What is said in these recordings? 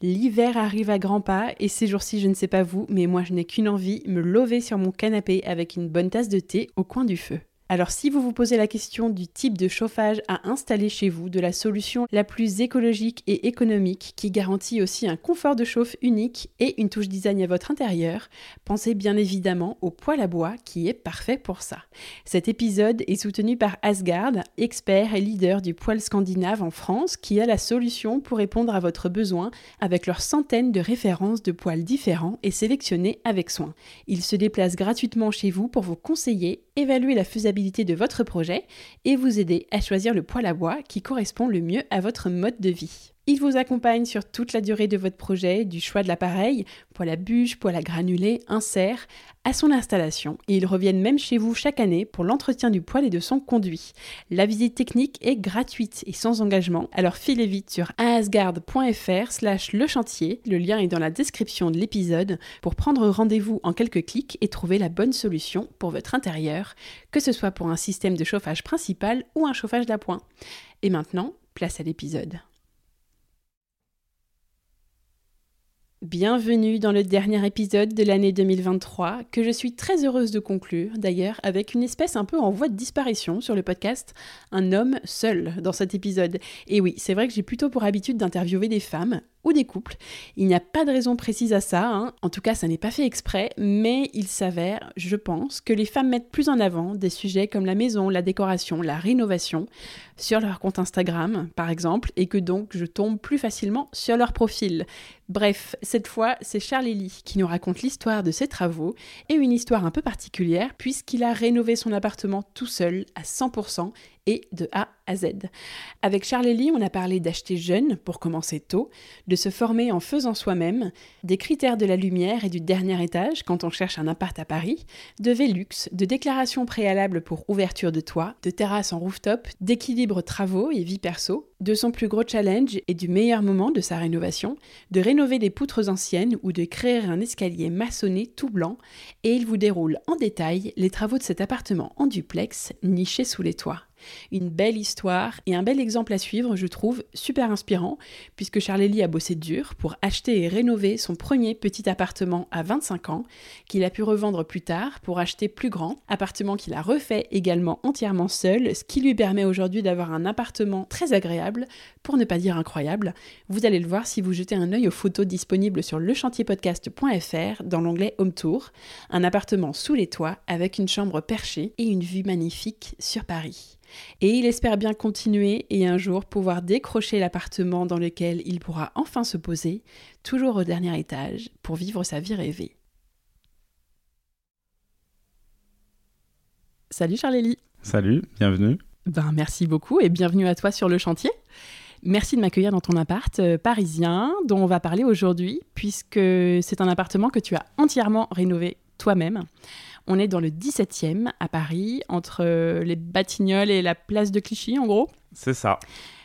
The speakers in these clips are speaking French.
L'hiver arrive à grands pas et ces jours-ci, je ne sais pas vous, mais moi je n'ai qu'une envie, me lever sur mon canapé avec une bonne tasse de thé au coin du feu. Alors si vous vous posez la question du type de chauffage à installer chez vous, de la solution la plus écologique et économique qui garantit aussi un confort de chauffe unique et une touche design à votre intérieur, pensez bien évidemment au poêle à bois qui est parfait pour ça. Cet épisode est soutenu par Asgard, expert et leader du poêle scandinave en France qui a la solution pour répondre à votre besoin avec leurs centaines de références de poêles différents et sélectionnés avec soin. Ils se déplacent gratuitement chez vous pour vous conseiller, évaluer la faisabilité de votre projet et vous aider à choisir le poêle à bois qui correspond le mieux à votre mode de vie. Il vous accompagne sur toute la durée de votre projet, du choix de l'appareil, poêle à bûche, poêle à granulé, insert, à son installation et ils reviennent même chez vous chaque année pour l'entretien du poêle et de son conduit. La visite technique est gratuite et sans engagement, alors filez vite sur asgard.fr slash le chantier, le lien est dans la description de l'épisode, pour prendre rendez-vous en quelques clics et trouver la bonne solution pour votre intérieur, que ce soit pour un système de chauffage principal ou un chauffage d'appoint. Et maintenant, place à l'épisode. Bienvenue dans le dernier épisode de l'année 2023 que je suis très heureuse de conclure d'ailleurs avec une espèce un peu en voie de disparition sur le podcast, un homme seul dans cet épisode. Et oui, c'est vrai que j'ai plutôt pour habitude d'interviewer des femmes ou des couples. Il n'y a pas de raison précise à ça, hein. en tout cas ça n'est pas fait exprès, mais il s'avère, je pense, que les femmes mettent plus en avant des sujets comme la maison, la décoration, la rénovation sur leur compte Instagram par exemple, et que donc je tombe plus facilement sur leur profil. Bref, cette fois c'est Charlie Lee qui nous raconte l'histoire de ses travaux, et une histoire un peu particulière puisqu'il a rénové son appartement tout seul à 100% et de A à Z. Avec Charlélie, on a parlé d'acheter jeune pour commencer tôt, de se former en faisant soi-même, des critères de la lumière et du dernier étage quand on cherche un appart à Paris, de Velux, de déclaration préalable pour ouverture de toit, de terrasse en rooftop, d'équilibre travaux et vie perso, de son plus gros challenge et du meilleur moment de sa rénovation, de rénover des poutres anciennes ou de créer un escalier maçonné tout blanc, et il vous déroule en détail les travaux de cet appartement en duplex niché sous les toits. Une belle histoire et un bel exemple à suivre, je trouve super inspirant, puisque Charlélie a bossé dur pour acheter et rénover son premier petit appartement à 25 ans, qu'il a pu revendre plus tard pour acheter plus grand, appartement qu'il a refait également entièrement seul, ce qui lui permet aujourd'hui d'avoir un appartement très agréable, pour ne pas dire incroyable. Vous allez le voir si vous jetez un œil aux photos disponibles sur lechantierpodcast.fr dans l'onglet Home Tour, un appartement sous les toits avec une chambre perchée et une vue magnifique sur Paris. Et il espère bien continuer et un jour pouvoir décrocher l'appartement dans lequel il pourra enfin se poser, toujours au dernier étage, pour vivre sa vie rêvée. Salut Charlélie Salut, bienvenue Ben merci beaucoup et bienvenue à toi sur le chantier Merci de m'accueillir dans ton appart euh, parisien dont on va parler aujourd'hui puisque c'est un appartement que tu as entièrement rénové toi-même. On est dans le 17e à Paris, entre euh, les Batignolles et la place de Clichy, en gros. C'est ça.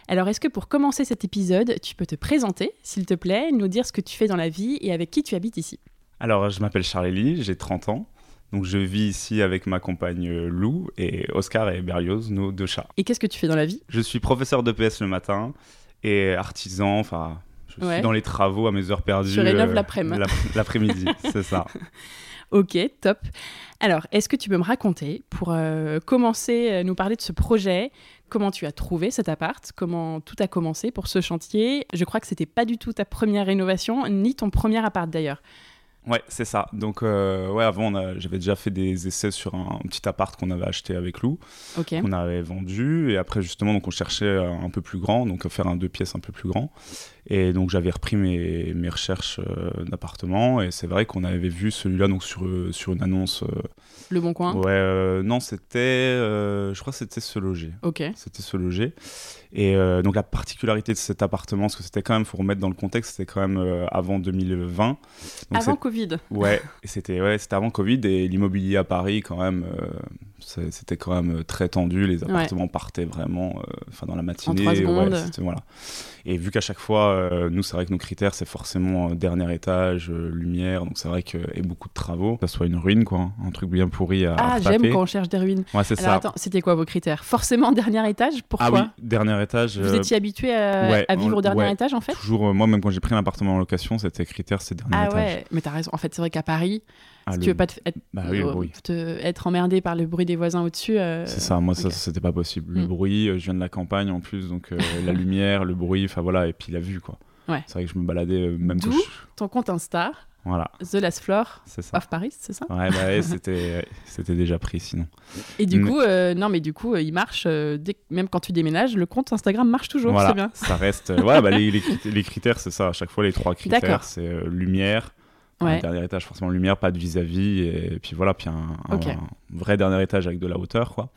Alors, est-ce que pour commencer cet épisode, tu peux te présenter, s'il te plaît, nous dire ce que tu fais dans la vie et avec qui tu habites ici Alors, je m'appelle Charlélie, j'ai 30 ans. Donc, je vis ici avec ma compagne Lou et Oscar et Berlioz, nos deux chats. Et qu'est-ce que tu fais dans la vie Je suis professeur d'EPS le matin et artisan, enfin, je ouais. suis dans les travaux à mes heures perdues. Je rénove euh, l'après-midi. L'après-midi, c'est ça. Ok, top. Alors, est-ce que tu peux me raconter, pour euh, commencer, euh, nous parler de ce projet, comment tu as trouvé cet appart, comment tout a commencé pour ce chantier Je crois que c'était pas du tout ta première rénovation, ni ton premier appart d'ailleurs. Ouais, c'est ça. Donc, euh, ouais, avant, on a- j'avais déjà fait des essais sur un, petit appart qu'on avait acheté avec Lou. Ok. On avait vendu. Et après, justement, donc, on cherchait euh, un peu plus grand, donc euh, faire un deux pièces un peu plus grand. Et donc, j'avais repris mes, mes recherches euh, d'appartements. Et c'est vrai qu'on avait vu celui-là donc sur, euh, sur une annonce. euh, Le bon coin. ouais, euh, non, c'était. euh, je crois que c'était se loger. Ok. C'était se loger. Et euh, donc la particularité de cet appartement, parce que c'était quand même, faut remettre dans le contexte, c'était quand même euh, avant 2020. Donc Avant Covid. c'est- Ouais, et c'était ouais, c'était avant Covid et l'immobilier à Paris quand même, euh, c'est- c'était quand même euh, très tendu. Les appartements partaient vraiment, euh, enfin dans la matinée. trois ouais, secondes. c'était- voilà. Et vu qu'à chaque fois, euh, nous c'est vrai que nos critères c'est forcément euh, dernier étage, euh, lumière, donc c'est vrai que et beaucoup de travaux, que ça soit une ruine quoi, hein, un truc bien pourri à Ah, j'aime retaper. quand on cherche des ruines. Ouais, c'est Alors ça. attends, c'était quoi vos critères Forcément dernier étage Pourquoi ah oui, dernier étage. Vous euh, étiez habitué à, ouais, à vivre on- au dernier ouais. étage en fait Toujours, euh, moi, même quand j'ai pris un appartement en location, c'était critère, c'est dernier Ah étage. ouais, mais t'as raison. En fait, c'est vrai qu'à Paris, Ah, si le- tu veux pas te, être, Bah oui, le euh, bruit. te- être emmerdé par le bruit des voisins au-dessus. euh, C'est ça, moi, ça, ok. c'était pas possible. Le Mm. bruit, euh, je viens de la campagne en plus, donc euh, la lumière, le bruit, enfin voilà, et puis la vue, quoi. Ouais. C'est vrai que je me baladais euh, même D'où quand je- Ton compte Insta, Voilà, The Last Floor c'est ça. of Paris, c'est ça Ouais, bah, ouais, c'était ouais, c'était déjà pris sinon. Et du Mais- coup, euh, non, mais du coup, euh, il marche, euh, dès- même quand tu déménages, le compte Instagram marche toujours, voilà, c'est bien. ça reste. euh, ouais, bah, les, les crit- les critères, c'est ça. À chaque fois, les trois D'accord. critères, c'est euh, lumière, Ouais. un dernier étage, forcément lumière, pas de vis-à-vis, et, puis voilà, puis un, un- Ok. un vrai dernier étage avec de la hauteur, quoi.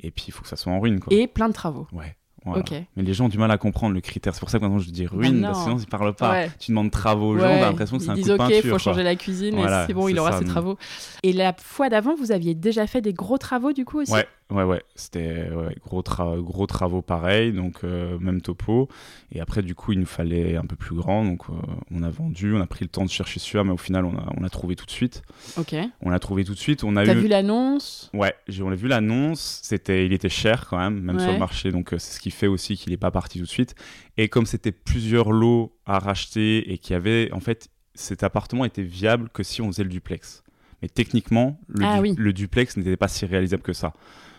Et puis, il faut que ça soit en ruine, quoi. Et plein de travaux. Ouais. voilà. Ok. Mais les gens ont du mal à comprendre le critère. C'est pour ça que maintenant je dis ruine, Bah non. parce que sinon ils parlent pas. Ouais. Tu demandes travaux aux gens, Ouais, t'as l'impression que c'est ils un coup disent de ok, peinture. faut quoi. changer la cuisine, et Voilà, c'est bon, il c'est aura ça, mm. ses mais- travaux. Et la fois d'avant, vous aviez déjà fait des gros travaux du coup aussi Ouais, ouais, ouais. C'était ouais, gros, tra- gros travaux pareil, donc euh, même topo. Et après, du coup, il nous fallait un peu plus grand, donc euh, on a vendu, on a pris le temps de chercher celui-là, mais au final, on a, on l'a trouvé tout de suite. Ok. On l'a trouvé tout de suite. On a T'as eu. vu l'annonce Ouais, j'ai- on a vu l'annonce, c'était, il était cher quand même, même sur Ouais. le marché, donc euh, c'est ce qui fait aussi qu'il n'est pas parti tout de suite. Et comme c'était plusieurs lots à racheter et qu'il y avait, en fait, cet appartement était viable que si on faisait le duplex. Mais techniquement, le, Ah du- oui. le duplex n'était pas si réalisable que ça.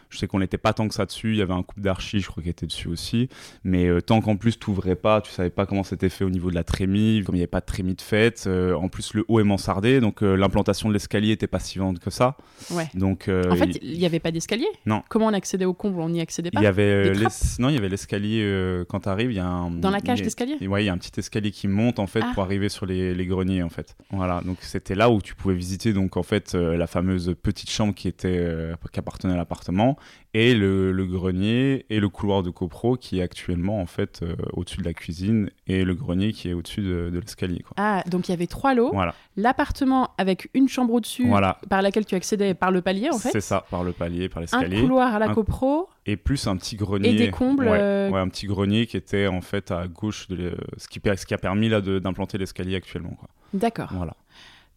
Je sais qu'on n'était pas tant que ça dessus, il y avait un couple d'archi, je crois, qui était dessus aussi. Mais euh, tant qu'en plus, tu ouvrais pas, tu savais pas comment c'était fait au niveau de la trémie, comme il n'y avait pas de trémie de fête. euh, en plus, le haut est mansardé, donc euh, l'implantation de l'escalier n'était pas si vente que ça. Ouais. Donc, euh, En fait, il- il n'y avait pas d'escalier Non. Comment on accédait au comble On n'y accédait pas il y avait euh, Des l'es- non, il y avait l'escalier euh, quand t'arrives, il y a un Dans la cage il y a- d'escalier et Ouais, il y a un petit escalier qui monte en fait Ah. pour arriver sur les, les greniers en fait. Voilà, donc c'était là où tu pouvais visiter donc en fait euh, la fameuse petite chambre qui était euh, qui appartenait à l'appartement et le, le grenier et le couloir de copro qui est actuellement en fait euh, au-dessus de la cuisine et le grenier qui est au-dessus de, de l'escalier quoi. Ah, donc il y avait trois lots. Voilà, L'appartement avec une chambre au-dessus voilà, par laquelle tu accédais par le palier en fait. c'est ça par le palier, par Un l'escalier couloir à la un- copro et plus un petit grenier. et des combles. Ouais. euh, Ouais, un petit grenier qui était en fait à gauche de l'e- ce qui, per- ce qui a permis là de- d'implanter l'escalier actuellement. quoi. D'accord. Voilà.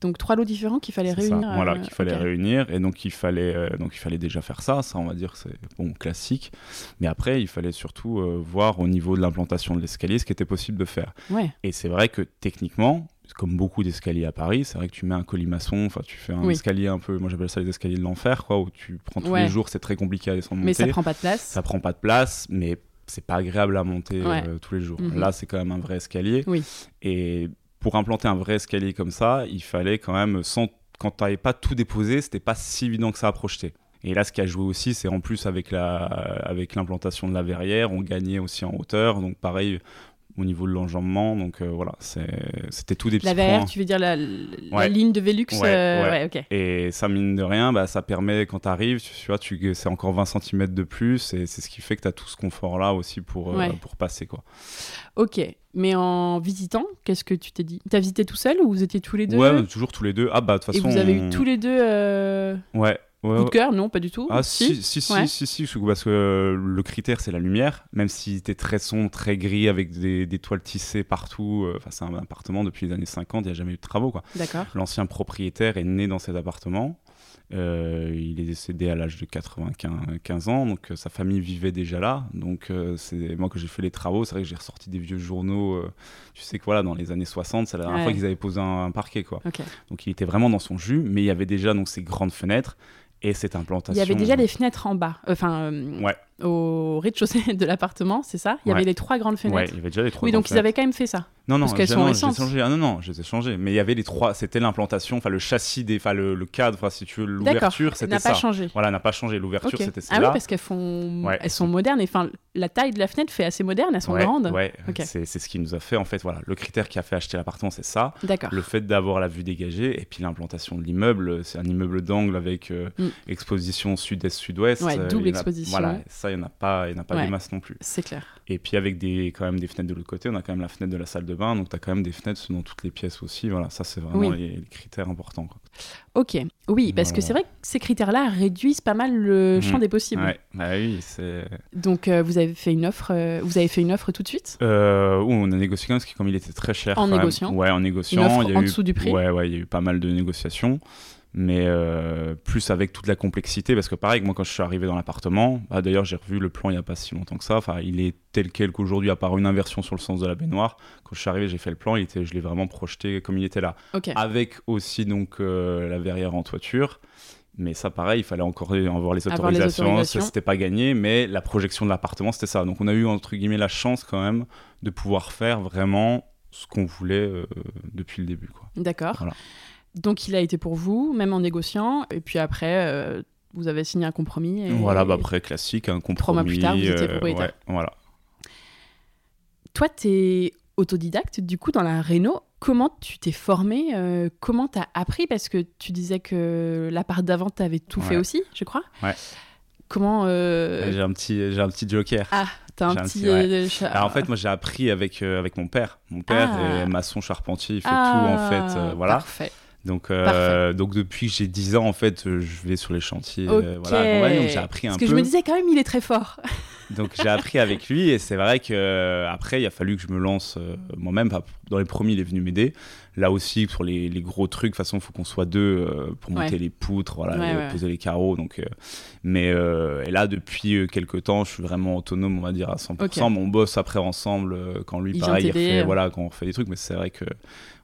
Donc trois lots différents qu'il fallait C'est réunir. ça. Voilà, euh, qu'il fallait ok. réunir et donc il fallait euh, donc il fallait déjà faire ça. Ça, on va dire que c'est bon classique. Mais après, il fallait surtout euh, voir au niveau de l'implantation de l'escalier ce qui était possible de faire. Ouais. Et c'est vrai que techniquement, comme beaucoup d'escaliers à Paris, c'est vrai que tu mets un colimaçon, enfin tu fais un Oui. escalier un peu, moi j'appelle ça les escaliers de l'enfer, quoi, où tu prends tous Ouais. les jours, c'est très compliqué à descendre Mais ça monter prend pas de place. ça prend pas de place, mais c'est pas agréable à monter Ouais. euh, tous les jours. Mhm. Là, c'est quand même un vrai escalier. Oui. Et pour implanter un vrai escalier comme ça, il fallait quand même, sans, quand t'avais pas tout déposé, c'était pas si évident que ça à projeter. Et là, ce qui a joué aussi, c'est en plus avec la, avec l'implantation de la verrière, on gagnait aussi en hauteur, donc pareil au niveau de l'enjambement. Donc euh, voilà, c'est- c'était tout des petits La verrière, points. tu veux dire la, la Ouais. ligne de Velux Ouais, euh, ouais. ok. Et ça, mine de rien, bah, ça permet quand t'arrives, tu, tu vois, tu, c'est encore 20 cm de plus, et c'est ce qui fait que t'as tout ce confort-là aussi pour, euh, Ouais. pour passer. Quoi. Ok. Mais en visitant, qu'est-ce que tu t'es dit T'as visité tout seul ou vous étiez tous les deux Ouais, toujours tous les deux. Ah bah, de toute Et façon. vous avez eu on- tous les deux euh, Ouais, ouais, coup ouais. de cœur Non, pas du tout. Ah si, si, si, Ouais. si, si, parce que- parce que euh, le critère c'est la lumière, même si t'es très sombre, très gris, avec des, des toiles tissées partout, euh, enfin c'est un appartement depuis les années 50, il n'y a jamais eu de travaux quoi. D'accord. L'ancien propriétaire est né dans cet appartement. Euh, il est décédé à l'âge de 95 15 ans, donc euh, sa famille vivait déjà là. Donc euh, c'est moi que j'ai fait les travaux, c'est vrai que j'ai ressorti des vieux journaux. euh, tu sais que voilà, dans les années 60, c'est la dernière Ouais. fois qu'ils avaient posé un, un parquet, quoi. Ok. Donc il était vraiment dans son jus, mais il y avait déjà donc ces grandes fenêtres et cette Il implantation. y avait déjà des fenêtres en bas. Enfin, euh, Ouais. au rez-de-chaussée de l'appartement, c'est ça Il y Ouais. avait les trois grandes Ouais, fenêtres. il y avait déjà les trois. oui, donc grandes ils avaient quand même fait ça. Non, non, Parce qu'elles j'ai- sont non, récentes. J'ai changé. Ah non, non, j'ai changé. Mais il y avait les trois. C'était l'implantation, enfin le châssis, des, enfin le, le cadre, enfin, si tu veux, D'accord. l'ouverture, Ça c'était n'a ça. pas changé. Voilà, n'a pas changé. Ok. L'ouverture, Ah c'était oui, celle-là. parce qu'elles font... Ouais. elles sont modernes. et, Enfin, la taille de la fenêtre fait assez moderne. Elles sont Ouais, grandes. Ouais, Ok. c'est c'est ce qui nous a fait, en fait, voilà. Le critère qui a fait acheter l'appartement, c'est ça. D'accord. Le fait d'avoir la vue dégagée et puis l'implantation de l'immeuble, c'est un immeuble d'angle avec euh, Mm. exposition sud-est-sud-ouest. Ouais, euh, double il y en a- exposition. Voilà, ça, il n'y en a pas, il y en a pas Ouais. des masses non plus. C'est clair. Et puis avec des, quand même des fenêtres de l'autre côté, on a quand même la fenêtre de la salle de bain, donc tu as quand même des fenêtres dans toutes les pièces aussi. Voilà, ça, c'est vraiment Oui. les, les critères importants. quoi. Ok. Oui, parce que Voilà. c'est vrai que ces critères-là réduisent pas mal le Mhm. champ des possibles. Ouais, bah oui, c'est. Donc euh, vous avez fait une offre. euh, vous avez fait une offre tout de suite. Euh, ouh, on a négocié quand même, parce que comme il était très cher. En quand même- négociant. Ouais, en Une négociant. offre il y a en eu- dessous du prix. Ouais, ouais, il y a eu pas mal de négociations. Mais euh, plus avec toute la complexité, parce que pareil, moi quand je suis arrivé dans l'appartement, bah, d'ailleurs j'ai revu le plan il n'y a pas si longtemps que ça, enfin il est tel quel qu'aujourd'hui, à part une inversion sur le sens de la baignoire. Quand je suis arrivé, j'ai fait le plan, il était, je l'ai vraiment projeté comme il était là. Ok. avec aussi donc euh, la verrière en toiture. Mais ça, pareil, il fallait encore avoir les Avoir les autorisations. autorisations. Ça, c'était pas gagné, mais la projection de l'appartement, c'était ça. Donc, on a eu entre guillemets la chance quand même de pouvoir faire vraiment ce qu'on voulait euh, depuis le début. Quoi. D'accord. Voilà. Donc il a été pour vous, même en négociant. Et puis après, euh, vous avez signé un compromis. et- Voilà, bah après, classique, un compromis. mois plus tard, vous étiez euh, propriétaire. ouais, voilà. Toi, t'es autodidacte, du coup, dans la réno. Comment tu t'es formé euh, Comment t'as appris Parce que tu disais que la part d'avant, t'avais tout fait Ouais. aussi, je crois. Ouais. Bah, Comment euh, J'ai un petit, j'ai un petit joker. Ah, t'as un j'ai un petit... petit- ouais. euh, chat- Alors, en fait, moi, j'ai appris avec euh, avec mon père. Mon père Ah. est maçon charpentier, il fait Ah, tout en fait. euh, voilà. Parfait. Donc, euh, donc depuis que j'ai 10 ans, en fait, euh, je vais sur les chantiers. euh, Ok. voilà, accompagné. donc j'ai appris un Parce peu. que je me disais quand même, il est très fort. Donc j'ai appris avec lui et c'est vrai que euh, après il a fallu que je me lance euh, moi-même. Enfin, Dans les premiers, il est venu m'aider. Là aussi pour les, les gros trucs, de toute façon, il faut qu'on soit deux euh, pour monter Ouais. les poutres, voilà, Ouais, et ouais. poser les carreaux. Donc, euh, mais euh, et là depuis euh, quelques temps, je suis vraiment autonome, on va dire à 100%. Ok. Mais on bosse après ensemble euh, quand lui Il vient pareil, il t'aider, refait, euh. voilà, quand on fait des trucs. Mais c'est vrai que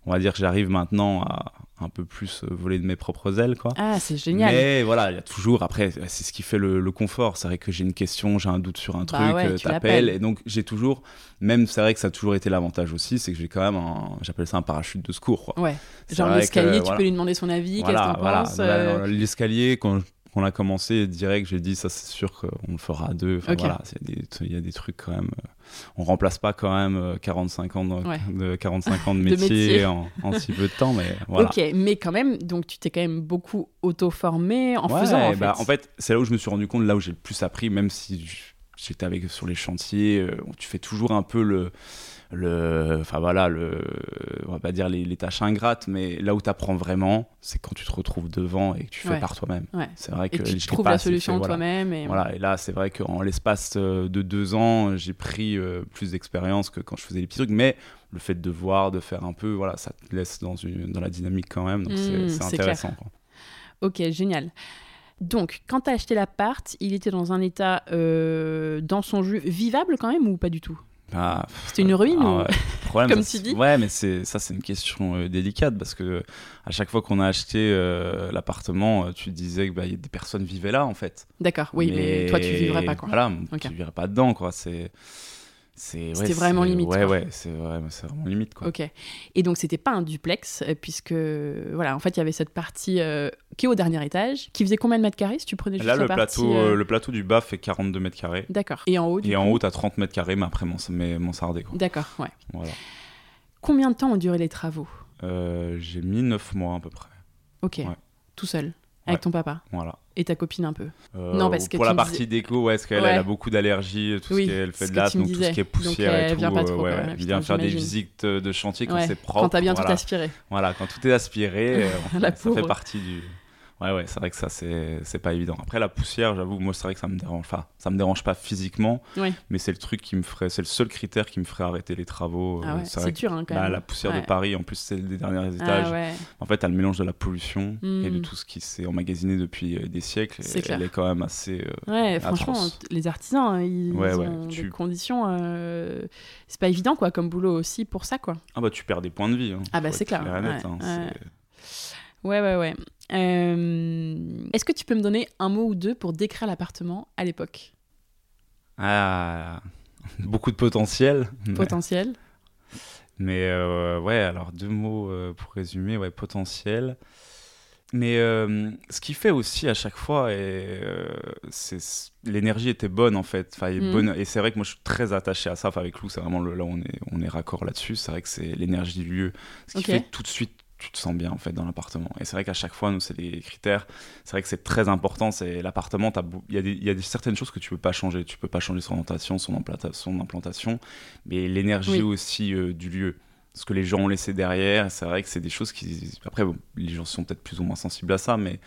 on va dire que j'arrive maintenant à un peu plus euh, voler de mes propres ailes, quoi. Ah, c'est génial. Mais voilà, il y a toujours, après, c'est ce qui fait le, le confort. C'est vrai que j'ai une question, j'ai un doute sur un Bah truc, ouais, euh, tu l'appelles. t'appelles. Et donc, j'ai toujours, même c'est vrai que ça a toujours été l'avantage aussi, c'est que j'ai quand même un, j'appelle ça un parachute de secours. quoi. Ouais. C'est Genre vrai que, l'escalier, tu voilà. peux lui demander son avis, qu'est-ce Voilà, qu'on voilà. pense. Bah, euh, alors, L'escalier, quand, on a commencé, direct, j'ai dit, ça c'est sûr qu'on le fera à deux. Enfin, Ok. voilà, c'est des- il y a des trucs quand même. euh, On remplace pas quand même euh, 45 ans de, Ouais. de- 45 ans de De métier, métier. En, en si peu de temps, mais voilà. Ok, mais quand même, donc tu t'es quand même beaucoup auto-formé en Ouais, faisant, en fait. bah, en fait, c'est là où je me suis rendu compte, là où j'ai le plus appris, même si j- j'étais avec sur les chantiers, euh, tu fais toujours un peu le. le- Enfin voilà, le, on va pas dire les, les tâches ingrates, mais là où tu apprends vraiment, c'est quand tu te retrouves devant et que tu fais Ouais. par toi-même. Ouais. C'est vrai que Et tu je l'ai trouves pas la assez solution fait, voilà. toi-même. Et... Voilà, et là, c'est vrai qu'en l'espace euh, de deux ans, j'ai pris euh, plus d'expérience que quand je faisais les petits trucs, mais le fait de voir, de faire un peu, voilà, ça te laisse dans, une, dans la dynamique quand même, donc c'est- Mm, c'est c'est intéressant. quoi. Ok, génial. Donc, quand t'as acheté l'appart, il était dans un état, euh, dans son jus, vivable quand même ou pas du tout Ah, C'était une ruine Ah ou- ouais, le problème, Comme ça, tu c'est- dis. Ouais, mais c'est ça, c'est une question euh, délicate parce que à chaque fois qu'on a acheté euh, l'appartement, euh, tu disais que bah, y a des personnes vivaient là en fait. D'accord, oui, mais... toi, tu vivrais pas quoi. Voilà, Ok. tu vivrais pas dedans quoi. C'est c'est ouais, C'était c'est- vraiment limite, Ouais, quoi. ouais, c'est ouais, mais c'est vraiment limite quoi. Ok. Et donc, c'était pas un duplex, euh, puisque, voilà, en fait, il y avait cette partie euh, qui est au dernier étage, qui faisait combien de mètres carrés si tu prenais juste Là, la le partie, plateau, euh, euh, le plateau du bas fait 42 mètres carrés D'accord. Et en haut, du et en coup haut, t'as 30 mètres carrés, mais après mon, mais mansardé quoi. D'accord, ouais. Voilà. Combien de temps ont duré les travaux Euh, J'ai mis 9 mois à peu près. Ok. Ouais. Tout seul, avec Ouais. ton papa Voilà. et ta copine un peu. Euh, Non, parce que pour tu la me partie disais- déco, ouais, parce qu'elle Ouais. elle a beaucoup d'allergies, tout Oui, ce qu'elle fait ce de que l'asthme, tu me donc tout ce disais. qui est poussière Donc, et elle tout. vient pas trop, euh, quand ouais, même, elle putain, vient faire des j'imagine. visites euh, de chantier quand Ouais, c'est propre. Quand t'as bien tout voilà. aspiré. Voilà, quand tout est aspiré, euh, La ça fait pauvre. partie du. Ouais, ouais, c'est vrai que ça, c'est c'est pas évident. Après, la poussière, j'avoue, moi, c'est vrai que ça me dérange pas. Ça me dérange pas physiquement, Ouais. mais c'est le truc qui me ferait, c'est le seul critère qui me ferait arrêter les travaux. Ah euh, ouais, c'est c'est vrai que dur hein, quand là, même. la poussière Ouais. de Paris, en plus, c'est les derniers étages. Ah ouais. En fait, t'as le mélange de la pollution et de Mm. tout ce qui s'est emmagasiné depuis euh, des siècles. C'est Et clair. Elle est quand même assez. euh, Ouais, franchement, atroce. t- les artisans, hein, ils Ouais, ils ouais, ont des tu- conditions. euh, C'est pas évident, quoi, comme boulot aussi pour ça, quoi. Ah bah tu perds des points de vie. hein. Ah bah, Faut c'est être clair, clair et net, ouais, hein. ouais. C'est- Ouais, ouais, ouais. Euh, Est-ce que tu peux me donner un mot ou deux pour décrire l'appartement à l'époque Ah, beaucoup de potentiel. mais- Potentiel. Mais euh, ouais, alors deux mots euh, pour résumer, ouais, potentiel. Mais euh, ce qui fait aussi à chaque fois, et, euh, c'est l'énergie était bonne en fait. Enfin, elle est Mhm. bonne. Et c'est vrai que moi je suis très attaché à ça. Enfin, avec Lou, c'est vraiment le- là on est on est raccord là-dessus. C'est vrai que c'est l'énergie du lieu, ce qui Ok. fait que tout de suite tu te sens bien en fait dans l'appartement. Et c'est vrai qu'à chaque fois nous c'est des critères. C'est vrai que c'est très important. C'est l'appartement. t'as beau- Il y a des- il y a des- certaines choses que tu peux pas changer. Tu peux pas changer son orientation, son, implanta- son implantation, mais l'énergie Oui. aussi euh, du lieu ce que les gens ont laissé derrière. C'est vrai que c'est des choses qui. Après, bon, les gens sont peut-être plus ou moins sensibles à ça, mais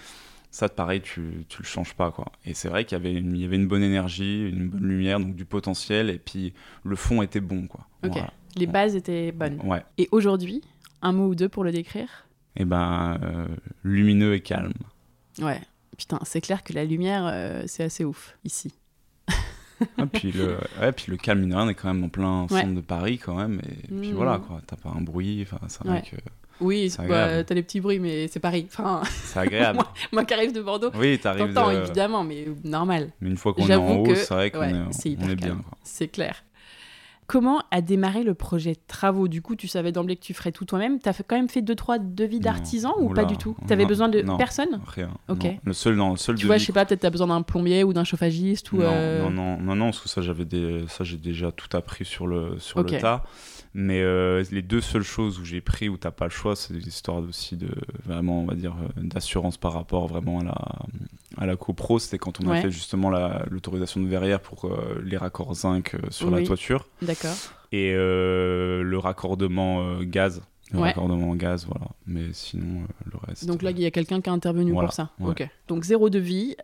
ça, pareil, tu, tu le changes pas, quoi. Et c'est vrai qu'il y avait, une, il y avait une bonne énergie, une bonne lumière, donc du potentiel, et puis le fond était bon, quoi. Ok. Les bases étaient bonnes. Ouais. Et aujourd'hui, un mot ou deux pour le décrire Et ben, euh, lumineux et calme. Ouais. Putain, c'est clair que la lumière, euh, c'est assez ouf ici. Et Ah, puis le, ouais, puis le calme, mine de rien, on est quand même en plein Ouais. centre de Paris, quand même. Et puis Mhm. voilà, quoi. T'as pas un bruit, enfin, c'est vrai Ouais. que Oui, C'est agréable. bah, t'as les petits bruits, mais c'est pareil. Enfin, c'est agréable. moi qui arrive de Bordeaux, oui, t'arrives. t'entends de- évidemment, mais normal, Mais une fois qu'on est en J'avoue haut, que- c'est vrai qu'on ouais, c'est est, hyper on est bien, calme. quoi. c'est clair. Comment a démarré le projet de travaux Du coup, tu savais d'emblée que tu ferais tout toi-même. T'as fait- quand même fait deux trois devis Non. d'artisans ou pas Oula. du tout T'avais Non. besoin de Non. personne Rien. Ok. non. Le seul, non, le seul Tu vois, devis je sais pas, peut-être t'as besoin d'un plombier ou d'un chauffagiste ou. Non, euh, non, non, non, non, parce que ça, j'avais des... ça, j'ai déjà tout appris sur le, sur Ok. le tas. Mais euh, les deux seules choses où j'ai pris, où t'as pas le choix, c'est des histoires aussi de, vraiment, on va dire, euh, d'assurance par rapport vraiment à la, à la copro. C'était quand on Ouais. a fait justement la- l'autorisation de verrière pour euh, les raccords zinc euh, sur Oui. la toiture D'accord. et euh, le raccordement euh, gaz. Le Ouais. raccordement en gaz, voilà. Mais sinon, euh, le reste. Donc là, il y a quelqu'un qui a intervenu Voilà, pour ça. ouais. Ok. Donc zéro devis.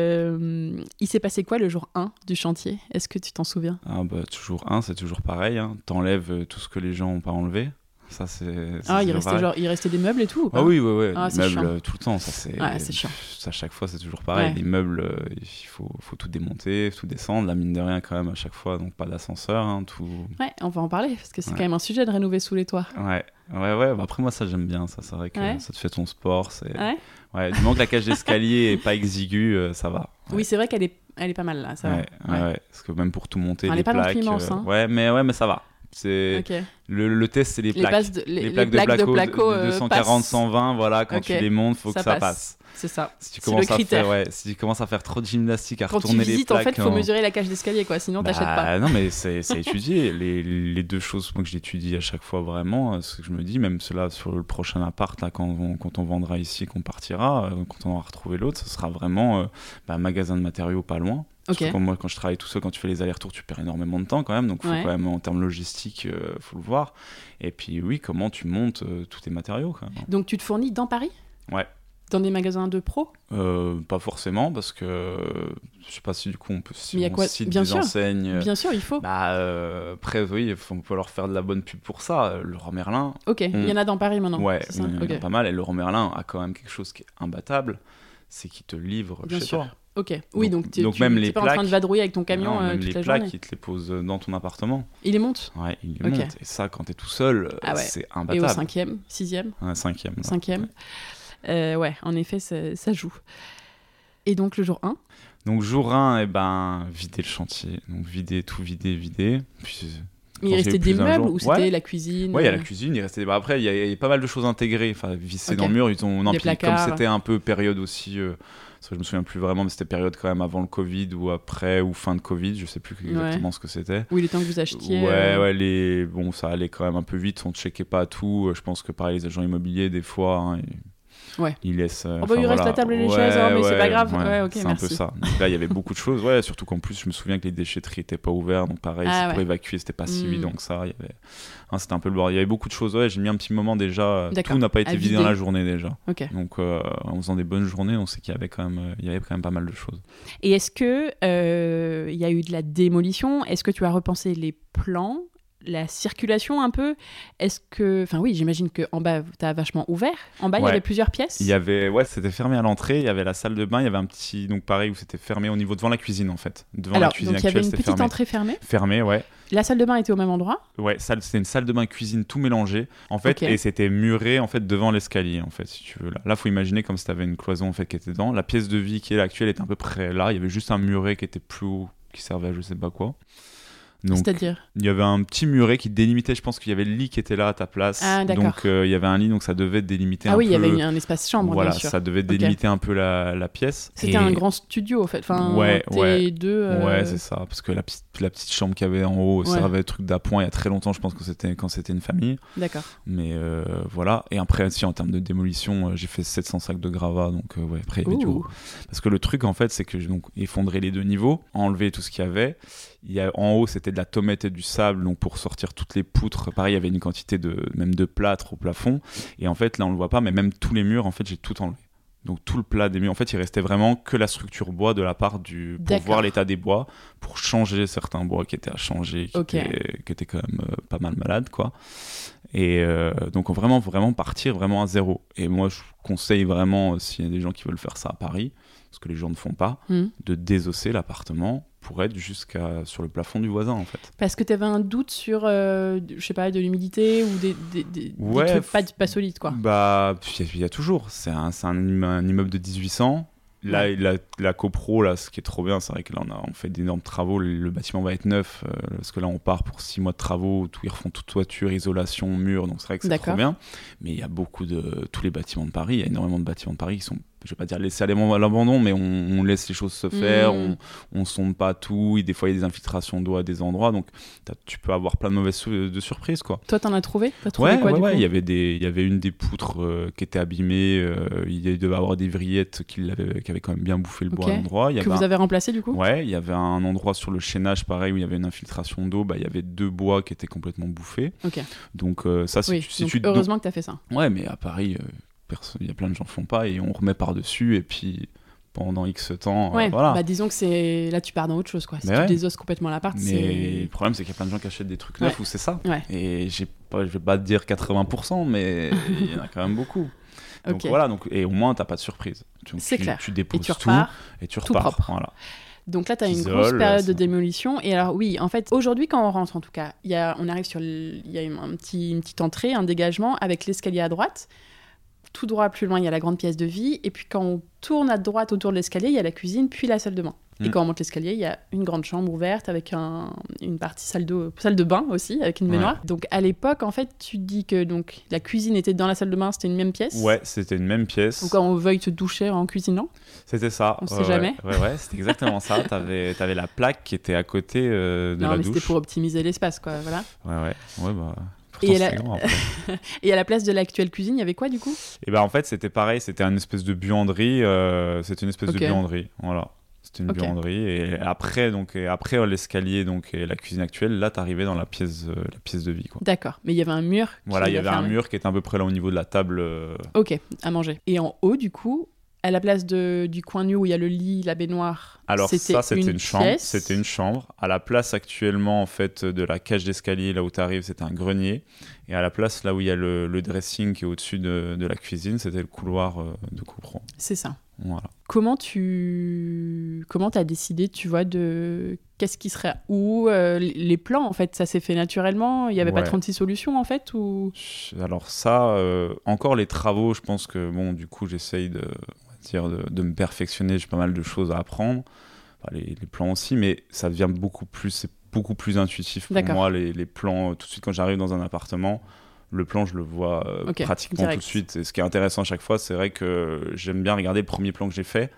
Euh, Il s'est passé quoi le jour 1 du chantier Est-ce que tu t'en souviens Ah bah toujours un, c'est toujours pareil. Hein. T'enlèves euh, tout ce que les gens n'ont pas enlevé. Ça c'est. ça, Ah, c'est il toujours restait pareil. genre, il restait des meubles et tout. ou pas Ah oui, oui, oui. Ah, les c'est meubles chiant. euh, tout le temps, ça c'est. Ouais, c'est chiant. Pff, À chaque fois, c'est toujours pareil. Ouais. Les meubles, euh, il faut, faut tout démonter, tout descendre. La mine de rien quand même à chaque fois, donc pas d'ascenseur, hein, tout. Ouais, on va en parler parce que c'est Ouais. quand même un sujet de rénover sous les toits. Ouais, ouais, ouais. Bah, après moi, ça j'aime bien. Ça, c'est vrai que Ouais. ça te fait ton sport. C'est. Ouais. Euh, Ouais, Du moment que la cage d'escalier est pas exiguë, euh, ça va. Ouais. Oui, c'est vrai qu'elle est, elle est pas mal là. Ça. va. Ouais, ouais, ouais. Parce que même pour tout monter, Elle les est pas non plus plaques. euh, immense, hein. Ouais, mais ouais, mais ça va. C'est Ok. le, le test, c'est les Les, plaques. bases de, les, les, les plaques, de placo, de- de euh, 240 passent. 120 voilà quand Ok. tu les montes faut Ça que ça passe. passe, C'est ça. si tu C'est le commences à critère. faire ouais, si tu commences à faire trop de gymnastique à Quand tu retourner les visites, en plaques hein. fait, faut mesurer la cage d'escalier, quoi. Sinon, t'achètes Bah, pas. non mais c'est c'est étudié les, les deux choses moi, que j'étudie à chaque fois vraiment euh, ce que je me dis même cela sur le prochain appart là, quand, on, quand on vendra ici qu'on partira euh, quand on aura retrouvé l'autre ce sera vraiment euh, bah, magasin de matériaux pas loin Parce Ok. que quand moi, quand je travaille tout seul, quand tu fais les allers-retours, tu perds énormément de temps quand même. Donc, faut Ouais. quand même, en termes logistiques, euh, faut le voir. Et puis, oui, comment tu montes euh, tous tes matériaux quand même. Donc, tu te fournis dans Paris Ouais. Dans des magasins de pro Euh, pas forcément, parce que euh, je sais pas si du coup on peut si Mais y a on quoi- cite bien des sûr, enseignes. euh, Bien sûr, il faut. Bah, euh, après, oui, faut- on peut leur faire de la bonne pub pour ça. Euh, Laurent Merlin, Ok. Il y en a dans Paris maintenant. hmm. ouais, hmm. c'est il ça y en a Ok. pas mal. Et Laurent Merlin a quand même quelque chose qui est imbattable c'est qu'il te livre Bien chez sûr. toi. Ok. Oui, Donc- donc, tu donc tu- même t'es les pas en train de plaques- vadrouiller avec ton camion Non, euh, même toute les la plaques, journée. ils te les posent dans ton appartement. Il les monte. Ouais, ils les Ok. montent. Et ça, quand t'es tout seul, euh, Ah ouais. c'est Et au imbattable. cinquième, sixième, Un cinquième. là. cinquième. Euh, ouais, en effet, ça, ça joue. Et donc le jour 1, Donc, jour 1, eh ben, vider le chantier. Donc, vider, tout vider, vider. Puis, mais il Quand j'ai restait eu des plus d'un meubles jour. ou c'était Ouais. la cuisine Ouais, il y a euh, la cuisine, il restait. bah, après, il y, a- il y a pas mal de choses intégrées, enfin, vissées Ok. dans le mur. Ils ont, non, Des puis comme placards. c'était un peu période aussi, euh, parce que je me souviens plus vraiment, mais c'était période quand même avant le Covid ou après ou fin de Covid, je sais plus exactement ce que c'était. Ou il est temps que vous achetiez. Ouais, euh, ouais, les... bon, ça allait quand même un peu vite, on ne checkait pas tout. Euh, Je pense que pareil, les agents immobiliers, des fois, hein, ils... Ouais. ils laissent. euh, Oh, bah, il enfin, reste voilà. la table et les chaises, oh, mais c'est pas grave. Ouais, ok, c'est un merci. peu ça. Donc là, il y avait beaucoup de choses, ouais, surtout qu'en plus, je me souviens que les déchetteries n'étaient pas ouvertes, donc pareil, Ah, c'est pour ouais. évacuer, c'était pas si Mm. évident que ça. Il y avait... hein, c'était un peu le bordel. Il y avait beaucoup de choses, ouais, j'ai mis un petit moment déjà. euh, D'accord. Tout n'a pas À été vidé dans vider. la journée déjà. Ok. Donc, euh, en faisant des bonnes journées, on sait qu'il y avait quand même, euh, il y avait quand même pas mal de choses. Et est-ce que euh, il y a eu de la démolition Est-ce que tu as repensé les plans la circulation un peu Est-ce que... Enfin oui, j'imagine que en bas, t'as vachement ouvert. En bas, il y Ouais. avait plusieurs pièces. Il y avait, ouais, c'était fermé à l'entrée. Il y avait la salle de bain. Il y avait un petit, donc pareil, où c'était fermé au niveau devant la cuisine en fait. Devant Alors, la cuisine donc il y avait actuelle, une c'était petite fermé. entrée fermée. Fermé, ouais. La salle de bain était au même endroit. Ouais, salle- c'était une salle de bain cuisine tout mélangé en Ok. fait, et c'était muré en fait devant l'escalier en fait, si tu veux. Là, là, faut imaginer comme si t'avais une cloison en fait qui était dedans. La pièce de vie qui est là actuelle était à peu près là. Il y avait juste un muret qui était plus haut qui servait à je sais pas quoi. Donc, C'est-à-dire il y avait un petit muret qui délimitait, je pense qu'il y avait le lit qui était là à ta place. Ah, d'accord. donc euh, il y avait un lit, donc ça devait délimiter Ah un oui, il peu. y avait un espace chambre, voilà, bien sûr. ça devait délimiter un peu la, la pièce. C'était Et- un grand studio, en fait. Enfin, Ouais, t'es ouais. deux... euh, Ouais, c'est ça, parce que la petite, la petite chambre qu'il y avait en haut Ouais. servait de truc d'appoint il y a très longtemps, je pense que c'était quand c'était une famille. D'accord. Mais euh, voilà, et après, si en termes de démolition, euh, j'ai fait 700 sacs de gravats, donc euh, ouais, après il y avait du Ouh. gros. Parce que le truc en fait, c'est que j'ai donc effondré les deux niveaux, enlevé tout ce qu'il y avait. Il y a, en haut, c'était de la tomate et du sable, donc pour sortir toutes les poutres, pareil, il y avait une quantité de même de plâtre au plafond. Et en fait, là, on le voit pas, mais même tous les murs, en fait, j'ai tout enlevé. Donc tout le plat des murs, en fait, il restait vraiment que la structure bois de la part du pour D'accord. voir l'état des bois, pour changer certains bois qui étaient à changer, qui, Ok. étaient, qui étaient quand même euh, pas mal malades, quoi. Et euh, donc vraiment, vraiment partir vraiment à zéro. Et moi, je conseille vraiment, euh, s'il y a des gens qui veulent faire ça à Paris, ce que les gens ne font pas, Hmm. de désosser l'appartement pour être jusqu'à sur le plafond du voisin, en fait. Parce que t'avais un doute sur, euh, je sais pas, de l'humidité ou des, des, des- des Ouais, trucs f- pas, pas solides, quoi. Bah, il y, a- il y a toujours. C'est un, c'est un imme- un immeuble de 1800. Là, la, la copro, là, ce qui est trop bien, c'est vrai que là, on, a, on fait d'énormes travaux. Le, le bâtiment va être neuf, euh, parce que là, on part pour six mois de travaux. Tout, ils refont toute toiture, isolation, mur. Donc, c'est vrai que c'est trop D'accord. bien. Mais il y a beaucoup de. Tous les bâtiments de Paris, il y a énormément de bâtiments de Paris qui sont, je vais pas dire laissés à l'abandon- à l'abandon, mais on, on laisse les choses se faire, Mm. on, on sonde pas tout. Et des fois, il y a des infiltrations d'eau à des endroits. Donc, t'as- tu peux avoir plein de mauvaises sou- de surprises, quoi. Toi, t'en as trouvé T'as trouvé Ouais, quoi, ouais, du ouais, coup il y avait des, il y avait une des poutres euh, qui était abîmée. euh, il y- devait avoir des vrillettes qui, l'avaient- qui avaient quand même bien bouffé le bois Ok. à l'endroit. Il y Que avait vous un- avez remplacé, du coup Ouais, il y avait un endroit sur le chaînage, pareil, où il y avait une infiltration d'eau. Bah, il y avait deux bois qui étaient complètement bouffés. Ok. Donc euh, ça, si Oui, tu, si donc tu- donc- heureusement que t'as fait ça. ouais, mais à Paris, euh, personne- il y a plein de gens qui font pas et on remet par dessus et puis pendant X temps, euh, ouais, voilà. bah disons que c'est... Là, tu pars dans autre chose, quoi. Si Mais tu ouais. désosses complètement l'appart, Mais le Ah, c'est... problème, c'est qu'il y a plein de gens qui achètent des trucs neufs où c'est ça. Ouais. Et j'ai pas, je vais pas te dire 80%, mais il y en a quand même beaucoup. Donc Ok. voilà, donc, et au moins, t'as pas de surprise. Donc, C'est tu, clair. Tu Et déposes tu tout repars. et tu tout repars. propre. Voilà. Donc là, tu as une T'isole, grosse période de ça. démolition. Et alors, oui, en fait, aujourd'hui, quand on rentre, en tout cas, il y a, on arrive sur. le- Il y a une, un petit, une petite entrée, un dégagement avec l'escalier à droite. Tout droit, plus loin, il y a la grande pièce de vie. Et puis, quand on tourne à droite autour de l'escalier, il y a la cuisine, puis la salle de bain. Et Mm. quand on monte l'escalier, il y a une grande chambre ouverte avec un- une partie salle de, salle de bain aussi, avec une Ouais. baignoire. Donc, à l'époque, en fait, tu dis que donc, la cuisine était dans la salle de bain, c'était une même pièce. Ouais, c'était une même pièce. Ou quand on veuille te doucher en cuisinant. C'était ça. On sait Ouais, ouais. jamais. Ouais, ouais, c'était exactement ça. T'avais avais la plaque qui était à côté euh, de non, la mais c'était douche. pour optimiser l'espace, quoi. Voilà. Ouais, ouais. Ouais, bah. Et Pourtant, la- c'était grand, après. Et à la place de l'actuelle cuisine, il y avait quoi du coup Et bah en fait, c'était pareil, c'était une espèce de buanderie, euh, c'était une espèce Ok. de buanderie, voilà. C'était une Ok. buanderie et après donc et après euh, l'escalier donc et la cuisine actuelle, là t'arrivais dans la pièce euh, la pièce de vie quoi. D'accord, mais il y avait un mur. qui Voilà, il y l'a avait un fermé. mur qui était à peu près là au niveau de la table. euh, Ok, à manger. Et en haut, du coup, à la place de, du coin nu où il y a le lit, la baignoire. Alors ça, c'était une, chambre. pièce. C'était une chambre. À la place actuellement, en fait, de la cage d'escalier, là où tu arrives, c'était un grenier. Et à la place, là où il y a le, le dressing qui est au-dessus de, de la cuisine, c'était le couloir euh, de coupron. C'est ça. Voilà. Comment tu comment as décidé, tu vois, de qu'est-ce qui serait où euh, les plans en fait, ça s'est fait naturellement. Il n'y avait pas Ouais. 36 solutions en fait ou Alors ça, euh, encore les travaux, je pense que, bon, du coup, j'essaye de, on va dire, de, de me perfectionner. J'ai pas mal de choses à apprendre. Enfin, les, les plans aussi, mais ça devient beaucoup plus, c'est beaucoup plus intuitif pour D'accord. moi, les, les plans. euh, Tout de suite, quand j'arrive dans un appartement, le plan, je le vois euh, Ok, pratiquement direct. tout de suite. Et ce qui est intéressant à chaque fois, c'est vrai que j'aime bien regarder le premier plan que j'ai fait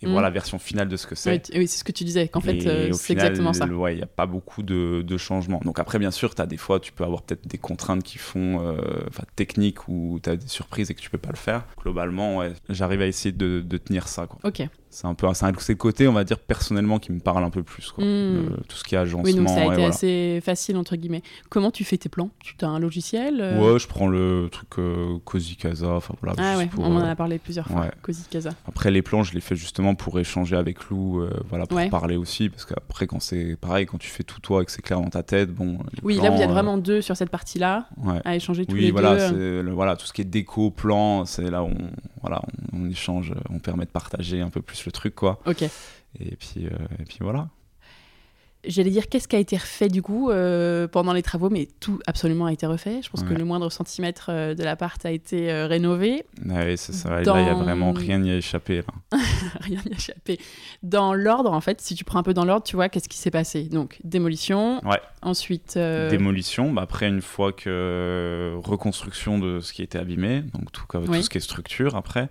et Mhm. voir la version finale de ce que c'est. Ouais, t- oui, c'est ce que tu disais qu'en fait Et euh, au c'est final, exactement ça. le- Ouais, il n'y a pas beaucoup de, de changements. Donc après, bien sûr, as des fois, tu peux avoir peut-être des contraintes qui font, euh, enfin, techniques ou tu as des surprises et que tu peux pas le faire. Globalement, ouais, j'arrive à essayer de, de tenir ça. Quoi. Ok. C'est un peu, c'est un- c'est le côté, on va dire, personnellement qui me parle un peu plus. Quoi. Mm. Le- tout ce qui est agencement. Oui, donc ça a et été voilà. assez facile entre guillemets. Comment tu fais tes plans Tu as un logiciel euh, Ouais, je prends le truc euh, Cozy Casa. Enfin voilà. Ah juste ouais, pour, on en euh, a parlé plusieurs fois. ouais. Cozy Casa. Après, les plans, je les fais justement pour échanger avec Lou, euh, voilà, pour Ouais. parler aussi, parce qu'après, quand c'est pareil, quand tu fais tout toi et que c'est clair dans ta tête, bon. les Oui, là plans, vous êtes euh, vraiment deux sur cette partie-là ouais. à échanger tous Oui, les voilà, deux. euh, c'est le- voilà, tout ce qui est déco, plan, c'est là où on, voilà, on, on échange, euh, on permet de partager un peu plus le truc, quoi. Ok. Et puis, euh, et puis voilà. J'allais dire qu'est-ce qui a été refait du coup euh, pendant les travaux, mais tout absolument a été refait. Je pense que Ouais. le moindre centimètre euh, de l'appart a été euh, rénové. Ouais, Ah c'est ça. Et Là, il n'y a Dans- vraiment rien n'y a échappé. là. Rien n'y a échappé. Dans l'ordre, en fait, si tu prends un peu dans l'ordre, tu vois qu'est-ce qui s'est passé. Donc, démolition. Ouais. Ensuite, euh, Démolition, bah, après, une fois que. Reconstruction de ce qui était abîmé, donc tout, comme- tout Oui. ce qui est structure après.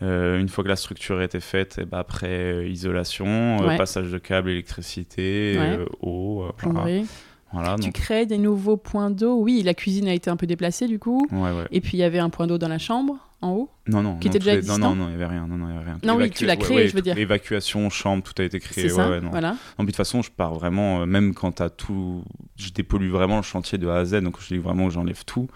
Euh, une fois que la structure a été faite, et bah, après, euh, isolation, euh, Ouais. passage de câbles, électricité, Ouais. euh, eau, euh, voilà. plomberie. Voilà, Tu donc. crées des nouveaux points d'eau. Oui, la cuisine a été un peu déplacée du coup. Ouais, ouais. Et puis, il y avait un point d'eau dans la chambre, en haut. Non, non. Qui non, était tout déjà est- Non, existant non, non, il n'y avait rien. Non, non, il y avait rien. Non, oui, tu l'as créé, je veux tout- dire. Évacuation, chambre, tout a été créé. C'est ouais, ça. ouais, non. voilà. Non, mais de toute façon, je pars vraiment, euh, même quand t'as tout. Je dépollue vraiment le chantier de A à Z, donc je dis vraiment que j'enlève tout.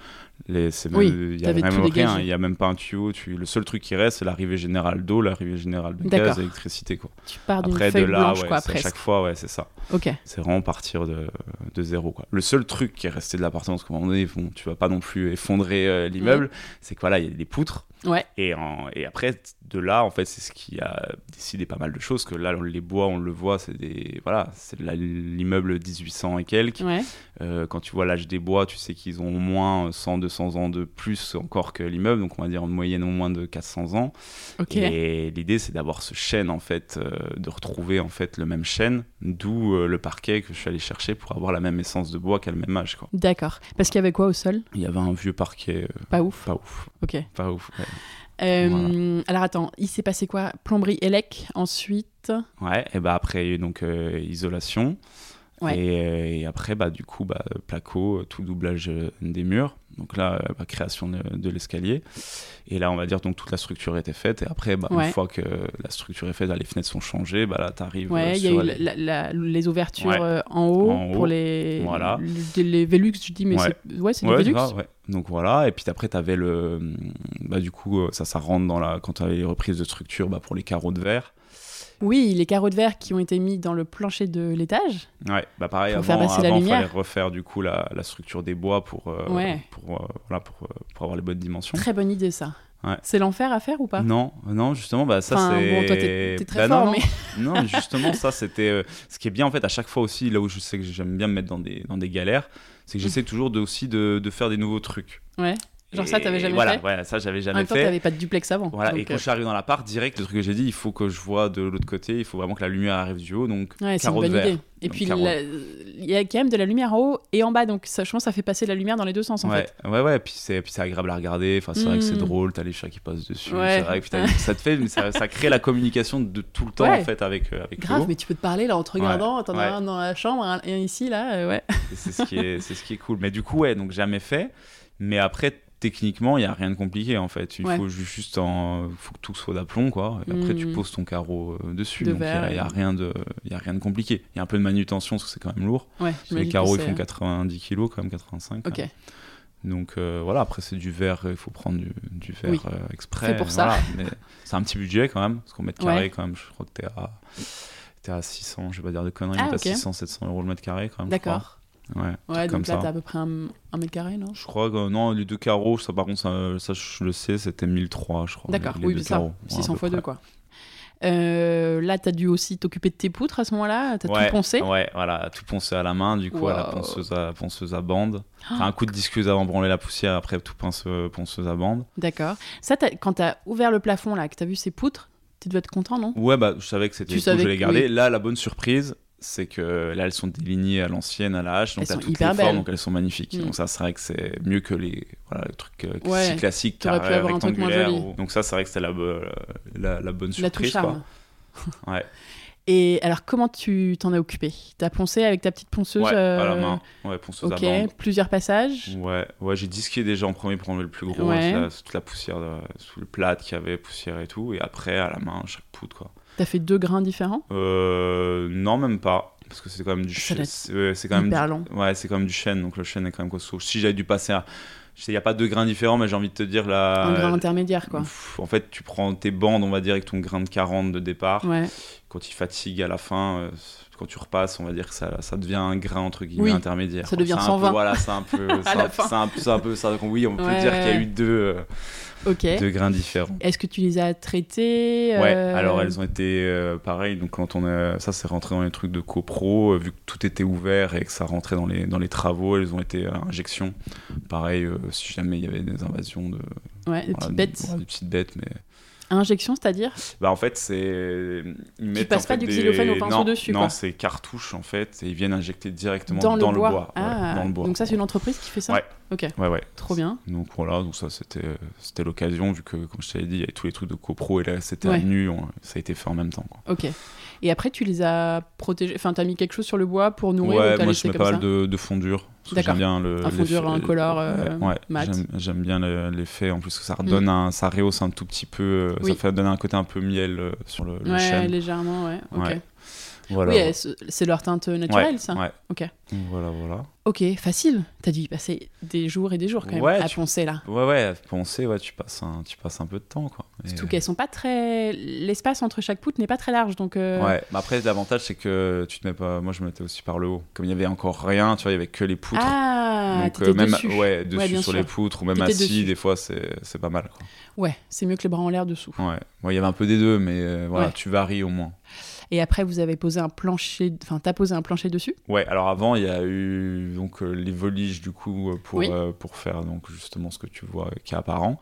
Les, c'est même- Oui, il y a t'avais tout vraiment rien, dégagé. il n'y a même pas un tuyau. Tu, le seul truc qui reste, c'est l'arrivée générale d'eau, l'arrivée générale de D'accord. gaz, électricité. Quoi. Tu pars d'une Après, feuille de là, blanche, ouais, quoi, c'est à presque. chaque fois, ouais, c'est ça. Ok. C'est vraiment partir de, de zéro. Quoi. Le seul truc qui est resté de l'appartement, parce qu'à un moment donné, bon, tu vas pas non plus effondrer euh, l'immeuble, c'est que voilà, il y a des poutres. Ouais. Et, en- et après, t- de là, en fait, c'est ce qui a décidé pas mal de choses. Que là, les bois, on le voit, c'est des voilà, c'est de la- l'immeuble 1800 et quelques. Ouais. Euh, quand tu vois l'âge des bois, tu sais qu'ils ont au moins 100-200 ans de plus encore que l'immeuble. Donc, on va dire en moyenne au moins de 400 ans. Ok. Et l'idée, c'est d'avoir ce chêne, en fait, euh, de retrouver en fait le même chêne, d'où euh, le parquet que je suis allé chercher pour avoir la même essence de bois qu'à le même âge. Quoi. D'accord. Parce qu'il y avait quoi au sol Il y avait un vieux parquet, euh, Pas ouf. pas ouf, Ok. pas ouf. ouais. Euh, Alors attends, il s'est passé quoi Plomberie Elec, ensuite. Ouais, et bah après, donc, euh, isolation. Ouais. Et, euh, et après, bah, du coup, bah, placo, euh, tout doublage euh, des murs. Donc là, euh, bah, création de, de l'escalier. Et là, on va dire, donc toute la structure était faite. Et après, bah, Ouais. une fois que la structure est faite, là, les fenêtres sont changées. Bah, là, t'arrives euh, Ouais, il y a sur eu les- la- la- les ouvertures Ouais. euh, en, haut En haut, pour les, voilà. les, les Velux, je dis, mais Ouais. c'est ouais, c'est Ouais, des c'est Velux. grave, ouais. Donc voilà, et puis après, tu avais le. Bah, du coup, euh, ça, ça rentre dans la. Quand tu les reprises de structure bah, pour les carreaux de verre. Oui, les carreaux de verre qui ont été mis dans le plancher de l'étage. Ouais, bah pareil, Pour faire avant, passer la avant, lumière. fallait refaire du coup la, la structure des bois pour, euh, Ouais. pour, euh, voilà, pour, euh, pour avoir les bonnes dimensions. Très bonne idée ça. Ouais. C'est l'enfer à faire ou pas Non, non, justement, bah ça Enfin, c'est. bon, toi, t'es- t'es très Bah, non, fort, non. non, mais justement, ça c'était. euh, ce qui est bien en fait, à chaque fois aussi, là où je sais que j'aime bien me mettre dans des, dans des galères, c'est que j'essaie toujours de, aussi de, de faire des nouveaux trucs. Mmh. Ouais. Genre ça, Et t'avais jamais voilà, fait Voilà, ça j'avais En jamais même temps, fait. t'avais pas de duplex avant. Voilà, et donc, euh, quand je suis arrivé dans l'appart, direct, le truc que j'ai dit, il faut que je vois de l'autre côté, il faut vraiment que la lumière arrive du haut, donc euh, ouais, c'est une carreau de bonne verre. idée. Et Donc, puis, carreau. la- il y a quand même de la lumière en haut et en bas, donc ça, je pense que ça fait passer la lumière dans les deux sens en ouais, fait. ouais, ouais, puis c'est puis c'est agréable à regarder, enfin, c'est vrai que c'est Mm. drôle, t'as les chats qui passent dessus, Ouais. c'est vrai que putain, ça te fait, mais ça, ça crée la communication de tout le temps Ouais. en fait avec, euh, avec Grave, l'eau. mais tu peux te parler là en te Ouais, regardant, t'en as ouais. un dans la chambre, un, un ici, là, euh, ouais. Et c'est ce, qui est- c'est ce qui est cool. Mais du coup, ouais, donc jamais fait, mais après, techniquement, il n'y a rien de compliqué en fait, il Ouais. faut ju- juste en, faut que tout soit d'aplomb, quoi, et après tu Mm. poses ton carreau euh, dessus, De donc il n'y verre, a, il y a et- rien de il y a rien de compliqué. Il y a un peu de manutention, parce que c'est quand même lourd. ouais Parce que Les j'imagine que carreaux, ils c'est- euh, font 90 kilos, quand même, 85. Ok. hein. Donc euh, voilà, après, c'est du verre, euh, il faut prendre du, du verre Oui. euh, exprès. Fait pour ça. voilà. Mais c'est un petit budget quand même, parce qu'on mètre carré, Ouais. quand même, je crois que t'es à, t'es à 600, je vais pas dire de conneries, Ah, mais t'es ok. à 600, 700 euros le mètre carré quand même. je crois. D'accord. Ouais. Ouais, comme donc là, ça. t'as à peu près un, un mètre carré, non Je crois que non, les deux carreaux, ça par contre, ça, ça, je le sais, c'était 1003, je crois. D'accord, les- les oui, deux mais ça, carreaux, ouais, à 600 peu fois 2, près. quoi. Euh, là, t'as dû aussi t'occuper de tes poutres à ce moment-là, t'as Ouais, tout poncé. Ouais, voilà, tout poncer à la main, du coup, à la Wow. ponceuse à, ponceuse à bande. Ah, Enfin, un coup de disqueuse avant de branler la poussière, après tout pince, ponceuse à bande. Oh, D'accord. Ça, t'as- quand t'as ouvert le plafond, là, que t'as vu ces poutres, tu dois être content, non Ouais, bah, je savais que c'était Tu cool, je savais les que- gardais. Là, la bonne surprise, c'est que là, elles sont délignées à l'ancienne, à la hache, donc Elles t'as sont toutes hyper les formes, belles. donc elles sont magnifiques. Mm. Donc ça, c'est vrai que c'est mieux que les voilà, le truc euh, Ouais, si classique, t'aurais carré, pu avoir un truc moins rectangulaire. joli. ou- Donc ça, c'est vrai que c'était la, bo- la, la bonne La touche surprise. quoi. charme. Ouais. Et alors, comment tu t'en as occupé T'as poncé avec ta petite ponceuse Ouais, à la euh, main. Ouais, ponceuse Ok, à bande. Mm. plusieurs passages. Ouais, ouais j'ai disqué déjà en premier pour enlever le plus gros, Ouais. toute, la, toute la poussière, euh, sous le plat qu'il y avait, poussière et tout, et après à la main, chaque poudre quoi. T'as fait deux grains différents Euh, non, même pas, parce que c'est quand même du Ça chêne. doit être C'est ouais, c'est quand même du- Hyper long. Ouais, c'est quand même du chêne, donc le chêne est quand même costaud. Si j'avais dû passer à. Je sais, il n'y a pas deux grains différents, mais j'ai envie de te dire là. Un grain intermédiaire, quoi. Pff, En fait, tu prends tes bandes, on va dire, avec ton grain de 40 de départ. Ouais. Quand il fatigue à la fin, euh, quand tu repasses, on va dire que ça, ça devient un grain entre guillemets Oui, intermédiaire. ça quoi. devient C'est un peu- 120. Voilà, c'est un peu. c'est la un- fin. c'est un, peu- c'est un peu ça. Donc oui, on peut Ouais, dire qu'il y a ouais. eu deux. euh, Ok. de grains différents. Est-ce que tu les as traités Ouais, euh, alors elles ont été euh, pareilles. Donc quand on a- ça c'est rentré dans les trucs de copro, euh, vu que tout était ouvert et que ça rentrait dans les dans les travaux, elles ont été à injection. Pareil, euh, si jamais il y avait des invasions de Ouais, des voilà, petites de- bêtes. voilà, de petites bêtes, mais Injection, c'est-à-dire bah en fait c'est ils mettent, passes en pas fait, du des- xylophone au pinceau non, dessus, Non, quoi. c'est cartouche en fait et ils viennent injecter directement dans, le bois. ouais, Ah, dans le bois. Donc ça, c'est une entreprise qui fait ça Ouais. Ouais ouais. Trop bien. Donc voilà, donc ça c'était euh, c'était l'occasion vu que comme je t'avais dit, il y avait tous les trucs de copro et là c'était Ouais. à nu, on- ça a été fait en même temps. quoi. Ok. Et après, tu les as protégés. Enfin, t'as mis quelque chose sur le bois pour nourrir ou ouais, t'as moi je laissé mets comme pas ça mal de, de fondure. parce que D'accord. J'aime bien le. Un fondure, l'effet- un color, euh, ouais, mat. Mm. j'aime- J'aime bien le- l'effet en plus que ça redonne un, ça rehausse un tout petit peu, euh, Oui. ça fait donner un côté un peu miel euh, sur le, le Ouais, chêne. légèrement, ouais. Ok. Ouais. Voilà. Oui, euh, c'est c'est leur teinte naturelle, Ouais, ça. ouais. Ok. Voilà, voilà. Ok, facile. T'as dû y passer des jours et des jours quand même Ouais, à tu- poncer là. Ouais, ouais, penser, ouais, tu passes un, tu passes un peu de temps quoi. Et, Surtout qu'elles sont pas très. L'espace entre chaque poutre n'est pas très large, donc. euh, Ouais, mais après l'avantage c'est que tu te mets pas, moi je me mettais aussi par le haut. Comme il y avait encore rien, tu vois, il y avait que les poutres. Ah, Donc t'étais euh, même dessus. ouais dessus bien sur les sûr. poutres ou même T'étais assis dessus. des fois c'est c'est pas mal quoi. Ouais, c'est mieux que les bras en l'air dessous. Ouais. Bon, il y avait un peu des deux mais euh, voilà, Ouais. tu varies au moins. Et après, vous avez posé un plancher. Enfin, t'as posé un plancher dessus Ouais, alors avant il y a eu donc euh, les voliges du coup euh, pour Oui. euh, pour faire donc justement ce que tu vois euh, qui est apparent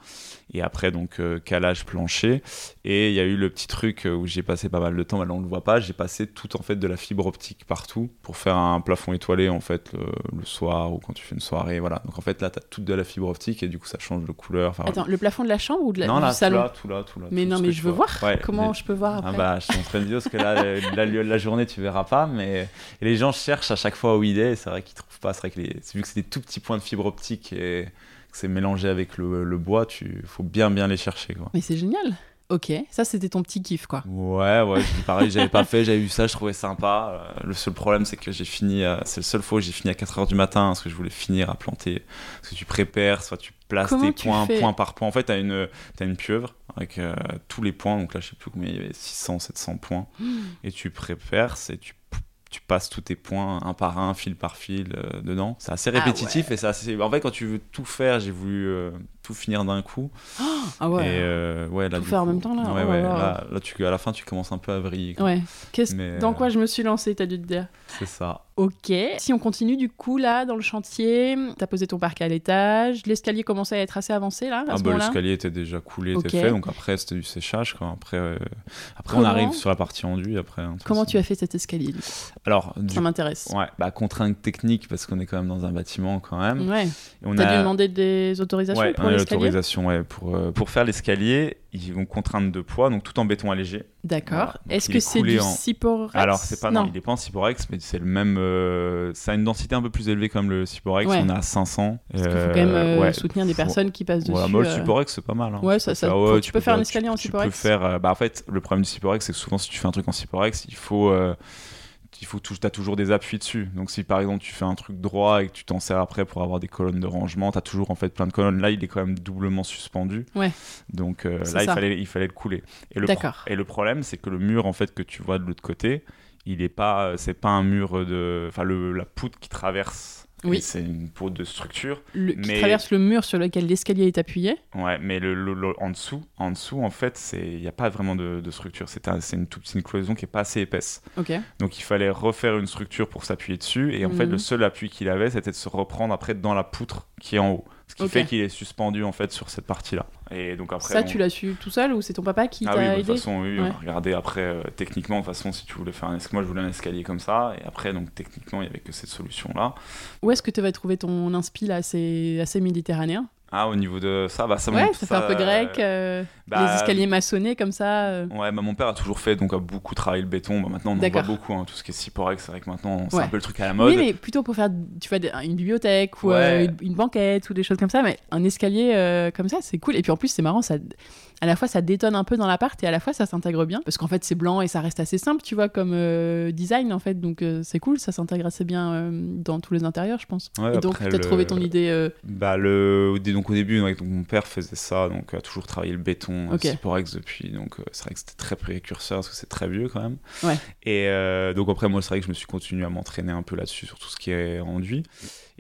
et après donc euh, calage plancher et il y a eu le petit truc euh, où j'ai passé pas mal de temps, mais là on le voit pas, j'ai passé tout en fait de la fibre optique partout pour faire un plafond étoilé en fait le, le soir ou quand tu fais une soirée voilà. Donc en fait là tu as toute de la fibre optique et du coup ça change de couleur enfin, Attends, le plafond de la chambre ou de la, Ah. non, du là, salon tout là, tout là, tout là. Mais tout non, ce mais que je tu veux vois. voir Ouais, comment mais- je peux voir Ah après. bah, je te montrerai une vidéo parce que là, euh, la, la journée, tu verras pas, mais les gens cherchent à chaque fois où il est. et C'est vrai qu'ils trouvent pas. C'est vrai que les- vu que c'est des tout petits points de fibre optique et que c'est mélangé avec le, le bois, tu faut bien bien les chercher quoi. Mais c'est génial. Ok, ça c'était ton petit kiff quoi. Ouais, ouais, je dis pareil, j'avais pas fait, j'avais vu ça, je trouvais sympa. Euh, Le seul problème, c'est que j'ai fini, à- c'est le seul fois où j'ai fini à 4h du matin, parce que je voulais finir à planter. Parce que tu prépares, soit tu places Comment tes tu points, fais point par point. En fait, t'as une, t'as une pieuvre avec euh, tous les points, donc là, je sais plus combien, il y avait 600, 700 points. Hmm. Et tu prépares, et tu, tu passes tous tes points, un par un, fil par fil, euh, dedans. C'est assez Ah répétitif, et c'est assez. En fait, quand tu veux tout faire, j'ai voulu euh, tout finir d'un coup. Ah ouais. Et euh, ouais, là, Tout du faire en coup- même temps, là Ouais, Oh ouais, là là. là, là, tu, à la fin, tu commences un peu à vriller. quoi. Ouais. Qu'est-ce- Mais, Dans euh, quoi je me suis lancée, t'as dû te dire. C'est ça. Ok. Si on continue du coup là dans le chantier, t'as posé ton parc à l'étage, l'escalier commençait à être assez avancé là à Ah ce bah, moment-là. l'escalier était déjà coulé, était Ok. fait, donc après, c'était du séchage. Quoi. Après, euh, après on Comment- arrive sur la partie enduit. Après, hein, de toute Comment façon. tu as fait cet escalier du coup Alors, du Ça m'intéresse. Ouais, bah, contrainte technique, parce qu'on est quand même dans un bâtiment quand même. Ouais. Et on Mm. T'as dû a... demander des autorisations Ouais, pour on a l'escalier l'autorisation ouais, pour, euh, pour faire l'escalier. Ils vont contraindre de poids, donc tout en béton allégé. D'accord. Voilà. Donc, Est-ce il que est c'est coulé du en- cyporex Alors, c'est pas, non, il est pas en Cyborex, mais c'est le même. euh, ça a une densité un peu plus élevée comme le Cyborex. Ouais. On a 500. Parce qu'il faut euh, quand même euh, ouais, soutenir des faut- personnes qui passent Voilà, dessus. moi, le euh, Cyborex, c'est pas mal. hein. Ouais, ça, ça- Ah faut- ouais, tu, peux faire un tu- escalier en tu peux cyporex. faire. euh, bah, en fait, le problème du Cyborex, c'est que souvent, si tu fais un truc en Cyborex, il faut. euh, il faut tou- t'as toujours des appuis dessus. Donc si par exemple tu fais un truc droit et que tu t'en sers après pour avoir des colonnes de rangement, t'as toujours en fait plein de colonnes. Là, il est quand même doublement suspendu. Ouais. Donc euh, C'est là, il ça. fallait, il fallait le couler. Et le, pro- D'accord. et le problème, c'est que le mur en fait que tu vois de l'autre côté, il est pas, euh, c'est pas un mur de, enfin le- la poutre qui traverse. Oui. Et C'est une poutre de structure. Le- Qui Mais- traverse le mur sur lequel l'escalier est appuyé. Ouais, mais le, le- le- en dessous, en dessous, en fait, c'est il n'y a pas vraiment de, de structure. C'est un- c'est une toute petite cloison qui est pas assez épaisse. Ok. Donc il fallait refaire une structure pour s'appuyer dessus. Et en fait, Mhm. le seul appui qu'il avait, c'était de se reprendre après dans la poutre qui est en haut. Ce qui Ok. fait qu'il est suspendu en fait sur cette partie-là. Et donc après, ça, bon- tu l'as su tout seul ou c'est ton papa qui ah t'a oui, bah, de toute aidé façon, oui, Ouais. on a regardé après euh, techniquement, de toute façon, si tu voulais faire un escalier, moi je voulais un escalier comme ça, et après, donc techniquement, il n'y avait que cette solution-là. Où est-ce que tu vas trouver ton inspi là assez, assez méditerranéen Ah, au niveau de ça, bah ça Ouais, monte, ça fait un peu euh, grec, euh, les bah, escaliers maçonnés comme ça. euh. Ouais, bah, mon père a toujours fait, donc a beaucoup travaillé le béton. Bah, maintenant, on en voit D'accord. beaucoup, hein, tout ce qui est Cyporex, c'est vrai que maintenant, c'est Ouais. un peu le truc à la mode. Oui, mais plutôt pour faire tu vois, des- une bibliothèque ou Ouais. euh, une, une banquette ou des choses comme ça. Mais un escalier euh, comme ça, c'est cool. Et puis en plus, c'est marrant, ça, à la fois ça détonne un peu dans l'appart et à la fois ça s'intègre bien. Parce qu'en fait, c'est blanc et ça reste assez simple, tu vois, comme euh, design en fait. Donc euh, c'est cool, ça s'intègre assez bien euh, dans tous les intérieurs, je pense. Ouais, et donc, tu après, as le- trouvé ton idée. euh, Bah, le... au dé- donc au début, ouais, donc, mon père faisait ça, donc a toujours travaillé le béton à Ok. Siporex depuis, donc euh, c'est vrai que c'était très précurseur parce que c'est très vieux quand même. Ouais. Et euh, donc après, moi, c'est vrai que je me suis continué à m'entraîner un peu là-dessus, sur tout ce qui est enduit.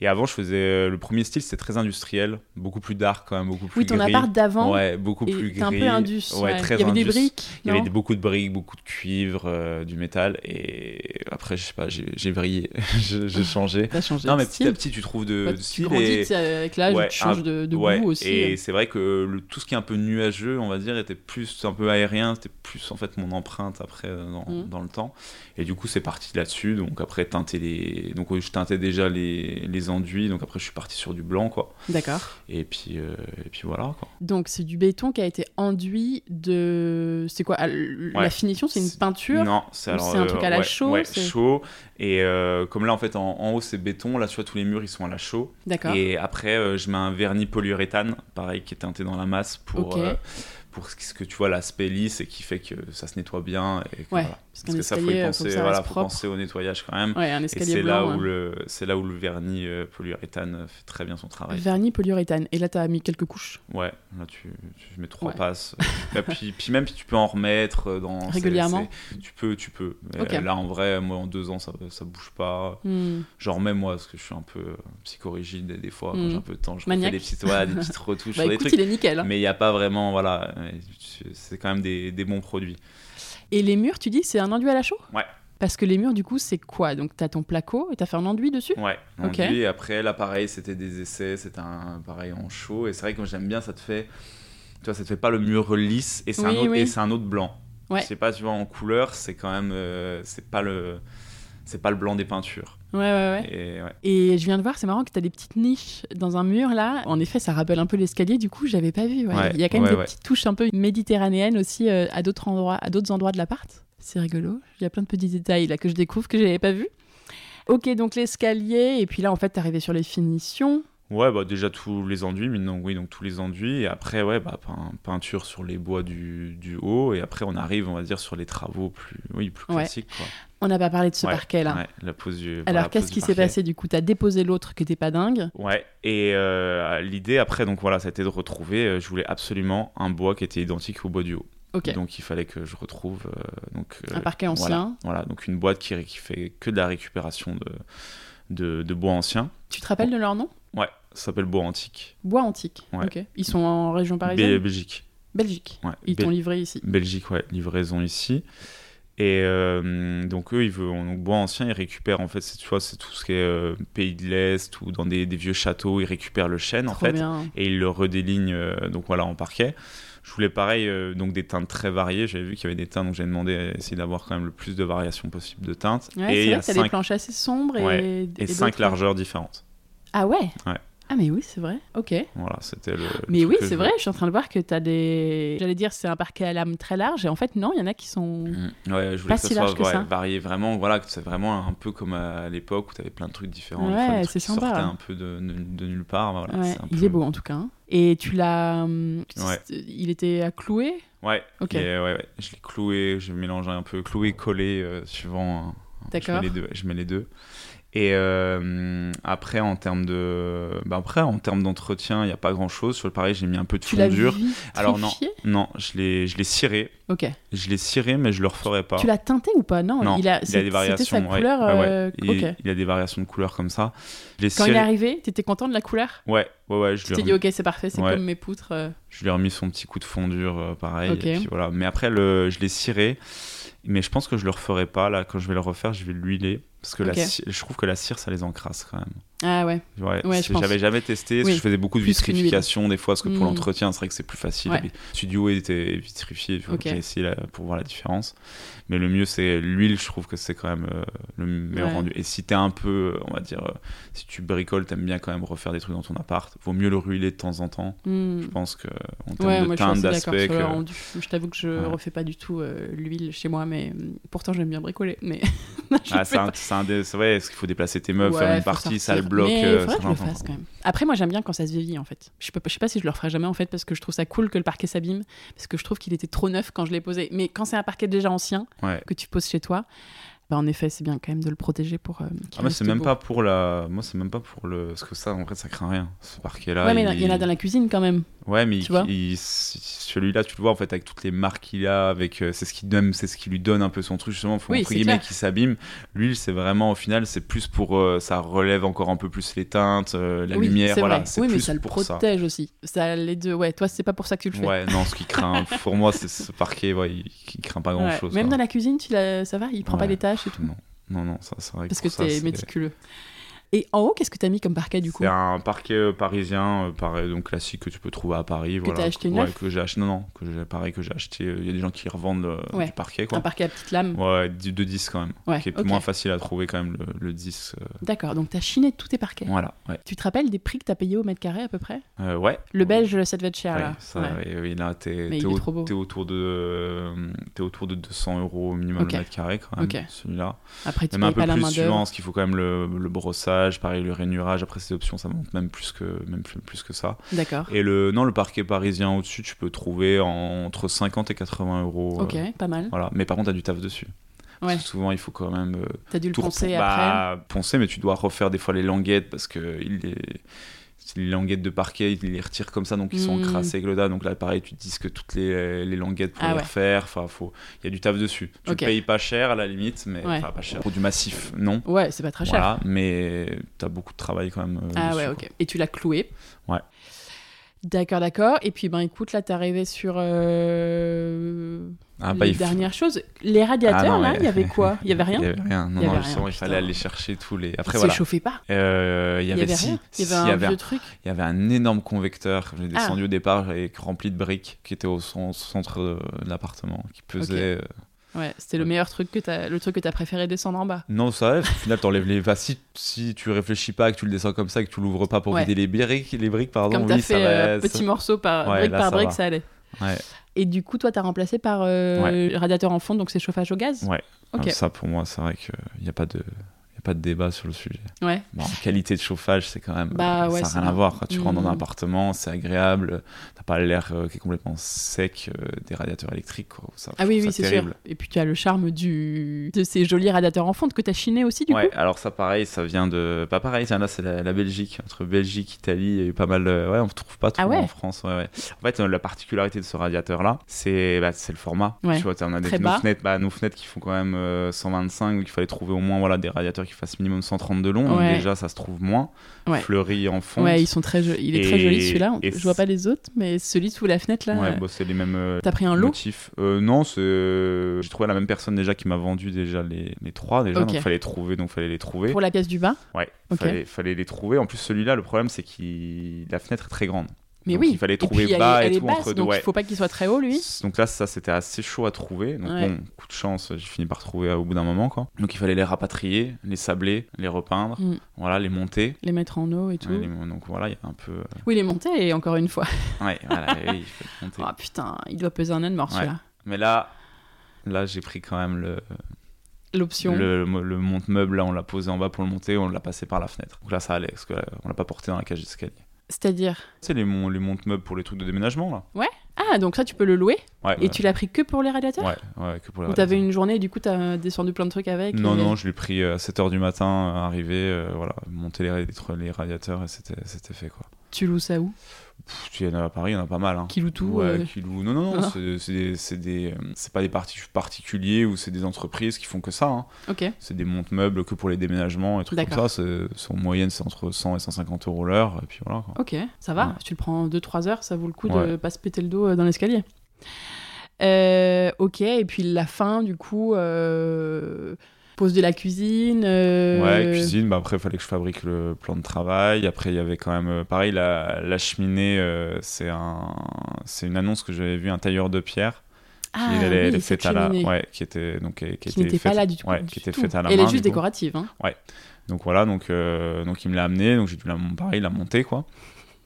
Et avant, je faisais euh, le premier style, c'était très industriel, beaucoup plus dark quand même, beaucoup plus Oui, ton gris. appart d'avant, Ouais, beaucoup et plus gris. t'es un peu indus. Ouais, ouais. très Il y avait des indus. briques. Il y avait non des- beaucoup de briques, beaucoup de cuivre, euh, du métal. Et après, je sais pas, j'ai j'ai vrillé, Je- j'ai changé. T'as changé Non, de mais petit style. à petit, tu trouves de, Bah, de tu style. grandis, et- tu sais, avec l'âge, Ouais, tu changes de, de Ouais, goût aussi. Et c'est vrai que le- tout ce qui est un peu nuageux, on va dire, était plus un peu aérien, c'était plus en fait mon empreinte après euh, dans, Mm. dans le temps. Et du coup, c'est parti de là-dessus. Donc après, teinter les. Donc euh, je teintais déjà les, les enduits. Donc après, je suis parti sur du blanc, quoi. D'accord. Et puis, euh, et puis voilà, quoi. Donc, c'est du béton qui a été enduit de. C'est quoi ah, l- La Ouais. finition, c'est une C'est- peinture Non, c'est Ou alors, euh, c'est un truc à la ouais, chaux, ouais, c'est- chaud. Et euh, comme là, en fait, en, en haut, c'est béton. Là, tu vois, tous les murs, ils sont à la chaux. D'accord. Et après, euh, je mets un vernis polyuréthane, pareil, qui est teinté dans la masse pour, Ok. euh, pour ce que- ce que tu vois, l'aspect lisse et qui fait que ça se nettoie bien. Et que Ouais, voilà. parce Parce qu'un que ça, faut y escalier, euh, faut penser, que ça voilà, reste faut propre. penser au nettoyage quand même. Ouais, un et escalier c'est là, blanc. où hein. le c'est là où le vernis euh, polyuréthane euh, fait très bien son travail. Vernis polyuréthane. Et là, t'as mis quelques couches. Ouais, là tu, tu mets trois Ouais. passes. Et puis, puis même, puis tu peux en remettre euh, dans. c'est- Régulièrement c'est- Tu peux, tu peux. Mais Ok. Là en vrai, moi en deux ans, ça, ça bouge pas. Hmm. Genre même moi, parce que je suis un peu euh, psychorigide et des fois, quand Mhm. j'ai un peu de temps, je Maniaque. fais des petites, ouais, des petites retouches Bah sur des écoute, il trucs. est nickel. hein. Mais il n'y a pas vraiment, voilà, euh, tu- c'est quand même des, des bons produits. Et les murs, tu dis, c'est un enduit à la chaux Ouais. Parce que les murs, du coup, c'est quoi Donc, t'as ton placo et t'as fait un enduit dessus Ouais. Ok. enduit. Et après, là, pareil, c'était des essais, c'était un pareil en chaud. Et c'est vrai que moi, j'aime bien, ça te fait, tu vois, ça te fait pas le mur lisse et c'est Oui, un autre oui. et c'est un autre blanc. Ouais. Je sais pas, tu vois, en couleur, c'est quand même, euh, c'est pas le, c'est pas le blanc des peintures. Ouais, ouais, ouais. Et ouais. Et je viens de voir, c'est marrant que t'as des petites niches dans un mur là. En effet, ça rappelle un peu l'escalier, du coup, j'avais pas vu. ouais. Ouais, Il y a quand même ouais, des ouais. petites touches un peu méditerranéennes aussi euh, à d'autres endroits, à d'autres endroits de l'appart. C'est rigolo. Il y a plein de petits détails là que je découvre que j'avais pas vu. Ok, donc l'escalier, et puis là, en fait, t'es arrivé sur les finitions. Ouais, bah déjà tous les enduits, mais non, oui, donc tous les enduits. Et après, ouais, bah pein- peinture sur les bois du, du haut. Et après, on arrive, on va dire, sur les travaux plus, oui, plus Ouais. classiques. Quoi. On n'a pas parlé de ce Ouais, parquet là. ouais, la pose du. voilà, Alors, la qu'est-ce pose du qui s'est parquet. passé du coup T'as déposé l'autre qui était pas dingue. Ouais, et euh, l'idée après, donc voilà, ça a été de retrouver. euh, je voulais absolument un bois qui était identique au bois du haut. Ok. Ah, Donc il fallait que je retrouve. euh, donc, euh, un parquet voilà. ancien. Voilà, donc une boîte qui, qui fait que de la récupération de, de, de bois ancien. Tu te rappelles de leur nom Ouais, ça s'appelle Bois Antique. Bois antique. Ouais. Ok. Ils sont en région Bé- parisienne Belgique. Belgique. Ouais, Ils Bé- t'ont livré ici. Belgique, ouais, livraison ici. Et euh, donc eux, ils veulent, donc bois ancien, ils récupèrent en fait, c'est- tu vois, c'est tout ce qui est euh, pays de l'Est ou dans des, des vieux châteaux, ils récupèrent le chêne en Trop fait. bien. et il le redéligne euh, donc voilà en parquet. Je voulais pareil euh, donc des teintes très variées. J'avais vu qu'il y avait des teintes donc j'ai demandé à essayer d'avoir quand même le plus de variations possible de teintes. Ouais, et c'est il y vrai a que t'as des cinq- planches assez sombres et, Ouais, et et cinq d'autres- hein. largeurs différentes. Ah ouais. Ouais. Ah mais oui, c'est vrai. Ok. Voilà, c'était le. le Mais truc oui, que c'est je vrai. Je suis en train de voir que t'as des. J'allais dire c'est un parquet à lame très large et en fait non, il y en a qui sont. voulais. Mm. Ouais, je voulais Pas que ça si large soit que ouais, ça. varié vraiment. Voilà, que c'est vraiment un peu comme à l'époque où tu avais plein de trucs différents. des Ouais, fois, des c'est trucs qui sympa. sortaient un peu de, de- de nulle part. bah Voilà, Ouais, c'est un il peu- est beau en tout cas. hein. Et tu l'as. hum, Ouais. c'est- Il était à clouer. Ouais. Ok. et, euh, ouais, ouais, Je l'ai cloué, j'ai mélangé un peu cloué collé euh, suivant. hein, D'accord. Je mets les deux. je mets les deux. Et euh, après, en termes de, bah après, en termes d'entretien, il n'y a pas grand chose. Sur le pareil, j'ai mis un peu de Tu l'as fondure. Alors non, vitrifié non, je l'ai, je l'ai ciré, Ok. je l'ai ciré, mais je le referai pas. Tu l'as teinté ou pas Non. Non, il a. il c'est- a des C'était variations. sa ouais. Ah couleur. Ouais, ouais. euh, Il, Ok. il a des variations de couleurs comme ça. Je l'ai Quand ciré- il est arrivé, t'étais content de la couleur Ouais, ouais, ouais. Je Tu lui, t'es ai dit remis, ok c'est parfait, c'est Ouais. comme mes poutres. euh. je lui ai remis son petit coup de fondure, euh, pareil. Ok. et puis voilà. Mais après, le, je l'ai ciré, mais je pense que je le referai pas. Là, quand je vais le refaire, je vais l'huiler parce que la Ok. cire- je trouve que la cire, ça les encrasse quand même. Ah ouais. Ouais, Ouais, c'est- je pense. j'avais jamais testé, parce Oui, que je faisais beaucoup de plus qu'une vitrification des fois, parce que pour Mm. l'entretien, c'est vrai que c'est plus facile. Ouais. Le studio était vitrifié, tu vois, Ok. j'ai essayé là, pour voir la différence. Mais le mieux, c'est l'huile, je trouve que c'est quand même euh, le meilleur Ouais. rendu. Et si t'es un peu, on va dire, euh, si tu bricoles, t'aimes bien quand même refaire des trucs dans ton appart, vaut mieux le ruiler de temps en temps. Hmm. Je pense que en termes Ouais, de moi je suis teinte, assez d'accord d'aspect, sur le que- rendu. Je t'avoue que je Ouais. refais pas du tout euh, l'huile chez moi, mais hum, pourtant j'aime bien bricoler. Mais je Ah, fais c'est un, pas. c'est un des- c'est vrai, est-ce qu'il faut déplacer tes meubles, faire Ouais, une faut partie, ça le sortir. bloque, Mais euh, faudrait ça que je le l'entend. fasse quand même. Après, moi j'aime bien quand ça se vieillit en fait. Je, peux, pas- je sais pas si je le referai jamais en fait parce que je trouve ça cool que le parquet s'abîme parce que je trouve qu'il était trop neuf quand je l'ai posé. Mais quand c'est un parquet déjà ancien Ouais. que tu poses chez toi, Bah, en effet, c'est bien quand même de le protéger pour. euh, qu'il Ah, moi, c'est reste même beau. pas pour la. Moi, c'est même pas pour le. Parce que ça, en vrai, ça craint rien. Ce parquet-là. ouais, mais il y en a il- dans la cuisine quand même. Ouais, mais Tu il- vois il- c- celui-là, tu le vois en fait avec toutes les marques qu'il a, avec euh, c'est ce qui donne, c'est ce qui lui donne un peu son truc justement, faut Oui, entre c'est guillemets clair. qui s'abîme. L'huile, c'est vraiment au final, c'est plus pour euh, ça relève encore un peu plus les teintes, euh, la oui, lumière, c'est voilà, vrai. c'est Oui, mais plus ça le pour ça. protège aussi. Ça les deux. Ouais, toi, c'est pas pour ça que tu le fais. Ouais, non, ce qui craint pour moi, c'est ce parquet, ouais, il, il craint pas Ouais. grand-chose. Même quoi. dans la cuisine, tu l'as- ça va, il prend pas hein. Ouais. les tâches et tout. Non, non, non, ça, c'est vrai. Parce que pour ça, t'es c'est- méticuleux. Et en haut, qu'est-ce que t'as mis comme parquet du coup C'est un parquet euh, parisien, euh, pareil, donc classique que tu peux trouver à Paris. Que voilà, t'as acheté ouais, neuf que j'ai acheté. Non, non, que j'ai pareil que j'ai acheté. euh, Il y a des gens qui revendent euh, Ouais. du parquet, quoi. Un parquet à petite lame. Ouais, du- de 10 quand même. Ouais, qui est ok. moins facile à trouver quand même, le, le 10. euh, D'accord, donc t'as chiné tous tes parquets. Voilà, ouais. Tu te rappelles des prix que t'as payés au mètre carré à peu près Euh, ouais. Le belge, ça devait être cher Ouais, là. ça, Ouais. oui, oui, là, t'es Mais t'es il est au- trop beau. t'es autour, de, euh, t'es autour de 200 euros au minimum Ok. le mètre carré quand même, Ok. celui-là. Après, tu Même un payes peu pas la plus main suivant, d'œuvre. parce qu'il faut quand même le, le brossage, pareil, le rainurage. Après, ces options, ça monte même plus que, même plus, plus que ça. D'accord. Et le, non, le parquet parisien au-dessus, tu peux trouver en- entre 50 et 80 euros. euh, Ok, pas mal. voilà. Mais par contre, t'as du taf dessus. Parce Ouais. que souvent, il faut quand même euh, T'as dû le tout penser repon- après. bah, poncer, mais tu dois refaire des fois les languettes parce que il est- c'est les languettes de parquet, ils les retirent comme ça, donc ils sont Mm. crassés avec le dada. Donc là, pareil, tu te dis que toutes les, les languettes pour Ah les ouais. refaire. Enfin, faut, il y a du taf dessus. Tu Ok. payes pas cher à la limite, mais Ouais. enfin, pas cher. Pour du massif, non. Ouais, c'est pas très cher. euh, Voilà, mais t'as beaucoup de travail quand même. euh, Ah dessus, ouais, quoi. ok. Et tu l'as cloué. Ouais. D'accord, d'accord. Et puis, ben écoute, là, t'es arrivé sur euh, Ah, bah, les il faut- dernières choses. Les radiateurs, Ah non, là, ouais. il y avait quoi Il y avait rien Il y avait rien. Non, Il y non, avait justement, rien, il fallait putain. aller chercher tous les. Ça Après, voilà. chauffait pas. Euh, il y avait, si- rien. si, Il y avait un vieux truc. Il y avait un énorme convecteur. J'ai Ah. descendu au départ et rempli de briques qui était au, cen- centre de, de l'appartement, qui pesait. euh, Ouais, c'était le meilleur truc que t'as, le truc que t'as préféré descendre en bas. Non, ça va, parce qu'au final, t'enlèves les. Enfin, si, si tu réfléchis pas, que tu le descends comme ça, que tu l'ouvres pas pour Ouais. vider les briques, les briques pardon, Comme oui, t'as ça fait va, euh, ça- petit morceau par Ouais, brique là, par ça brique, va. ça allait. Ouais. Et du coup, toi, t'as remplacé par euh, Ouais. le radiateur en fond, donc c'est chauffage au gaz. Ouais. Ok. Ça, pour moi, c'est vrai qu'il n'y a pas de. y a pas de débat sur le sujet. Ouais. Bon, en qualité de chauffage, c'est quand même. Bah euh, ouais, ça c'est n'a rien à vrai. voir. quoi. Tu rentres dans un Mm. appartement, c'est agréable, t'as pas l'air euh, qui est complètement sec euh, des radiateurs électriques. Quoi. Ça, je Ah oui, trouve oui, ça c'est terrible. sûr. Et puis tu as le charme du de ces jolis radiateurs en fonte que t'as chiné aussi du ouais, coup. alors ça pareil, ça vient de. Pas pareil, tiens, là c'est la, la Belgique. Entre Belgique, Italie, il y a eu pas mal. euh, Ouais, on ne trouve pas trop Ah ouais en France. Ouais, ouais. En fait, euh, la particularité de ce radiateur-là, c'est bah, c'est le format. Ouais. Tu vois, t'as- on a des, Très nos, bas. fenêtres, bah, nos fenêtres qui font quand même euh, 125, donc il fallait trouver au moins voilà, des radiateurs qui fassent minimum 130 de long. donc Ouais. déjà, ça se trouve moins. Ouais. Fleuri en fond. Ouais, ils sont très jo- il est très Et- joli celui-là. et Je vois pas les autres, mais celui sous la fenêtre là. euh, c'est les mêmes. euh, T'as pris un lot. motifs. Euh, non, c'est, euh, j'ai trouvé la même personne déjà qui m'a vendu déjà les, les trois déjà, Ok. donc fallait trouver, donc fallait les trouver. Pour la pièce du bas Ouais, Ok. fallait, fallait les trouver. En plus, celui-là, le problème, c'est que la fenêtre est très grande. Mais Donc, oui. il fallait Et puis, trouver elle est- bas et elle est tout basse, entre deux, Donc ouais. il faut pas qu'il soit très haut lui. Donc là, ça, c'était assez chaud à trouver. Donc Ouais. bon, coup de chance, j'ai fini par trouver euh, au bout d'un moment, quoi. Donc il fallait les rapatrier, les sabler, les repeindre, Mm. voilà, les monter. Les mettre en eau et tout. Ouais, les- donc voilà, il y a un peu... euh, Oui, les monter et encore une fois. Ouais, voilà, oui, il faut les monter. Ah putain, il doit peser un âne mort Ouais. celui-là. Mais là... Là, j'ai pris quand même le, L'option. le, le monte-meuble. Là, on l'a posé en bas pour le monter, on l'a passé par la fenêtre. Donc là, ça allait, parce qu'on l'a pas porté dans la cage d'escalier. C'est-à-dire. Tu sais, les, mon- les montes-meubles pour les trucs de déménagement, là. Ah, donc ça, tu peux le louer Ouais, Et tu l'as pris que pour les radiateurs Ouais, ouais, que pour les Ou t'avais une journée et du coup t'as descendu plein de trucs avec Non, et- non, je l'ai pris euh, à 7h du matin, euh, arrivé, euh, voilà, monter les, ra- les radiateurs et c'était c'était fait, quoi. Tu loues ça où Pff, tu- il y en a à Paris, il y en a pas mal, hein. Qui loue tout Ouais, euh, qui louent- Non, non, Ah. non, c'est c'est des- c'est des, euh, c'est pas des parti- particuliers ou c'est des entreprises qui font que ça. hein. Ok. C'est des montes-meubles que pour les déménagements et trucs comme D'accord. ça. c'est- c'est- En moyenne, c'est entre 100 et 150 euros l'heure. Et puis voilà. quoi. Ok, ça va. Ouais. Tu le prends 2-3 heures, ça vaut le coup de Ouais. pas se péter le dos euh, dans l'escalier. Euh, ok, et puis la fin, du coup, euh, pose de la cuisine. euh, Ouais, cuisine, bah après, il fallait que je fabrique le plan de travail. Après, il y avait quand même, euh, pareil, la, la cheminée, euh, c'est un, c'est une annonce que j'avais vue, un tailleur de pierre. Ah, qui avait oui, été cette faite à la, cheminée ouais, qui était donc euh, qui, qui était n'était pas faite- là du coup. ouais, du qui était tout. faite à la Elle est main, juste du coup. décorative, hein. Donc voilà, donc euh, donc il me l'a amené, donc j'ai dû la pareil la monter quoi.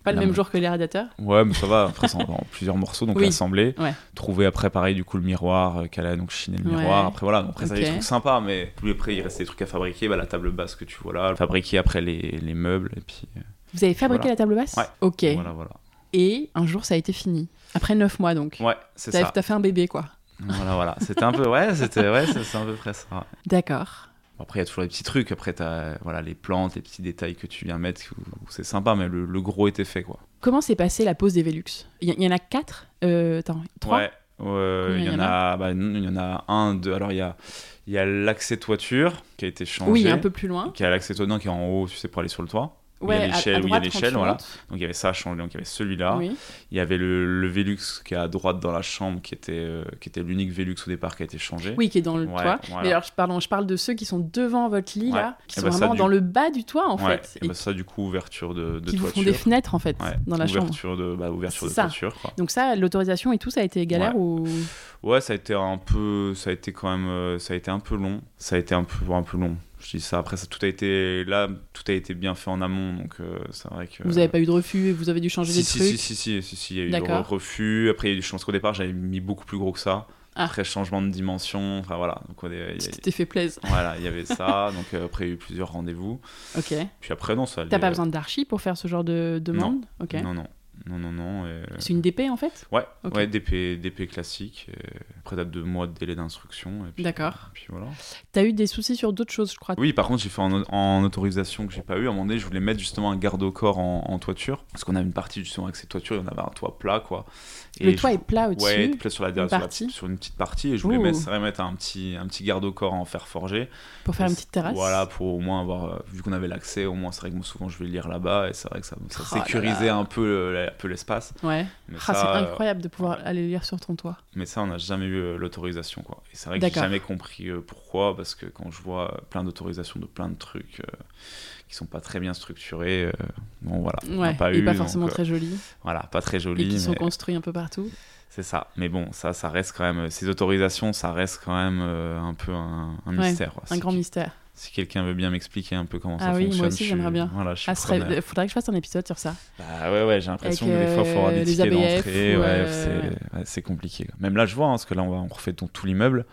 pas le La même main. jour que les radiateurs. Ouais, mais ça va. Après c'est en, en plusieurs morceaux, donc Oui. l'assembler, Ouais. trouver après pareil du coup le miroir euh, qu'elle a donc chiné le Ouais. miroir. Après voilà, donc après ça avait Ok. des trucs sympas, mais puis après il restait des trucs à fabriquer, bah, la table basse que tu vois là, fabriquer après les, les meubles et puis euh, Vous avez fabriqué Voilà. la table basse Ouais. Ok. voilà voilà. Et un jour, ça a été fini. Après 9 mois donc. Ouais, c'est T'as ça. t'as fait un bébé quoi. Voilà, voilà. C'était un peu, ouais, c'était, ouais, c'est c'est à peu près ça. ouais. D'accord. Bon, Après, il y a toujours des petits trucs. Après, t'as voilà, les plantes, les petits détails que tu viens mettre. où- où C'est sympa, mais le, le gros était fait, quoi. Comment s'est passée la pose des Velux Il y, il y en a quatre Euh, Attends, trois ouais. euh, Combien il y, il y en en a, bah, non, il y en a un, deux. Alors, il y a, il y a l'accès toiture qui a été changé. Oui, un peu plus loin. Qui a l'accès toit, non, qui est en haut, tu sais, pour aller sur le toit. Où il y a Ouais, à- à l'échelle, où il y a droite, l'échelle, quand tu voilà. montes. Donc, il y avait ça changé. Donc, il y avait celui-là. Oui. Il y avait le, le Velux qui est à droite dans la chambre, qui était, euh, qui était l'unique Velux au départ qui a été changé. Oui, qui est dans le Ouais, toit. voilà. Mais alors, je, pardon, je parle de ceux qui sont devant votre lit, Ouais. là, qui Eh sont ben, ça, vraiment du- dans le bas du toit, en Ouais. fait, Et et bah, ça, du coup, ouverture de, de qui vous toiture. font des fenêtres, en fait, Ouais, dans la chambre. ouverture de, bah, ouverture de C'est ça. toiture, quoi. Donc ça, l'autorisation et tout, ça a été galère ou... Ouais, ça a été un peu, ça a été quand même, euh, ça a été un peu long. Ça a été un peu, un peu long. Je dis ça. Après, ça tout a été là, tout a été bien fait en amont, donc euh, c'est vrai que. Vous n'avez pas eu de refus et vous avez dû changer si, des si, trucs si, si, si, si, si, il y a eu le D'accord. refus. Après, il y a eu des chances qu'au départ, j'avais mis beaucoup plus gros que ça. Ah. Après, changement de dimension. Enfin voilà. Donc on est- il y Tu a- t'es fait plaisir. voilà, il y avait ça. Donc euh, après, il y a eu plusieurs rendez-vous. Ok. Puis après, non, T'as ça. allait- euh, pas besoin d'archi pour faire ce genre de hein. demande Ok. Non, non, non, non, non. et- euh, C'est une DP en fait Ouais, Ok. ouais, DP, DP classique. euh, Après, t'as deux mois de délai d'instruction. et puis- D'accord. et Puis voilà. T'as eu des soucis sur d'autres choses, je crois. Oui, par contre, j'ai fait en, en autorisation que j'ai pas eu. À un moment donné, je voulais mettre justement un garde au corps en, en toiture. Parce qu'on avait une partie justement avec ces toitures, il y en avait un toit plat, quoi. le Et toit je- est plat au-dessus. Ouais, plat sur, la, sur, la- partie. sur une petite partie. Et je voulais Ouh. mettre, c'est vrai, mettre un petit, un petit garde au corps en fer forgé. Pour faire Et une petite terrasse. Voilà, pour au moins avoir. euh, Vu qu'on avait l'accès, au moins, c'est vrai que moi, souvent, je vais lire là-bas. Et c'est vrai que ça, ça Oh là sécurisait un peu, euh, un peu l'espace. Ouais. Mais, Ah, c'est ça, euh, incroyable de pouvoir aller lire sur ton toit. mais ça, on n'a jamais eu euh, l'autorisation, quoi. Et c'est vrai que j'ai D'accord. jamais compris euh, pourquoi. Parce que quand je vois euh, plein d'autorisations de plein de trucs euh, qui sont pas très bien structurés, euh, bon, voilà. on n'a Ouais. pas et eu, pas donc, forcément euh, très joli. Voilà, pas très Et joli. qui sont mais construits un peu partout. C'est ça. Mais bon, ça, ça reste quand même. euh, Ces autorisations, ça reste quand même euh, un peu un, un Ouais, mystère. quoi. Un Si- grand mystère. Si quelqu'un veut bien m'expliquer un peu comment Ah ça oui, moi fonctionne. aussi, je suis- j'aimerais bien. Voilà, je suis Ah, ce serait- preneur. euh, faudrait que je fasse un épisode sur ça. Bah ouais, ouais, j'ai l'impression que Avec, des fois, il faut avoir euh, des les tickets ABF, d'entrée. ou, ouais, euh, c'est- ouais, c'est compliqué. quoi. Même là, je vois, hein, parce que là, on, va, on refait ton- tout l'immeuble.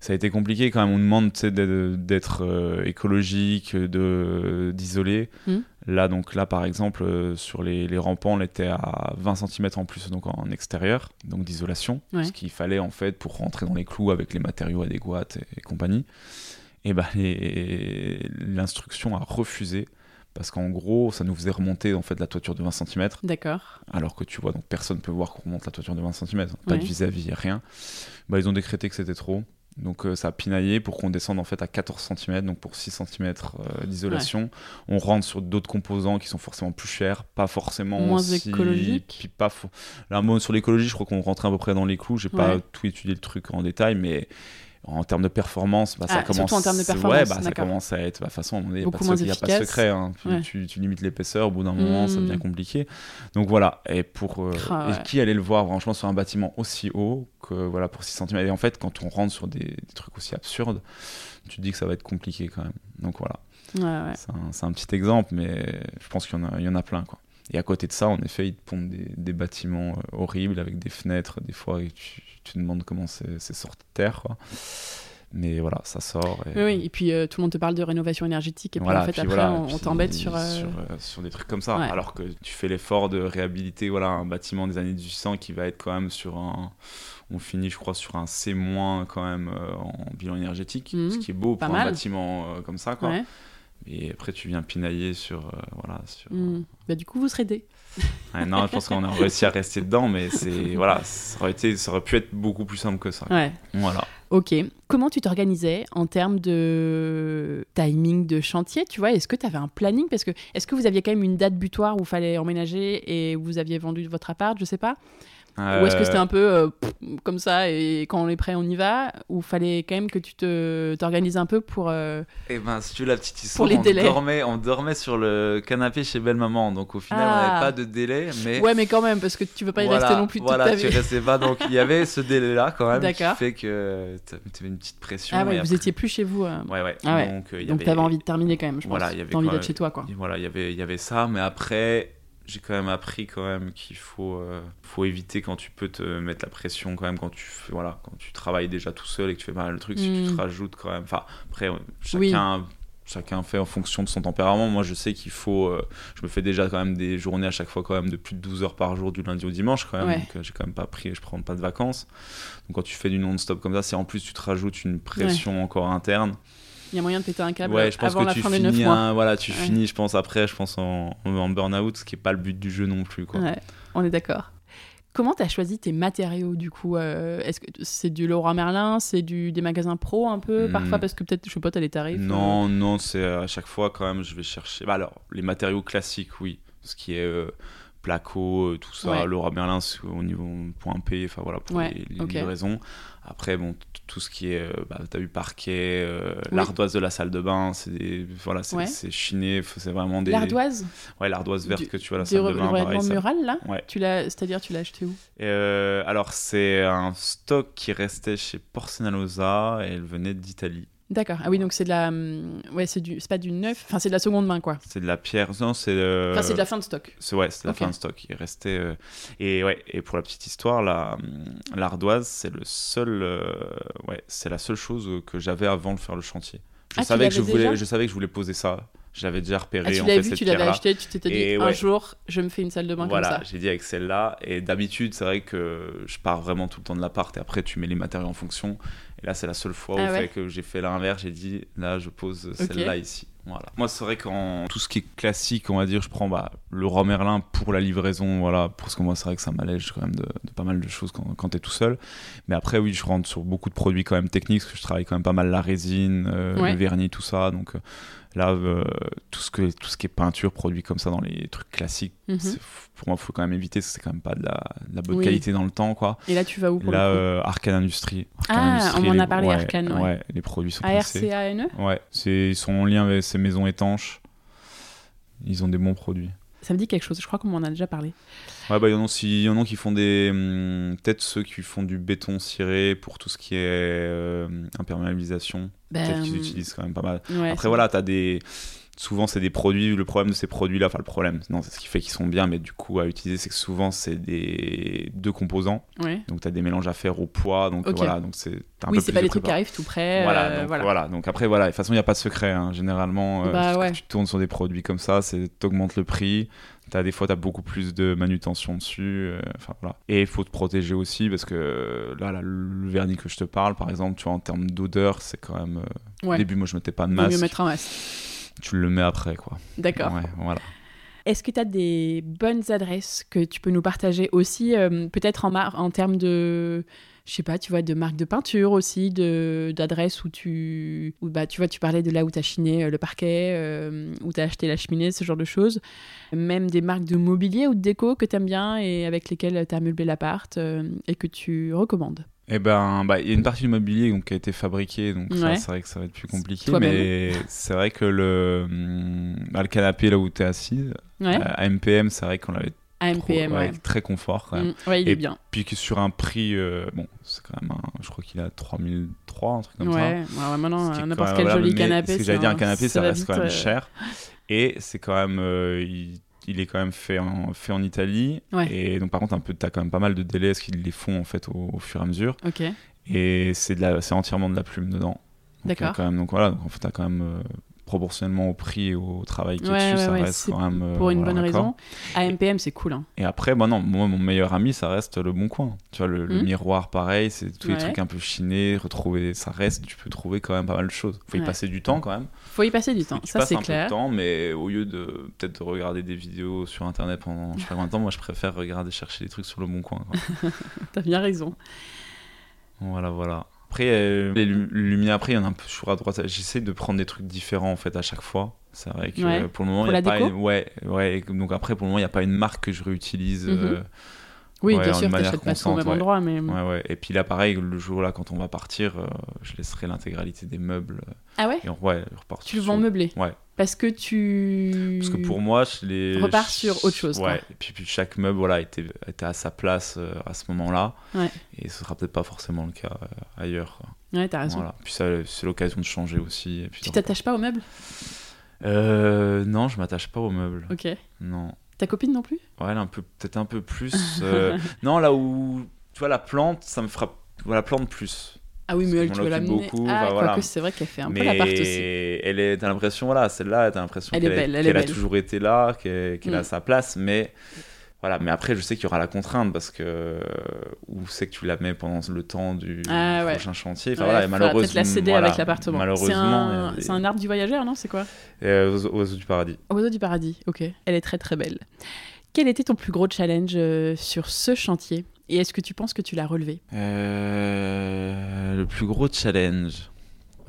Ça a été compliqué quand même. On demande tu sais, d'être- d'être euh, écologique, de- d'isoler. Hum. Là, donc là, par exemple, euh, sur les, les rampants, on était à 20 cm en plus, donc en extérieur, donc d'isolation. Ouais. Ce qu'il fallait, en fait, pour rentrer dans les clous avec les matériaux adéquats et, et compagnie. Et ben, les- l'instruction a refusé. Parce qu'en gros, ça nous faisait remonter en fait la toiture de 20 cm D'accord. alors que tu vois, donc personne peut voir qu'on remonte la toiture de 20 cm, pas Ouais. de vis-à-vis, rien. Bah, ils ont décrété que c'était trop. Donc euh, ça a pinaillé pour qu'on descende en fait à 14 cm, donc pour 6 cm d'isolation. On rentre sur d'autres composants qui sont forcément plus chers, pas forcément Moins si- écologiques. puis pas fo- Là, un mot sur l'écologie, je crois qu'on rentrait à peu près dans les clous. J'ai pas Ouais. tout étudié le truc en détail, mais en termes de performance, bah, ça Ah, surtout commence. en termes de ouais, performance, bah, ça d'accord. commence à être. bah, De toute façon, à un moment donné, il n'y a, pas Beaucoup de moins sec- y a pas de efficace. secret. hein. Tu- Ouais. Tu, tu limites l'épaisseur, au bout d'un moment, ça Hmm. devient compliqué. Donc voilà, et pour euh, Ah ouais. et qui allait le voir franchement sur un bâtiment aussi haut que voilà pour 6 cm. Et en fait, quand on rentre sur des, des trucs aussi absurdes, tu te dis que ça va être compliqué quand même. Donc voilà, Ouais, ouais. c'est un, c'est un petit exemple, mais je pense qu'il y, en a- il y en a plein quoi. Et à côté de ça, en effet, ils te pondent des, des bâtiments euh, horribles avec des fenêtres des fois et tu, tu te demandes comment c'est c'est sorti de terre quoi. Mais voilà, ça sort. Et, Oui, oui, et puis euh, tout le monde te parle de rénovation énergétique, et puis voilà, en fait, puis après, voilà, on, puis on t'embête sur. euh, sur, euh, sur des trucs comme ça. Ouais. Alors que tu fais l'effort de réhabiliter voilà, un bâtiment des années 1800 qui va être quand même sur un. On finit, je crois, sur un C- quand même euh, en bilan énergétique, Mhm, ce qui est beau pas pour un mal. bâtiment euh, comme ça. Quoi. ouais. Et après, tu viens pinailler sur. euh, voilà, sur... euh, Hmm. Bah, du coup, vous serez des. Ouais, non, je pense qu'on a réussi à rester dedans, mais c'est, voilà, ça, aurait été, ça aurait pu être beaucoup plus simple que ça. Ouais. Voilà. Ok. Comment tu t'organisais en termes de timing de chantier Tu vois, est-ce que tu avais un planning Parce que est-ce que vous aviez quand même une date butoir où il fallait emménager et vous aviez vendu votre appart Je sais pas. Ou est-ce que c'était un peu euh, pff, comme ça et quand on est prêt, on y va Ou fallait quand même que tu te t'organises un peu pour euh, Eh ben, si tu veux la petite histoire, les on, délais. dormait, on dormait sur le canapé chez belle-maman. Donc au final, on Ah. n'avait pas de délai, mais Ouais, mais quand même parce que tu veux pas y voilà, rester non plus voilà, toute ta tu vie. restais pas. Donc il y avait ce délai-là quand même qui D'accord. fait que tu avais une petite pression. Ah ouais, et vous après- étiez plus chez vous. euh. Ouais, ouais. Ah ouais. Donc, euh, il y Donc avait- t'avais envie de terminer quand même, je pense. Voilà, il y avait T'as envie quand d'être même- chez toi, quoi. Et voilà, il y avait, il y avait ça, mais après, j'ai quand même appris quand même qu'il faut, euh, faut éviter quand tu peux te mettre la pression quand même quand tu fais- voilà, quand tu travailles déjà tout seul et que tu fais pas mal le truc, si tu Mm. te rajoutes quand même. Enfin, après, euh, Oui. chacun chacun fait en fonction de son tempérament. Moi, je sais qu'il faut. euh, je me fais déjà quand même des journées à chaque fois, quand même, de plus de 12 heures par jour, du lundi au dimanche, quand même. Ouais. Donc, euh, j'ai quand même pas pris, je prends pas de vacances. Donc, quand tu fais du non-stop comme ça, si en plus tu te rajoutes une pression encore interne, Il y a moyen de péter un câble ouais, je pense Ah bah, avant que la tu fin des 9 finis, mois. un- voilà, tu Ouais. finis, je pense, après, je pense, en, en burn-out, ce qui est pas le but du jeu non plus, quoi. Ouais, on est d'accord. Comment t'as choisi tes matériaux du coup euh, Est-ce que c'est du Leroy Merlin, c'est du des magasins pro un peu Hmm. parfois parce que peut-être je sais pas t'as les tarifs. euh, Non, non, c'est euh, à chaque fois quand même, je vais chercher. Bah alors, les matériaux classiques, oui. Ce qui est euh, placo, euh, tout ça, Ouais. Laura Merlin c'est au niveau point P, enfin voilà, pour Ouais, les, les ok. livraisons. Après, bon, t- tout ce qui est, euh, bah, t'as eu parquet, euh, Oui. l'ardoise de la salle de bain, c'est des- voilà, c'est Ouais. c'est chiné, f- c'est vraiment des. L'ardoise, Ouais, l'ardoise verte du- que tu vois à la des salle de re- bain, pareil, revêtements ça- murales là. Ouais. Tu l'as, c'est-à-dire tu l'as acheté où Et, euh, alors, c'est un stock qui restait chez Porcinalosa et elle venait d'Italie. D'accord. Ah oui, donc c'est de la, hum, ouais, c'est du, c'est pas du neuf, enfin c'est de la seconde main quoi. C'est de la pierre, non, c'est. euh, Enfin c'est de la fin de stock. C'est ouais, c'est la Ok. fin de stock. Il restait euh, et ouais et pour la petite histoire, la hum, l'ardoise c'est le seul euh, ouais c'est la seule chose euh, que j'avais avant de faire le chantier. Je Ah, tu savais que je l'avais voulais déjà je savais que je voulais poser ça. Je l'avais déjà repéré Ah, tu Euh, en l'avais fait vu, cette tu l'avais pierre-là. acheté, tu t'étais dit Et un ouais. jour je me fais une salle de bain Voilà, comme ça. j'ai dit avec celle-là et d'habitude c'est vrai que je pars vraiment tout le temps de l'appart et après tu mets les matériaux en fonction et là c'est la seule fois où Ah ouais. fait que j'ai fait l'inverse, j'ai dit là je pose celle-là ici. Voilà. Moi c'est vrai qu'en tout ce qui est classique, on va dire, je prends bah, le roi Merlin pour la livraison, voilà, parce que moi c'est vrai que ça m'allège quand même de, de pas mal de choses quand, quand t'es tout seul. Mais après oui, je rentre sur beaucoup de produits quand même techniques, parce que je travaille quand même pas mal la résine, euh, Ouais. le vernis, tout ça. Donc euh, là, euh, tout, ce que, tout ce qui est peinture, produits comme ça dans les trucs classiques, Mhm. c'est- f- pour moi, faut quand même éviter, parce que c'est quand même pas de la, de la bonne Oui. qualité dans le temps, quoi. Et là tu vas où pour Là, le coup euh, Arcane Industrie. Arcane Ah, on en a les- parlé, Arcane, ouais. les produits sont A R passés. C A N E Ouais, c'est, ils sont en lien avec ces maisons étanches. Ils ont des bons produits. Ça me dit quelque chose. Je crois qu'on m'en a déjà parlé. Ouais, bah, il y en a, aussi- il y en a qui font des. hum, peut-être ceux qui font du béton ciré pour tout ce qui est euh, imperméabilisation. Peut-être Euh, qu'ils utilisent quand même pas mal. Ben, ouais, Après, c'est- voilà, t'as des. Souvent, c'est des produits. Le problème de ces produits-là, enfin, le problème, non, c'est ce qui fait qu'ils sont bien, mais du coup, à utiliser, c'est que souvent, c'est des deux composants. Ouais. Donc tu as des mélanges à faire au poids, donc Ok. voilà, donc c'est t'as un Oui, peu c'est plus pas de des trucs qui prépa. arrivent tout près. Voilà, euh, donc, voilà. voilà. donc après voilà, de toute façon il n'y a pas de secret, hein. généralement euh, Bah quand ouais. tu tournes sur des produits comme ça, c'est t'augmentes le prix, as, des fois tu as beaucoup plus de manutention dessus, euh, enfin voilà. Et il faut te protéger aussi parce que euh, là, là, le vernis que je te parle par exemple, tu vois en termes d'odeur c'est quand même... euh, Ouais. Au début moi je mettais pas de Vaut mieux masque, mettre un masque. tu le mets après quoi. D'accord. Ouais, voilà. Est-ce que tu as des bonnes adresses que tu peux nous partager aussi, euh, peut-être en, mar- en termes de, je sais pas, tu vois, de marque de peinture aussi, de d'adresses où tu, où, bah, tu vois, tu parlais de là où tu as chiné euh, le parquet, euh, où tu as acheté la cheminée, ce genre de choses. Même des marques de mobilier ou de déco que tu aimes bien et avec lesquelles tu as meublé l'appart euh, et que tu recommandes. Eh ben, bah, il y a une partie du mobilier donc, qui a été fabriquée, donc ça, Ouais. c'est vrai que ça va être plus compliqué. Toi-même. Mais c'est vrai que le, hum, bah, le canapé là où tu es assise, euh, Ouais. à AMPM, c'est vrai qu'on l'avait trop- AMPM, ouais, ouais. très confort quand même. Mm, ouais, il est Et bien. Puis que sur un prix, euh, bon, c'est quand même un- je crois qu'il a 3003, un truc comme ouais, ça. ouais, ouais, maintenant, Ce qui est euh, quand n'importe même quel valable, joli mais canapé. Ce que c'est j'allais dire, un canapé, ça va reste quand vite, euh, même cher. Et c'est quand même. euh, il, il est quand même fait en, fait en Italie. Ouais. Et donc, par contre, un peu, t'as quand même pas mal de délais, parce qu'ils les font en fait au- au fur et à mesure Ok, et c'est de la- c'est entièrement de la plume dedans. Donc, D'accord. il y a quand même donc voilà, donc en fait, t'as quand même euh, proportionnellement au prix et au travail qui Ouais, est dessus, ouais, ça ouais, reste c'est quand même euh, pour une voilà, bonne raccord. raison. AMPM, c'est cool. Hein. Et après, bah non, moi mon meilleur ami, ça reste le bon coin. Tu vois le, le Mhm. miroir, pareil, c'est tous Ouais. les trucs un peu chinés, retrouver, ça reste. Tu peux trouver quand même pas mal de choses. Faut y Ouais. passer du temps quand même. Faut y passer du temps, tu ça passes c'est un peu clair. de temps, mais au lieu de peut-être de regarder des vidéos sur internet pendant je sais pas combien de temps, moi je préfère regarder chercher des trucs sur le bon coin. quoi. T'as bien raison. Voilà, voilà. Après, euh, les lu- lumières, après, il y en a un peu sur à droite. J'essaie de prendre des trucs différents, en fait, à chaque fois. C'est vrai que Ouais. euh, pour le moment, Pour il y a la pas déco une... Ouais, ouais. Et Donc après, pour le moment, il n'y a pas une marque que je réutilise. Mhm. euh, Oui, Ouais, bien en sûr, manière t'achètes pas tout au même constante, ouais. endroit, mais. Ouais, ouais. Et puis là, pareil, le jour là, quand on va partir, euh, je laisserai l'intégralité des meubles. euh, Ah ouais Et on, ouais, on repart Tu le sur- vends meublé Ouais. Parce que tu. Parce que pour moi, je les. Repars je- sur autre chose, quoi. Ouais. Et puis, puis chaque meuble, voilà, était, était à sa place euh, à ce moment-là. Ouais. Et ce sera peut-être pas forcément le cas euh, ailleurs. quoi. Ouais, t'as raison. Voilà. Puis ça, c'est l'occasion de changer aussi. Et puis Tu de t'attaches pas au meuble Euh, non, je m'attache pas aux meubles. Ok. Non. Ta copine non plus Ouais, elle est un peu, peut-être un peu plus. euh, non, là où, tu vois, la plante, ça me frappe. Voilà, plante plus. Ah oui, mais elle, tu m'en veux occupe l'amener. beaucoup, Ah, enfin, voilà. quoique, c'est vrai qu'elle fait un peu mais la part aussi. elle est, t'as l'impression, voilà, celle-là, t'as l'impression Elle est qu'elle est- belle, elle est qu'elle a belle. toujours été là, qu'elle qu'elle Mm. a sa place, mais voilà. Mais après, je sais qu'il y aura la contrainte parce que où c'est que tu la mets pendant le temps du Ah, ouais. prochain chantier. Enfin, Ouais, voilà, et faudra malheureusement, peut-être la céder voilà, avec l'appartement. Malheureusement, C'est un, elle est- c'est un arbre du voyageur, non C'est quoi euh, oiseau- oiseau du paradis. Oiseau du paradis, ok. Elle est très très belle. Quel était ton plus gros challenge euh, sur ce chantier Et est-ce que tu penses que tu l'as relevé Euh, le plus gros challenge.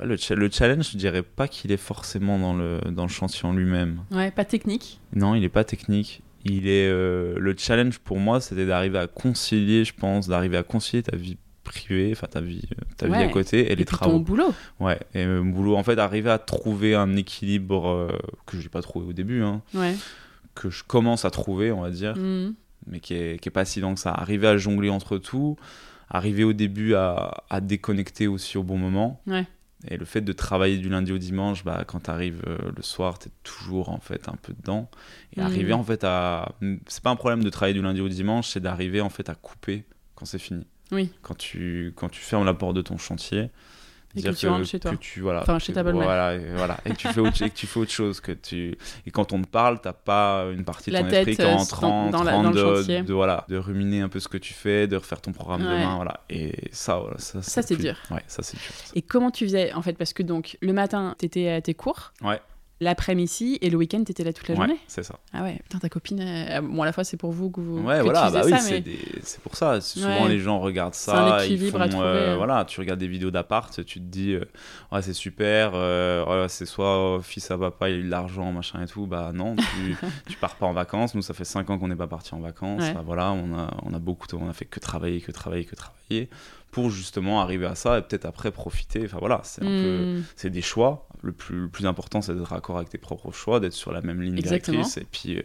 Le, cha- le challenge, je dirais pas qu'il est forcément dans le, dans le chantier en lui-même. Ouais, pas technique. Non, il n'est pas technique. Il est euh, le challenge pour moi, c'était d'arriver à concilier, je pense, d'arriver à concilier ta vie privée, enfin ta vie, euh, ta vie Ouais. à côté et, les puis ton travaux. boulot. Ouais, et euh, mon boulot, en fait, arriver à trouver un équilibre euh, que j'ai pas trouvé au début, hein, Ouais. que je commence à trouver, on va dire, Mhm. mais qui est, qui est pas si lent que ça. Arriver à jongler entre tout, arriver au début à, à déconnecter aussi au bon moment. Ouais. Et le fait de travailler du lundi au dimanche, bah, quand tu arrives le soir, tu es toujours en fait un peu dedans. Et Mhm. arriver en fait à. C'est pas un problème de travailler du lundi au dimanche, c'est d'arriver en fait à couper quand c'est fini. Oui. Quand tu, quand tu fermes la porte de ton chantier. Et dire que tu rentres chez toi. que tu- voilà, Enfin, chez que- ta belle-mère. voilà, et, voilà, et que tu fais autre, et que tu fais autre chose que tu et quand on te parle t'as pas une partie de La ton tête, esprit qui euh, est en dans- train, dans la- train dans le chantier. de, de- voilà de ruminer un peu ce que tu fais de refaire ton programme Ouais. demain voilà et ça voilà ça, Ça, c'est plus- dur. ouais ça c'est dur ça. Et comment tu faisais en fait Parce que donc le matin, t'étais à tes cours. Ouais. L'après-midi et le week-end, t'étais là toute la Ouais, journée. c'est ça Ah ouais, putain, ta copine. euh, Bon, à la fois, c'est pour vous que vous. ouais que voilà tu bah faisais oui ça, c'est mais- des- c'est pour ça C'est souvent Ouais. les gens regardent C'est un ça ils équilibre à font, trouver, euh, euh. voilà tu regardes des vidéos d'appart tu te dis euh, ouais c'est super euh, ouais, c'est soit euh, fils à papa il a eu de l'argent machin et tout bah non tu, tu pars pas en vacances nous ça fait 5 ans qu'on n'est pas parti en vacances Ouais. bah voilà on a on a beaucoup on a fait que travailler que travailler que travailler pour justement arriver à ça et peut-être après profiter enfin voilà c'est un peu Hmm. c'est des choix. Le plus, le plus important, c'est d'être raccord avec tes propres choix, d'être sur la même ligne Exactement. directrice et puis, euh,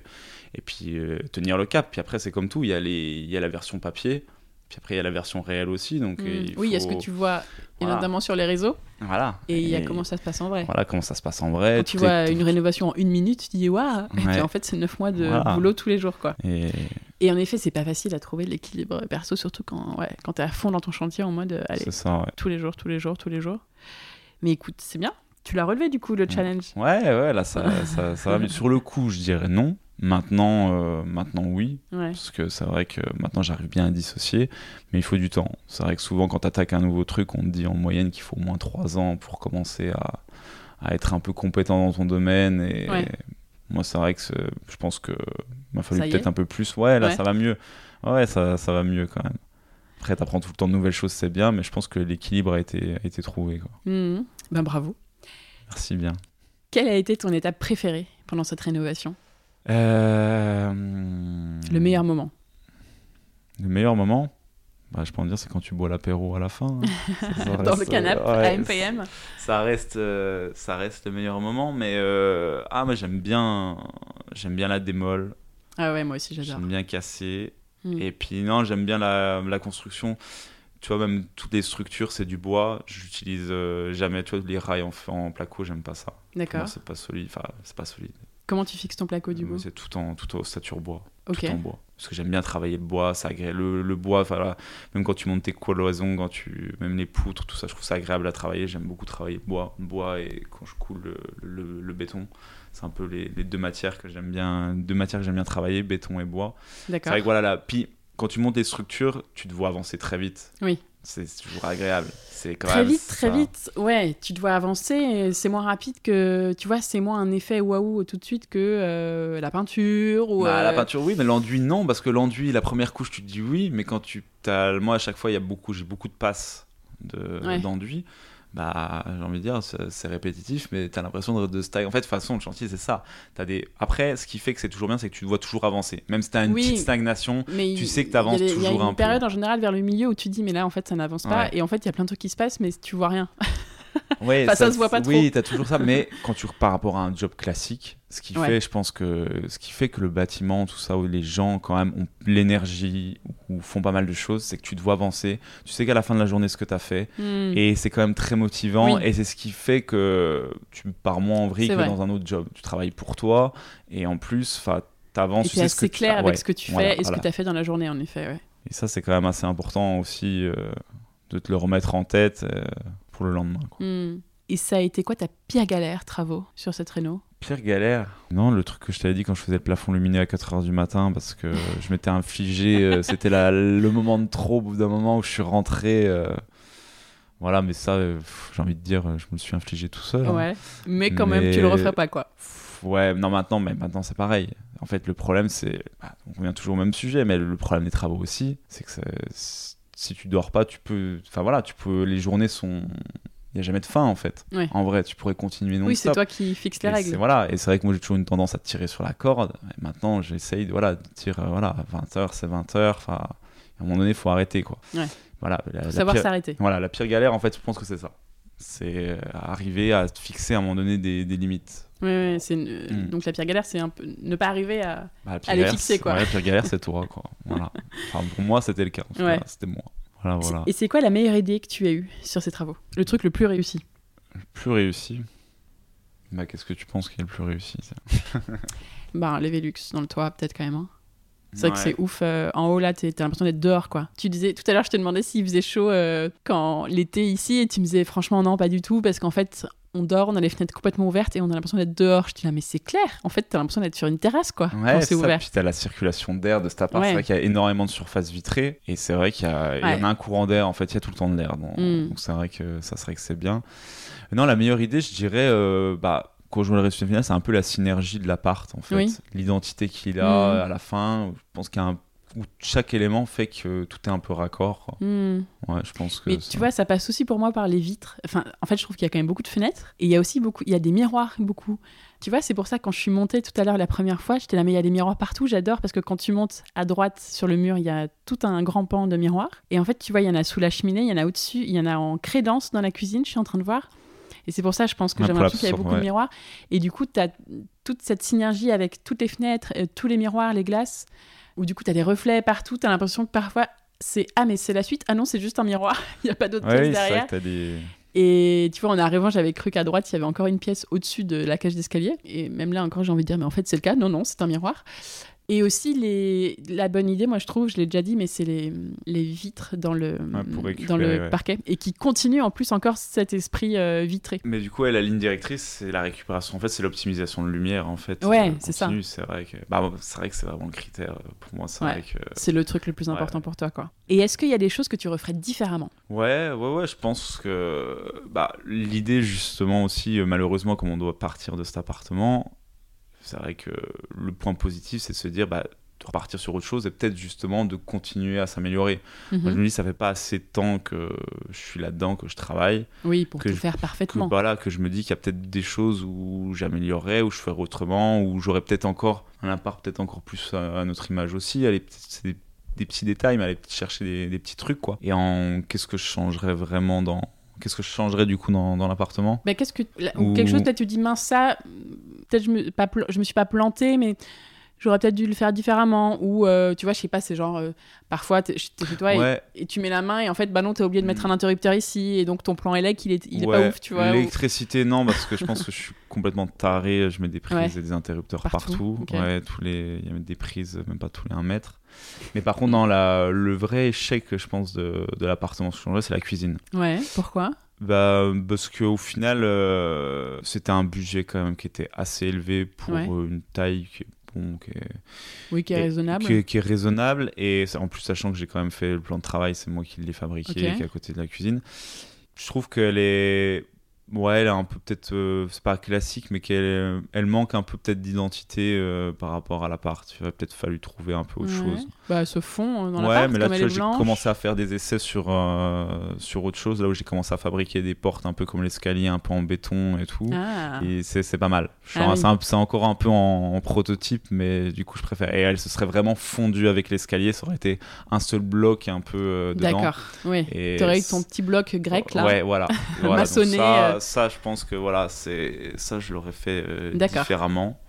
et puis euh, tenir le cap. Puis après, c'est comme tout, il y, a les, il y a la version papier, puis après, il y a la version réelle aussi. Donc, Hmm. euh, il Oui, il y a ce faut- que tu vois, et Voilà. notamment sur les réseaux, Voilà. et il y a comment ça se passe en vrai. Voilà comment ça se passe en vrai. Quand tu tout est- vois une rénovation en une minute, tu dis waouh Et puis Ouais. en fait, c'est neuf mois de Voilà. boulot tous les jours, quoi. et- Et en effet, c'est pas facile à trouver l'équilibre perso, surtout quand, ouais, quand t'es à fond dans ton chantier en mode euh, allez, C'est ça, ouais. tous les jours, tous les jours, tous les jours. Mais écoute, c'est bien. Tu l'as relevé du coup, le challenge. Ouais, ouais, là, ça, ça, ça va. mieux. sur le coup, je dirais non. Maintenant, euh, maintenant oui. Ouais. Parce que c'est vrai que maintenant j'arrive bien à dissocier, mais il faut du temps. C'est vrai que souvent quand tu attaques un nouveau truc, on te dit en moyenne qu'il faut au moins 3 ans pour commencer à, à être un peu compétent dans ton domaine. Et Ouais. moi c'est vrai que c'est- je pense que il m'a fallu Ça y peut-être est un peu plus. Ouais, là Ouais. ça va mieux. Ouais, ça, ça va mieux quand même. Après, t'apprends tout le temps de nouvelles choses, c'est bien, mais je pense que l'équilibre a été, a été trouvé. quoi. Mhm. Ben bravo. Merci bien. Quelle a été ton étape préférée pendant cette rénovation Euh, Le Mhm. meilleur moment Le meilleur moment, bah, je peux en dire, c'est quand tu bois l'apéro à la fin. hein. Ça, ça Dans le reste, canapé euh, à ouais, MPM Ça reste, euh, ça reste le meilleur moment, mais euh, ah, moi j'aime bien, j'aime bien la démol, Ah ouais, moi aussi j'adore. j'aime bien casser, Mm. et puis non, j'aime bien la, la construction. Tu vois, même toutes les structures, c'est du bois. J'utilise euh, jamais, tu vois, les rails en, en placo, j'aime pas ça. Pour moi, D'accord. c'est pas solide. Enfin, c'est pas solide. Comment tu fixes ton placo du Euh, Moi, coup C'est tout en, tout en stature bois Ok. tout en bois. Parce que j'aime bien travailler le bois, c'est agré- le, le bois, enfin, voilà. même quand tu montes tes cloisons, quand tu, même les poutres, tout ça, je trouve ça agréable à travailler. J'aime beaucoup travailler le bois, le bois et quand je coule le, le- le béton. C'est un peu les, les deux matières que j'aime bien, deux matières que j'aime bien travailler, béton et bois. C'est D'accord. vrai que voilà, là, puis quand tu montes les structures, tu te vois avancer très vite. Oui. C'est c'est toujours agréable. C'est quand Très même vite, très ça. vite. Ouais, tu dois avancer. et C'est moins rapide que. Tu vois, c'est moins un effet waouh tout de suite que euh, la peinture ou. Bah, La euh, peinture, oui, mais l'enduit, non, parce que l'enduit, la première couche, tu te dis oui, mais quand tu. As, moi, à chaque fois, il y a beaucoup, j'ai beaucoup de passes de- Ouais. d'enduit. bah, j'ai envie de dire, c'est c'est répétitif, mais t'as l'impression de, de se tailler. En fait, de toute façon, le chantier, c'est ça. As des... Après, ce qui fait que c'est toujours bien, c'est que tu dois toujours avancer. Même si t'as une Oui. petite stagnation, Mais Tu il- sais que t'avances il y a des- Il y toujours a un une peu. période en général vers le milieu où tu dis mais là en fait ça n'avance pas Ouais. et en fait il y a plein de trucs qui se passent mais tu vois rien. Ouais, Enfin, ça se voit pas trop. Oui, t'as toujours ça, mais quand tu par rapport à un job classique, ce qui Ouais. fait, je pense que ce qui fait que le bâtiment, tout ça, où les gens quand même ont l'énergie ou font pas mal de choses, c'est que tu te vois avancer. Tu sais qu'à la fin de la journée, ce que t'as fait, Hmm. et c'est quand même très motivant, Oui. et c'est ce qui fait que tu pars moins en vrille C'est que vrai. dans un autre job. Tu travailles pour toi, et en plus, enfin, Et t'avances. tu t'es sais ce que assez tu- clair ah, avec ouais. ce que tu fais Voilà, et ce voilà. que tu as fait dans la journée en effet. ouais. Et ça, c'est quand même assez important aussi. euh, de te le remettre en tête euh, pour le lendemain. Quoi. Hmm. Et ça a été quoi ta pire galère, travaux, sur cette Renault Pire galère Non, le truc que je t'avais dit quand je faisais le plafond lumineux à 4h du matin parce que je m'étais infligé, euh, c'était la- le moment de trop au bout d'un moment où je suis rentré. euh, voilà, mais ça, euh, pff, j'ai envie de dire, euh, je me le suis infligé tout seul. hein. Ouais. Mais quand même, tu le Mais- referais pas, quoi. Pff, Ouais, non, maintenant, mais maintenant c'est pareil. En fait, le problème, c'est. bah, on revient toujours au même sujet, mais le problème des travaux aussi, c'est que ça- c- si tu dors pas, tu peux. Enfin voilà, tu peux. Les journées sont. Il n'y a jamais de fin, en fait. Ouais. En vrai, tu pourrais continuer non oui, c'est toi qui fixes les et c'est- règles. Voilà, et c'est vrai que moi j'ai toujours une tendance à tirer sur la corde. Et maintenant, j'essaye de, voilà, de dire euh, voilà, 20h, c'est 20h. Enfin, à un moment donné, il faut arrêter quoi. Ouais. Voilà, la, Faut la savoir pire, s'arrêter. voilà, la pire galère, en fait, je pense que c'est ça. C'est euh, arriver à fixer à un moment donné des, des limites. Ouais, ouais, c'est une- euh, Hmm. Donc la pire galère, c'est un peu ne pas arriver à. Bah, la pire À les galère, fixer, c'est- quoi. ouais, la pire galère, c'est toi quoi. Voilà. Enfin, pour moi, c'était le cas. en tout Ouais. cas, C'était moi. Voilà, voilà. Et c'est quoi la meilleure idée que tu as eue sur ces travaux Le truc le plus réussi Plus réussi. Bah, qu'est-ce que tu penses qui est le plus réussi ça Bah, les Velux dans le toit, peut-être quand même. hein. C'est vrai que Ouais. c'est ouf. euh, en haut, là, t'es- t'as l'impression d'être dehors, quoi. Tu disais tout à l'heure, je te demandais s'il faisait chaud euh, quand l'été ici, et tu me disais franchement, non, pas du tout, parce qu'en fait, on dort, on a les fenêtres complètement ouvertes et on a l'impression d'être dehors. Je te dis, ah, mais c'est clair. En fait, t'as l'impression d'être sur une terrasse, quoi, quand Ouais, c'est ça, ouvert. puis t'as la circulation d'air de cet appart. Ouais. C'est vrai qu'il y a énormément de surface vitrée. Et c'est vrai qu'il y, a- il y Ouais. en a un courant d'air, en fait. Il y a tout le temps de l'air. dans- Mm. Donc c'est vrai que ça serait que c'est bien. Non, la meilleure idée, je dirais, euh, bah, quand je vois le résultat final, c'est un peu la synergie de l'appart, en fait. Oui. L'identité qu'il Mm. a à la fin. Je pense qu'il y a un- où chaque élément fait que tout est un peu raccord. quoi. Hmm. Ouais, je pense que. Mais ça- tu vois, ça passe aussi pour moi par les vitres. Enfin, en fait, je trouve qu'il y a quand même beaucoup de fenêtres et il y a aussi beaucoup, il y a des miroirs beaucoup. Tu vois, c'est pour ça que quand je suis montée tout à l'heure la première fois, j'étais là, mais il y a des miroirs partout, j'adore parce que quand tu montes à droite sur le mur, il y a tout un grand pan de miroirs. Et en fait, tu vois, il y en a sous la cheminée, il y en a au-dessus, il y en a en crédence dans la cuisine, je suis en train de voir. Et c'est pour ça, je pense que Ouais, j'avais pour l'impression qu'il y avait l'absorbe, beaucoup de ouais. miroirs. Et du coup, tu as toute cette synergie avec toutes les fenêtres, euh, tous les miroirs, les glaces, où du coup, tu as des reflets partout, tu as l'impression que parfois, c'est Ah, mais c'est la suite, ah non, c'est juste un miroir, il n'y a pas d'autre Ouais, pièce c'est vrai derrière. que t'as des. Et tu vois, en arrivant, j'avais cru qu'à droite, il y avait encore une pièce au-dessus de la cage d'escalier. Et même là, encore, j'ai envie de dire, mais en fait, c'est le cas. Non, non, c'est un miroir. Et aussi, les... la bonne idée, moi, je trouve, je l'ai déjà dit, mais c'est les... les vitres dans le, pour récupérer, dans le ouais. parquet. Et qui continue, en plus, encore cet esprit euh, vitré. Mais du coup, ouais, la ligne directrice, c'est la récupération. En fait, c'est l'optimisation de lumière, en fait. Ouais, Euh, c'est ça. continue, C'est vrai que, bah, bon, c'est vrai que c'est vraiment le critère euh, pour moi. C'est Ouais. vrai que. C'est le truc le plus Ouais. important pour toi, quoi. Et est-ce qu'il y a des choses que tu referais différemment Ouais, ouais, ouais. Je pense que, bah, l'idée justement aussi, euh, malheureusement, comme on doit partir de cet appartement, c'est vrai que le point positif, c'est de se dire, bah, de repartir sur autre chose et peut-être justement de continuer à s'améliorer. Mhm. Moi, je me dis, ça fait pas assez de temps que je suis là-dedans, que je travaille. Oui, pour que tout je- faire que, parfaitement. voilà, que je me dis qu'il y a peut-être des choses où j'améliorerais, où je ferais autrement, où j'aurais peut-être encore un impact, peut-être encore plus à, à notre image aussi. Aller, peut-être- c'est des, des petits détails, mais aller peut-être chercher des, des petits trucs, quoi. Et en qu'est-ce que je changerais vraiment dans. Qu'est-ce que je changerais du coup dans, dans l'appartement Mais qu'est-ce que là, Ou- quelque chose peut-être tu dis mince ça peut-être je me pas pla- je me suis pas planté mais j'aurais peut-être dû le faire différemment ou euh, tu vois je sais pas c'est genre euh, parfois t'es t'es chez toi et- et, tu mets la main et en fait bah non t'as oublié de mettre un interrupteur ici et donc ton plan élec il est il est ouais. E pas ouf tu vois ou- L'électricité, non, parce que je pense que je suis complètement taré. Je mets des prises Ouais. et des interrupteurs Partout, partout. ok. Ouais, tous les... Il y a des prises, même pas tous les 1 mètre. Mais par contre, dans la... le vrai échec, je pense, de, de l'appartement, ce que je changerais, c'est la cuisine. ouais pourquoi Bah, parce qu'au final, euh, c'était un budget quand même qui était assez élevé pour Ouais. euh, une taille qui est, bon, qui est, oui qui est Et- raisonnable qui est- qui est raisonnable. Et ça- en plus, sachant que j'ai quand même fait le plan de travail, c'est moi qui l'ai fabriqué, Ok. qui est à côté de la cuisine. Je trouve qu'elle est. Ouais, elle est un peu peut-être. euh, c'est pas classique, mais qu'elle elle manque un peu peut-être d'identité euh, par rapport à l'appart. Il aurait peut-être fallu trouver un peu autre Ouais. chose. bah ce fond euh, dans ouais, la mais là, comme elle tu vois, est j'ai blanche commencé à faire des essais sur, euh, sur autre chose, là où j'ai commencé à fabriquer des portes un peu comme l'escalier, un peu en béton et tout. ah. Et c'est c'est pas mal. Je suis Ah en- oui. c'est un- C'est encore un peu en, en prototype, mais du coup, je préfère. Et elle se serait vraiment fondue avec l'escalier, ça aurait été un seul bloc un peu euh, dedans. d'accord oui Et t'aurais eu ton petit bloc grec là Ouais, voilà. voilà. Donc Maçonné, ça, euh. ça, je pense que voilà, c'est ça, je l'aurais fait euh, D'accord. différemment.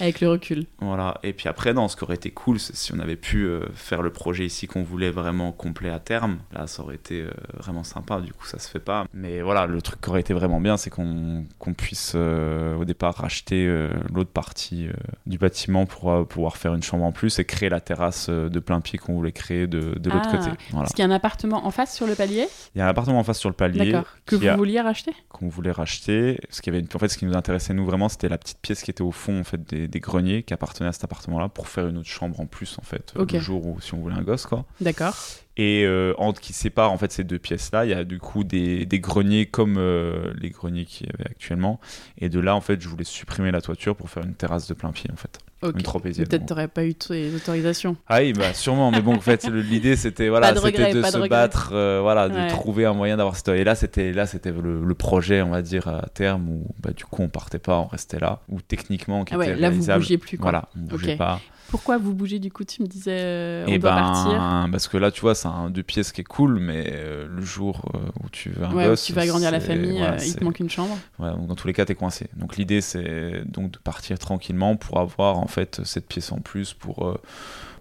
Avec le recul. Voilà. Et puis après, non, ce qui aurait été cool, c'est si on avait pu euh, faire le projet ici qu'on voulait vraiment complet à terme. Là, ça aurait été euh, vraiment sympa. Du coup, ça se fait pas. Mais voilà, le truc qui aurait été vraiment bien, c'est qu'on qu'on puisse euh, au départ racheter euh, l'autre partie euh, du bâtiment pour euh, pouvoir faire une chambre en plus et créer la terrasse euh, de plein pied qu'on voulait créer de, de l'autre Ah. côté. Voilà. Parce qu'il y a un appartement en face sur le palier, Il y a un appartement en face sur le palier d'accord, que qui vous a- vouliez racheter qu'on voulait racheter. Ce qu'il y avait une- En fait, ce qui nous intéressait, nous, vraiment, c'était la petite pièce qui était au fond en fait, des, des greniers qui appartenait à cet appartement-là pour faire une autre chambre en plus, en fait, euh, Ok. le jour où, si on voulait un gosse, quoi. D'accord. Et euh, entre qui sépare, en fait, ces deux pièces-là, il y a du coup des, des greniers comme euh, les greniers qu'il y avait actuellement. Et de là, en fait, je voulais supprimer la toiture pour faire une terrasse de plein pied, en fait. Ok. Une trapézienne. Peut-être bon. t'aurais pas eu toutes les autorisations. Ah oui, bah, sûrement, mais bon, en fait, le- l'idée, c'était voilà, Pas de c'était regret, de pas de se regret. battre, euh, voilà, de Ouais. trouver un moyen d'avoir cette... Et là, c'était là, c'était le, le projet, on va dire, à terme, où bah, du coup, on partait pas, on restait là, ou techniquement, qui Ah était ouais, là vous réalisable. bougez plus. Quoi. Voilà, on bougeait Ok. pas. Pourquoi vous bougez du coup Tu me disais euh, on et doit ben, partir. parce que là, tu vois, c'est un deux pièces qui est cool, mais euh, le jour euh, où tu veux un Ouais, gosse, tu vas agrandir la c'est- famille, voilà, euh, il c'est- te manque une chambre. Ouais, donc dans tous les cas, t'es coincé. Donc l'idée, c'est donc de partir tranquillement pour avoir en fait cette pièce en plus pour euh,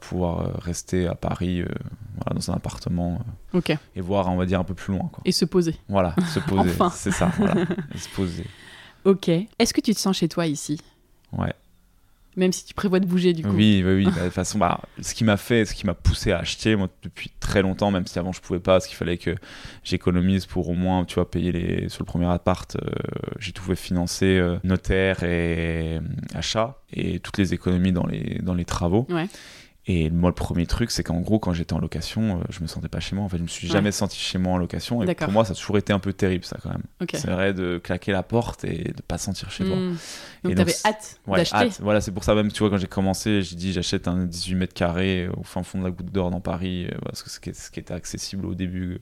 pouvoir euh, rester à Paris, euh, voilà, dans un appartement euh, Ok. et voir, on va dire, un peu plus loin. Quoi. Et se poser. Voilà, se poser. Enfin. C'est ça, voilà. Et se poser. Ok. Est-ce que tu te sens chez toi ici Ouais. Même si tu prévois de bouger du coup. Oui, oui, oui. Bah, de toute façon, bah, ce qui m'a fait, ce qui m'a poussé à acheter, moi, depuis très longtemps, même si avant je pouvais pas, parce qu'il fallait que j'économise pour au moins, tu vois, payer les sur le premier appart. euh, j'ai tout fait financer euh, notaire et euh, achat et toutes les économies dans les dans les travaux. Ouais. Et moi, le premier truc, c'est qu'en gros, quand j'étais en location, euh, je me sentais pas chez moi. En fait, je me suis Ouais. jamais senti chez moi en location. Et D'accord. pour moi, ça a toujours été un peu terrible, ça, quand même. Ok. C'est vrai de claquer la porte et de pas sentir chez toi. Hmm. Et Donc donc, t'avais c'est- hâte Ouais, d'acheter. hâte. Voilà, c'est pour ça même, tu vois, quand j'ai commencé, j'ai dit j'achète un 18 mètres carrés euh, au fin fond de la goutte d'or dans Paris, euh, parce que c'est ce qui est- ce qui était accessible au début, euh,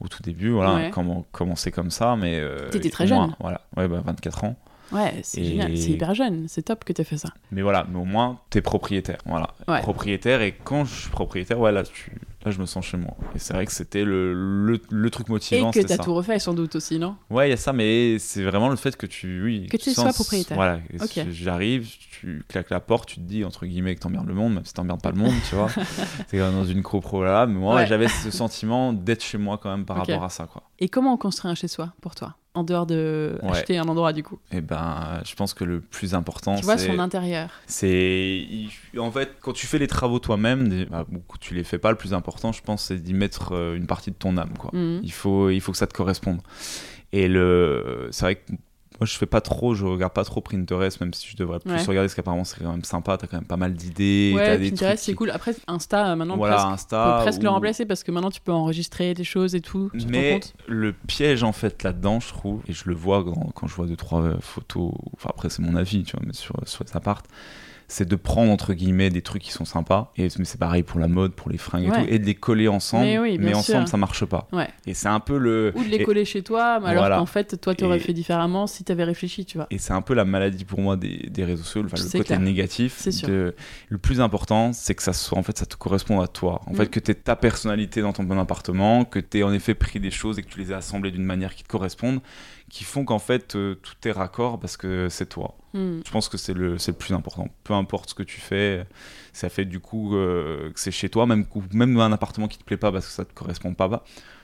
au tout début, voilà, Ouais. comment commencer comme ça, mais... euh, T'étais très moi, jeune. Voilà, ouais, bah, 24 ans. Ouais, c'est Et- génial. C'est hyper jeune. C'est top que t'aies fait ça. Mais voilà, mais au moins, t'es propriétaire, voilà. Ouais. Propriétaire, et quand je suis propriétaire, ouais, là, tu- là je me sens chez moi. Et c'est vrai que c'était le, le, le truc Et motivant, que c'était t'as ça. tout refait sans doute aussi, non Ouais, il y a ça, mais c'est vraiment le fait que tu. Oui, Que tu sois propriétaire. Voilà. et Ok. si J'arrive, tu claques la porte, tu te dis, entre guillemets, que t'emmerdes le monde, même si t'emmerdes pas le monde, tu vois. T'es quand même dans une copro là. Mais moi, Ouais. j'avais ce sentiment d'être chez moi quand même par Ok. rapport à ça, quoi. Et comment on construit un chez soi pour toi En dehors de Ouais. acheter un endroit du coup. Et ben, je pense que le plus important, tu vois c'est. son intérieur. c'est- il- En fait, quand tu fais les travaux toi-même, des- bah, ou que tu les fais pas, le plus important, je pense, c'est d'y mettre euh, une partie de ton âme, quoi. Hmm. Il faut, il faut que ça te corresponde. Et le, c'est vrai que moi je fais pas trop, je regarde pas trop Pinterest, même si je devrais plus Ouais. regarder parce qu'apparemment c'est quand même sympa, t'as quand même pas mal d'idées. t'as Ouais, des Pinterest, trucs c'est qui- cool. Après, Insta, euh, maintenant, Voilà, presque, on Insta. peut presque le ou- remplacer parce que maintenant, tu peux enregistrer des choses et tout sur ton Mais compte. le piège en fait là-dedans, je trouve, et je le vois quand, quand je vois deux trois euh, photos, enfin après c'est mon avis, tu vois, mais sur, sur les apparts, c'est de prendre entre guillemets des trucs qui sont sympas, et mais c'est pareil pour la mode, pour les fringues Ouais. et tout, et de les coller ensemble, Mais oui, bien sûr. ensemble ça marche pas. Ouais. Et c'est un peu le. Ou de les et- coller chez toi, mais alors Voilà. qu'en fait, toi, t'aurais Et- fait différemment si t'avais réfléchi, tu vois. Et c'est un peu la maladie pour moi des, des réseaux sociaux, enfin, le C'est côté clair. négatif. C'est sûr. de- le plus important, c'est que ça soit, en fait, ça te corresponde à toi. En Mm. fait, que tu ta personnalité dans ton bon appartement, que tu en effet pris des choses et que tu les as assemblées d'une manière qui te corresponde, qui font qu'en fait, euh, tout est raccord parce que c'est toi. Hmm. Je pense que c'est le, c'est le plus important. Peu importe ce que tu fais, ça fait du coup euh, que c'est chez toi, même, cou- même un appartement qui te plaît pas parce que ça te correspond pas. bah,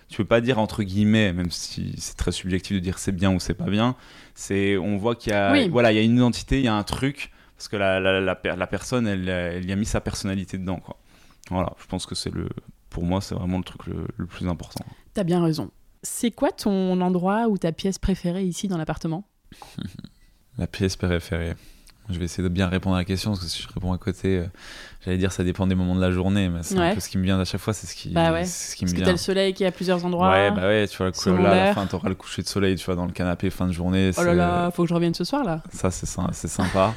tu peux pas dire entre guillemets, même si c'est très subjectif de dire c'est bien ou c'est pas bien. C'est on voit qu'il y a Oui. voilà il y a une identité, il y a un truc parce que la, la, la, per- la personne elle, elle y a mis sa personnalité dedans quoi. Voilà, je pense que c'est le pour moi c'est vraiment le truc le, le plus important. T'as bien raison. C'est quoi ton endroit ou ta pièce préférée ici dans l'appartement La pièce préférée. Je vais essayer de bien répondre à la question parce que si je réponds à côté, euh, j'allais dire ça dépend des moments de la journée, mais c'est Ouais. un peu ce qui me vient à chaque fois, c'est ce qui, Bah ouais. c'est ce qui Parce me que vient. t'as le soleil qui est à plusieurs endroits. Ouais, bah ouais, tu vois, le cou- selon là, à la l'heure. fin, t'auras le coucher de soleil, tu vois, dans le canapé, fin de journée. oh là c'est- euh, là, faut que je revienne ce soir, là. Ça, c'est sy- c'est sympa.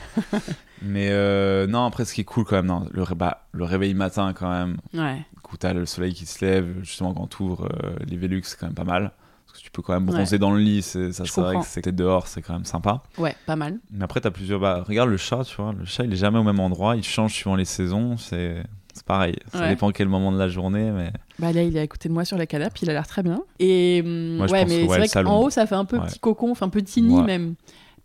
mais euh, non, après, ce qui est cool quand même, non, le, ré- bah, le réveil matin quand même, Ouais. où t'as le soleil qui se lève, justement, quand t'ouvres euh, les Velux, c'est quand même pas mal. Parce que tu peux quand même bronzer dans le lit, c'est ça, Je c'est vrai comprends. que c'est t'es dehors, c'est quand même sympa. Ouais, pas mal. Mais après, t'as plusieurs. Bah, regarde le chat, tu vois. Le chat, il est jamais au même endroit. Il change suivant les saisons. C'est c'est pareil. Ça Ouais. dépend quel moment de la journée. Mais Bah là, il est à côté de moi sur la canapé, il a l'air très bien. Et hum, Moi, je ouais, pense mais que, ouais, le c'est vrai qu'en salon. haut, ça fait un peu Ouais. petit cocon, enfin petit nid Ouais. même.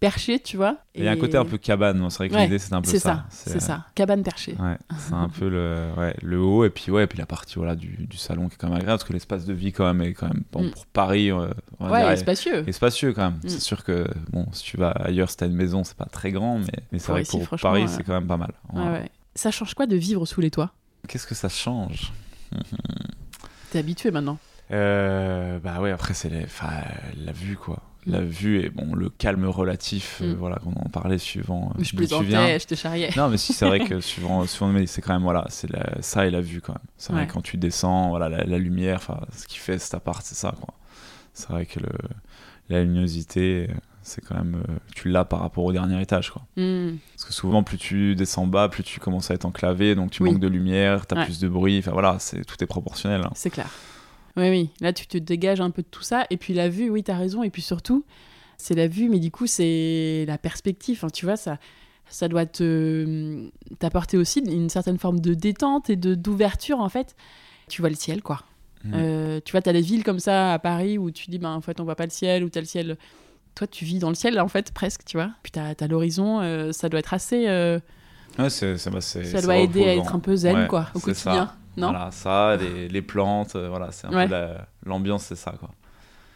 perché, tu vois. Il y a un côté un peu cabane, bon, c'est vrai que Ouais, l'idée c'est un peu C'est ça. ça, c'est ça. Cabane perchée. Ouais, c'est un peu le, ouais, le haut et puis ouais, et puis la partie voilà du, du salon qui est quand même agréable parce que l'espace de vie quand même est quand même bon, Mm. pour Paris euh, on va Ouais, dire, est- spacieux. est spacieux quand même. Mm. C'est sûr que bon, si tu vas ailleurs, si t'as une maison, c'est pas très grand, mais, mais c'est Pour vrai ici, que pour franchement, Paris, euh, c'est quand même pas mal. Ouais, Ouais. ouais. Ça change quoi de vivre sous les toits Qu'est-ce que ça change T'es habitué maintenant. Euh, bah ouais, après c'est les- enfin, la vue quoi. La vue et bon le calme relatif, euh, Mm. voilà qu'on en parlait suivant. euh, Je d'où tu viens. plaisantais, je te charriais. Non, mais si, c'est vrai que suivant, suivant mais c'est quand même, voilà, c'est la- ça et la vue quand même. C'est vrai Ouais. que quand tu descends, voilà, la, la lumière, enfin, ce qui fait cet appart, c'est ça, quoi. C'est vrai que le, la luminosité, euh, c'est quand même, euh, tu l'as par rapport au dernier étage, quoi. Hmm. Parce que souvent, plus tu descends bas, plus tu commences à être enclavé, donc tu Oui. manques de lumière, t'as Ouais. plus de bruit, enfin voilà, c'est, tout est proportionnel. hein. C'est clair. Oui, oui. Là, tu te dégages un peu de tout ça. Et puis la vue, oui, t'as raison. Et puis surtout, c'est la vue, mais du coup, c'est la perspective. Enfin, tu vois, ça, ça doit te euh, t'apporter aussi une certaine forme de détente et de d'ouverture, en fait. Tu vois le ciel, quoi. Mhm. Euh, tu vois, t'as des villes comme ça à Paris où tu dis, ben, en fait, on voit pas le ciel ou t'as le ciel. Toi, tu vis dans le ciel, là, en fait, presque, tu vois. Puis t'as as, l'horizon, euh, ça doit être assez. euh, Ouais, c'est, c'est- bah, c'est- ça c'est doit aider à reposant. être un peu zen, Ouais, quoi, au c'est ça. quotidien. Non Voilà, ça, les, les plantes, euh, voilà, c'est un Ouais. peu la- l'ambiance, c'est ça, quoi.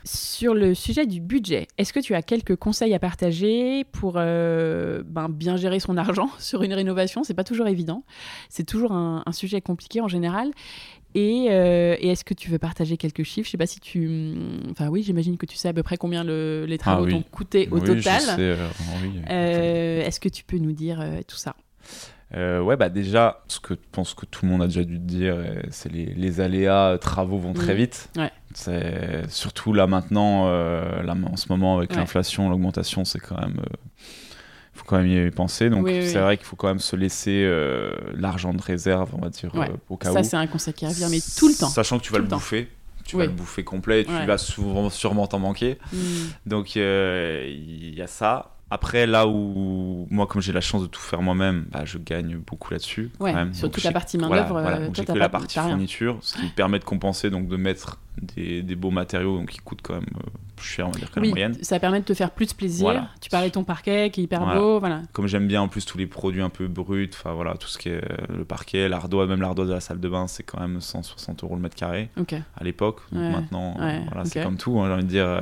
Sur le sujet du budget, est-ce que tu as quelques conseils à partager pour euh, ben, bien gérer son argent sur une rénovation C'est pas toujours évident. C'est toujours un, un sujet compliqué en général. Et, euh, et est-ce que tu veux partager quelques chiffres Je sais pas si tu. hum, Enfin, oui, j'imagine que tu sais à peu près combien le- les travaux Ah oui. t'ont coûté au Oui, je total. sais, euh, oui, exactement. Euh, est-ce que tu peux nous dire euh, tout ça Euh, ouais, bah déjà, ce que je pense que tout le monde a déjà dû te dire, euh, c'est les, les aléas euh, travaux vont très Mhm. vite. Ouais. C'est surtout là maintenant, euh, là, en ce moment avec Ouais. l'inflation, l'augmentation, c'est quand même, euh, faut quand même y penser. Donc Oui, oui, c'est oui. vrai qu'il faut quand même se laisser euh, l'argent de réserve, on va dire, Ouais. euh, au cas Ça, où. c'est un conseil qui revient, mais tout le temps. Sachant que tu vas Tout le le temps. bouffer, tu Oui. vas le bouffer complet, et tu Ouais. vas souvent, sûrement t'en manquer. Hum. Donc euh, il y a ça. Après, là où moi, comme j'ai la chance de tout faire moi-même, bah, je gagne beaucoup là-dessus. quand Ouais, même. sur Donc, toute la j'ai- partie voilà, main-d'œuvre, voilà. euh, Donc, toi, j'ai t'as que pas- la partie t'as rien. fourniture, ce qui me permet de compenser, donc de mettre des, des beaux matériaux donc, qui coûtent quand même euh, plus cher, on va dire, que la Oui, moyenne. ça permet de te faire plus plaisir. Voilà. Tu parlais de ton parquet qui est hyper Voilà. beau, voilà. Comme j'aime bien en plus tous les produits un peu bruts, enfin voilà, tout ce qui est euh, le parquet, l'ardoise, même l'ardoise de la salle de bain, c'est quand même 160 euros le mètre carré. Ok. à l'époque. Donc Ouais, maintenant, euh, ouais, voilà, c'est ok. comme tout, hein, j'ai envie de dire, euh,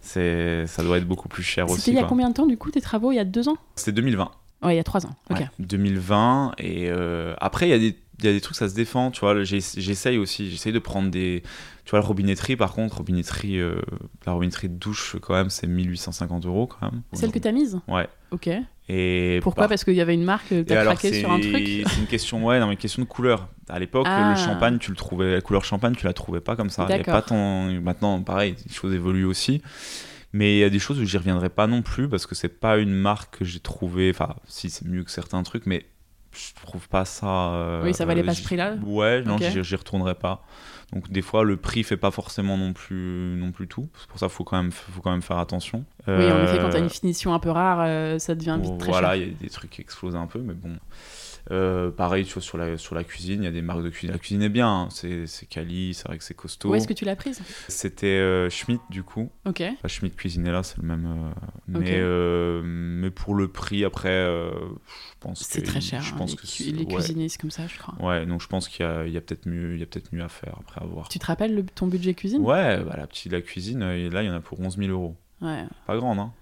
c'est, ça doit être beaucoup plus cher C'était aussi. il y a quoi. combien de temps du coup tes travaux Il y a deux ans C'était 2020. Ouais, il y a trois ans. Ok. ouais, 2020. Et euh, après, il y, a des- il y a des trucs, ça se défend, tu vois. j'ai- J'essaye aussi, j'essaye de prendre des. Tu vois, la robinetterie, par contre, robinetterie, euh, la robinetterie de douche, quand même, c'est 1850 euros quand même. Celle que t'as mise Ouais. Ok. Et Pourquoi par- Parce qu'il y avait une marque, euh, et t'as alors, craqué c'est- sur un truc C'est une question, ouais, non, mais une question de couleur. À l'époque, Ah. le champagne, tu le trouvais, la couleur champagne, tu la trouvais pas comme ça. Il y avait D'accord. pas tant. Maintenant, pareil, les choses évoluent aussi. Mais il y a des choses où j'y reviendrai pas non plus parce que c'est pas une marque que j'ai trouvé. Enfin, si c'est mieux que certains trucs, mais je trouve pas ça. euh, Oui, ça valait euh, pas ce j- prix-là Ouais, non, Ok. j'y- j'y retournerai pas. Donc des fois, le prix fait pas forcément non plus, non plus tout. C'est pour ça, faut quand même, faut quand même faire attention. Oui, en effet, quand t'as Euh, une finition un peu rare, euh, ça devient vite très voilà, cher. il y a des trucs qui explosent un peu, mais bon. Euh, pareil, tu vois, sur la, sur la cuisine, il y a des marques de cuisine. La cuisine est bien, hein. c'est c'est quali, c'est vrai que c'est costaud. Où est-ce que tu l'as prise C'était euh, Schmidt, du coup. Ok. Enfin, Schmidt cuisine est là, c'est le même. euh, mais, Ok. euh, mais pour le prix, après, euh, je pense que. C'est très cher. Je hein, pense les, que cu- c'est- les ouais. cuisiniers, c'est comme ça, je crois. Ouais, donc je pense qu'il y a, il y a peut-être mieux, il y a peut-être mieux à faire après à voir. Tu te rappelles le- ton budget cuisine Ouais, bah, la petite la cuisine, euh, là, il y en a pour 11 000 euros. Ouais. Pas grande, hein.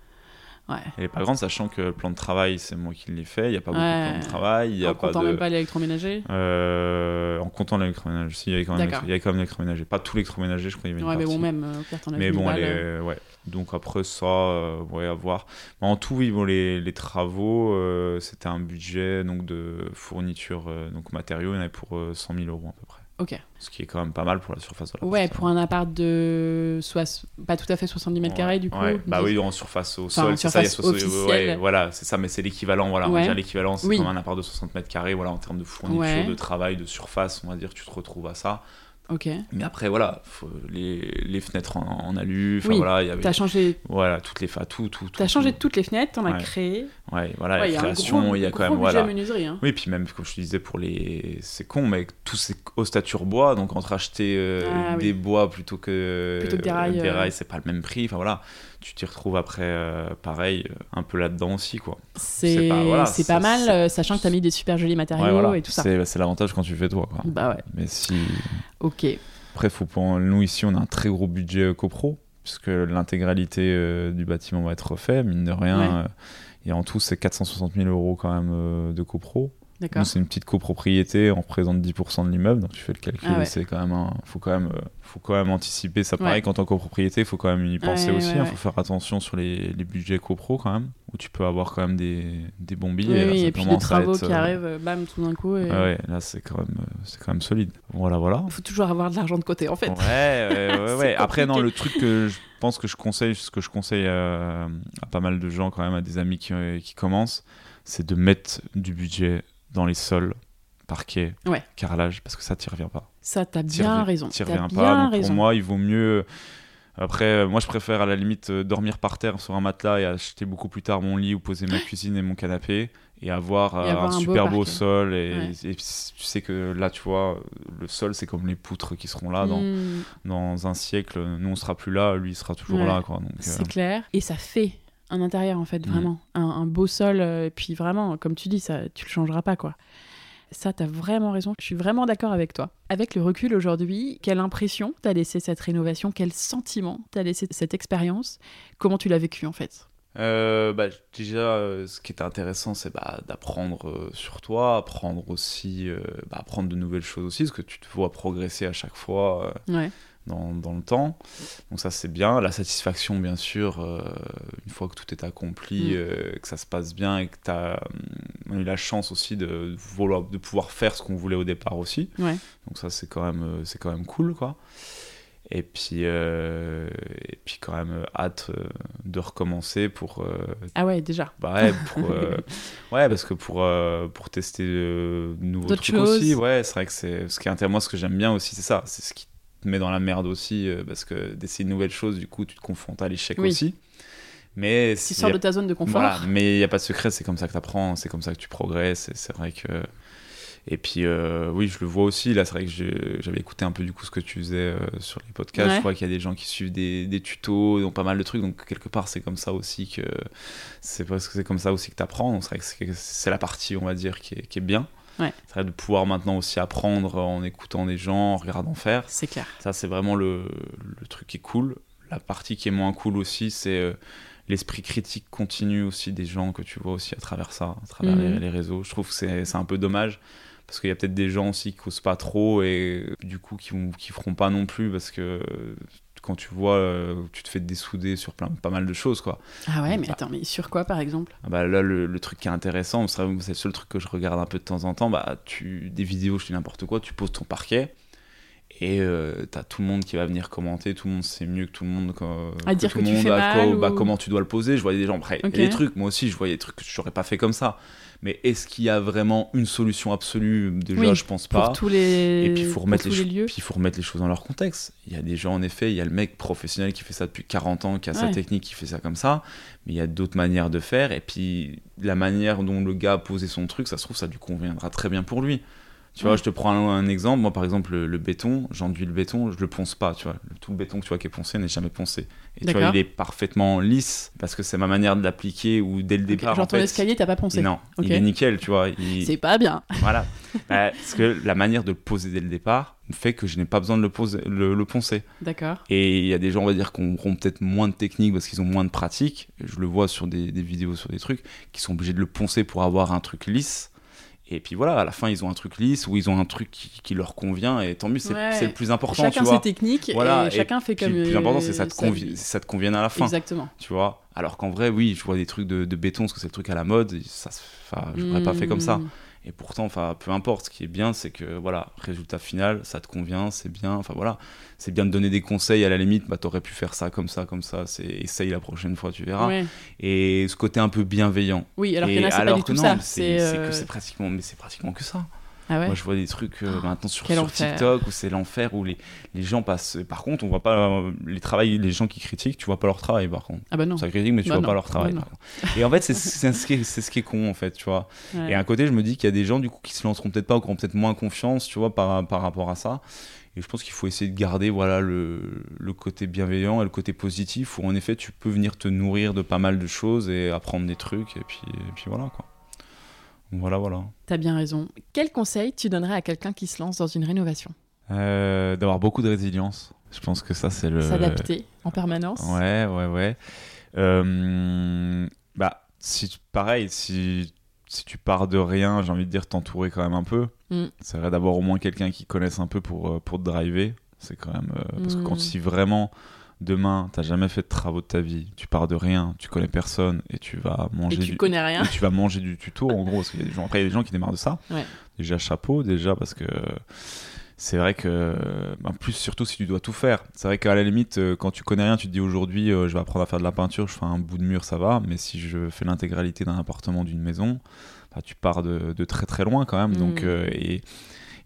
Ouais. Elle est pas grande, sachant que le plan de travail, c'est moi qui l'ai fait. Il n'y a pas Ouais. beaucoup de plan de travail. Il y a en pas comptant de... même pas l'électroménager Euh, en comptant l'électroménager, si, il y avait quand même, D'accord. il y avait quand même l'électroménager. Pas tout l'électroménager, je crois qu'il y avait une Ouais, mais bon, partie. même, euh, au pire, t'en as Mais vu euh. bon, une elle balle. est- ouais. Donc après ça, euh, ouais, à voir. Mais en tout, oui, bon, les, les travaux, euh, c'était un budget donc, de fourniture, euh, donc matériaux, il y en avait pour euh, 100 000 euros à peu près. Ok. Ce qui est quand même pas mal pour la surface de la Ouais, pour un appart de soit pas tout à fait 70 mètres carrés, du coup. Bah dix- oui, en surface au Enfin, en sol, c'est ça, il y a surface 60 ouais, officielle. voilà, c'est ça, mais c'est l'équivalent, voilà, on Ouais. va dire l'équivalent, c'est Oui. comme un appart de 60 mètres carrés, voilà, en termes de fourniture, Ouais. de travail, de surface, on va dire, tu te retrouves à ça. Ok. Mais après, voilà, faut- les, les fenêtres en, en alu, enfin Oui, voilà, il y avait T'as changé voilà, toutes les fa tout, tout, tout. T'as changé toutes les fenêtres, t'en as Ouais. créé. tout. Ouais, voilà, Ouais, la il y a un création, gros- il y a quand gros même. budget Voilà. menuiserie, hein. Oui, puis même, comme je te disais, pour les. C'est con, mais tous ces ostatures bois, donc entre acheter euh, Ah, oui. des bois plutôt que, Plutôt que des rails, euh. c'est pas le même prix. Enfin voilà, tu t'y retrouves après, euh, pareil, euh, un peu là-dedans aussi, quoi. C'est c'est pas- voilà, c'est ça- pas mal, c'est- euh, sachant que t'as mis des super jolis matériaux Ouais, voilà. et tout ça. C'est c'est l'avantage quand tu fais toi, quoi. Bah ouais, Mais si. ok. Après, faut pas... nous, ici, on a un très gros budget euh, copro, puisque l'intégralité euh, du bâtiment va être refait, mine de rien. Ouais. euh, et en tout, c'est 460 000 euros quand même euh, de copro. Nous, D'accord. c'est une petite copropriété, on représente 10% de l'immeuble, donc tu fais le calcul, Ah ouais. c'est quand même un- faut quand même, euh, faut quand même anticiper ça. Ouais. Pareil, quand en copropriété, il faut quand même y penser Ouais, aussi, il ouais, ouais. faut faire attention sur les, les budgets copro quand même, où tu peux avoir quand même des, des bons Oui, billets. là, oui, ça et puis des commence à travaux être, qui euh, Ah arrivent, euh, bam, tout d'un coup. et- ouais, ouais, là, c'est quand même, euh, c'est quand même solide. Voilà, voilà. Faut toujours avoir de l'argent de côté, en fait. Ouais, ouais, ouais, C'est ouais. Après, non, compliqué. le truc que je pense que je conseille, ce que je conseille euh, à pas mal de gens, quand même, à des amis qui, euh, qui commencent, c'est de mettre du budget dans les sols, parquet, Ouais. carrelage, parce que ça, t'y reviens pas. Ça, t'as T'y bien reviens- raison. T'y T'as reviens pas. bien Donc, raison. pour moi, il vaut mieux. Après, euh, moi, je préfère à la limite euh, dormir par terre sur un matelas et acheter beaucoup plus tard mon lit ou poser ma cuisine et mon canapé et avoir, euh, avoir un, un beau super beau, parquet. sol. Et, Ouais. et tu sais que là, tu vois, le sol, c'est comme les poutres qui seront là dans Hmm, dans un siècle, nous on sera plus là, lui il sera toujours Ouais. là quoi. Donc, euh, C'est clair. Et ça fait un intérieur, en fait, Mm. vraiment. Un, un beau sol. euh, Et puis vraiment, comme tu dis, ça, tu le changeras pas, quoi. Ça, t'as vraiment raison. Je suis vraiment d'accord avec toi. Avec le recul aujourd'hui, quelle impression t'as laissé cette rénovation Quel sentiment t'as laissé cette expérience Comment tu l'as vécu, en fait Euh, bah, déjà, euh, ce qui est intéressant, c'est bah, d'apprendre euh, sur toi, apprendre aussi, euh, bah, apprendre de nouvelles choses aussi, parce que tu te vois progresser à chaque fois euh, Ouais. dans, dans le temps. Donc ça c'est bien. La satisfaction, bien sûr, euh, une fois que tout est accompli, Mm. euh, que ça se passe bien et que tu as eu la chance aussi de, vouloir, de pouvoir faire ce qu'on voulait au départ aussi. Ouais. Donc ça c'est quand même euh, c'est quand même cool quoi. Et puis euh, et puis quand même euh, hâte euh, de recommencer pour euh, Ah ouais, déjà. bah ouais, pour, euh, ouais, parce que pour, euh, pour tester de nouveaux D'autres trucs choses. aussi, ouais, c'est vrai que c'est ce qui est intéressant. Moi, ce que j'aime bien aussi, c'est ça. C'est ce qui te met dans la merde aussi, euh, parce que d'essayer de nouvelles choses, du coup, tu te confrontes à l'échec Oui. aussi. Mais Tu si- sors de ta zone de confort. voilà, mais il n'y a pas de secret, c'est comme ça que tu apprends, c'est comme ça que tu progresses, et c'est vrai que. Et puis, euh, oui, je le vois aussi, là, c'est vrai que j'ai- j'avais écouté un peu du coup ce que tu faisais euh, sur les podcasts. Ouais. Je vois qu'il y a des gens qui suivent des, des tutos, ils ont pas mal de trucs, donc quelque part, c'est comme ça aussi que. C'est parce que c'est comme ça aussi que tu apprends, donc c'est vrai que c'est- c'est la partie, on va dire, qui est, qui est bien. Ouais. C'est vrai de pouvoir maintenant aussi apprendre en écoutant des gens, en regardant faire. C'est clair. Ça, c'est vraiment le, le truc qui est cool. La partie qui est moins cool aussi, c'est euh, l'esprit critique continu aussi des gens que tu vois aussi à travers ça, à travers Mhm. les, les réseaux. Je trouve que c'est c'est un peu dommage parce qu'il y a peut-être des gens aussi qui causent pas trop et euh, du coup qui, vont- qui feront pas non plus parce que euh, quand tu vois, euh, tu te fais dessouder sur plein, pas mal de choses quoi. Ah ouais, mais Bah. attends, mais sur quoi, par exemple Ah bah là, le, le truc qui est intéressant, c'est vrai que c'est le seul truc que je regarde un peu de temps en temps, bah, tu, des vidéos, je dis n'importe quoi, tu poses ton parquet et euh, t'as tout le monde qui va venir commenter, tout le monde sait mieux que tout le monde. quoi, À dire tout que le tu monde, fais à mal quoi- bah, ou- comment tu dois le poser. Je voyais des gens, après, il y a Ok. des trucs, moi aussi, je voyais des trucs que je n'aurais pas fait comme ça. Mais est-ce qu'il y a vraiment une solution absolue Déjà, Oui, je pense Pour pas. tous les. Et puis il faut pour remettre les, tous cho- lieux. puis, il faut remettre les choses dans leur contexte. Il y a des gens en effet, il y a le mec professionnel qui fait ça depuis 40 ans, qui a sa Ouais. technique, qui fait ça comme ça, mais il y a d'autres manières de faire et puis la manière dont le gars a posé son truc, ça se trouve ça lui conviendra très bien pour lui. Tu vois, Ouais. je te prends un, un exemple, moi par exemple le, le béton, j'enduis le béton, je le ponce pas, tu vois. Le- Tout le béton que tu vois qui est poncé n'est jamais poncé. Et tu vois, D'accord. il est parfaitement lisse parce que c'est ma manière de l'appliquer ou dès le Ok, départ Genre en ton fait. escalier, t'as pas pensé. Non, Ok. il est nickel, tu vois. Il, C'est pas bien. voilà. Bah, parce que la manière de le poser dès le départ fait que je n'ai pas besoin de le, poser, le, le poncer. D'accord. Et il y a des gens, on va dire, qui auront peut-être moins de technique parce qu'ils ont moins de pratique. Je le vois sur des, des vidéos, sur des trucs, qui sont obligés de le poncer pour avoir un truc lisse. Et puis voilà, à la fin, ils ont un truc lisse ou ils ont un truc qui, qui leur convient. Et tant mieux, c'est Ouais. c'est le plus important, chacun tu ses vois. techniques Voilà, et et chacun fait Puis comme. le plus important, c'est que ça euh, te, sa convie- vie. ça te convienne à la fin Exactement. tu vois. Alors qu'en vrai, oui, je vois des trucs de, de béton, parce que c'est le truc à la mode, ça, se- enfin, j'aurais pas fait comme ça. Mm. Et pourtant, enfin, peu importe, ce qui est bien, c'est que, voilà, résultat final, ça te convient, c'est bien, enfin voilà, c'est bien de donner des conseils, à la limite, bah, t'aurais pu faire ça, comme ça, comme ça, c'est essaye la prochaine fois, tu verras. Ouais. Et ce côté un peu bienveillant. Oui, alors Et qu'il y en a, c'est pas alors du que tout non, ça. c'est c'est que euh, c'est pratiquement, mais c'est pratiquement que ça. Ah ouais Ah, Moi, je vois des trucs euh, maintenant sur, quel sur enfer. TikTok où c'est l'enfer, où les, les gens passent. Par contre, on voit pas euh, les, travails, les gens qui critiquent, tu vois pas leur travail par contre. Ah bah non. Ça critique, mais tu Bah vois non. pas leur travail. Bah non. par contre. Et en fait, c'est c'est ce, qui est- c'est ce qui est con, en fait, tu vois. Ouais. Et à un côté, je me dis qu'il y a des gens, du coup, qui se lanceront peut-être pas ou qui auront peut-être moins confiance, tu vois, par, par rapport à ça. Et je pense qu'il faut essayer de garder, voilà, le, le côté bienveillant et le côté positif où, en effet, tu peux venir te nourrir de pas mal de choses et apprendre des trucs. Et puis, et puis voilà, quoi. Voilà, voilà. T'as bien raison. Quel conseil tu donnerais à quelqu'un qui se lance dans une rénovation Euh, D'avoir beaucoup de résilience. Je pense que ça, c'est le. S'adapter en permanence Euh, Ouais, ouais, ouais. Euh, bah, si tu- pareil, si, si tu pars de rien, j'ai envie de dire t'entourer quand même un peu. Mm. C'est vrai d'avoir au moins quelqu'un qui connaisse un peu pour, euh, pour te driver. C'est quand même. euh, parce que Mm. quand si vraiment demain, t'as jamais fait de travaux de ta vie, tu pars de rien, tu connais personne et tu vas et manger tu du. connais rien. et tu vas manger du tuto en gros parce qu'il y a des gens- après il y a des gens qui démarrent de ça Ouais. déjà chapeau déjà parce que c'est vrai que euh, en plus surtout si tu dois tout faire c'est vrai qu'à la limite euh, quand tu connais rien tu te dis aujourd'hui euh, je vais apprendre à faire de la peinture je fais un bout de mur ça va mais si je fais l'intégralité d'un appartement d'une maison bah, tu pars de, de très très loin quand même donc Mhm. euh, et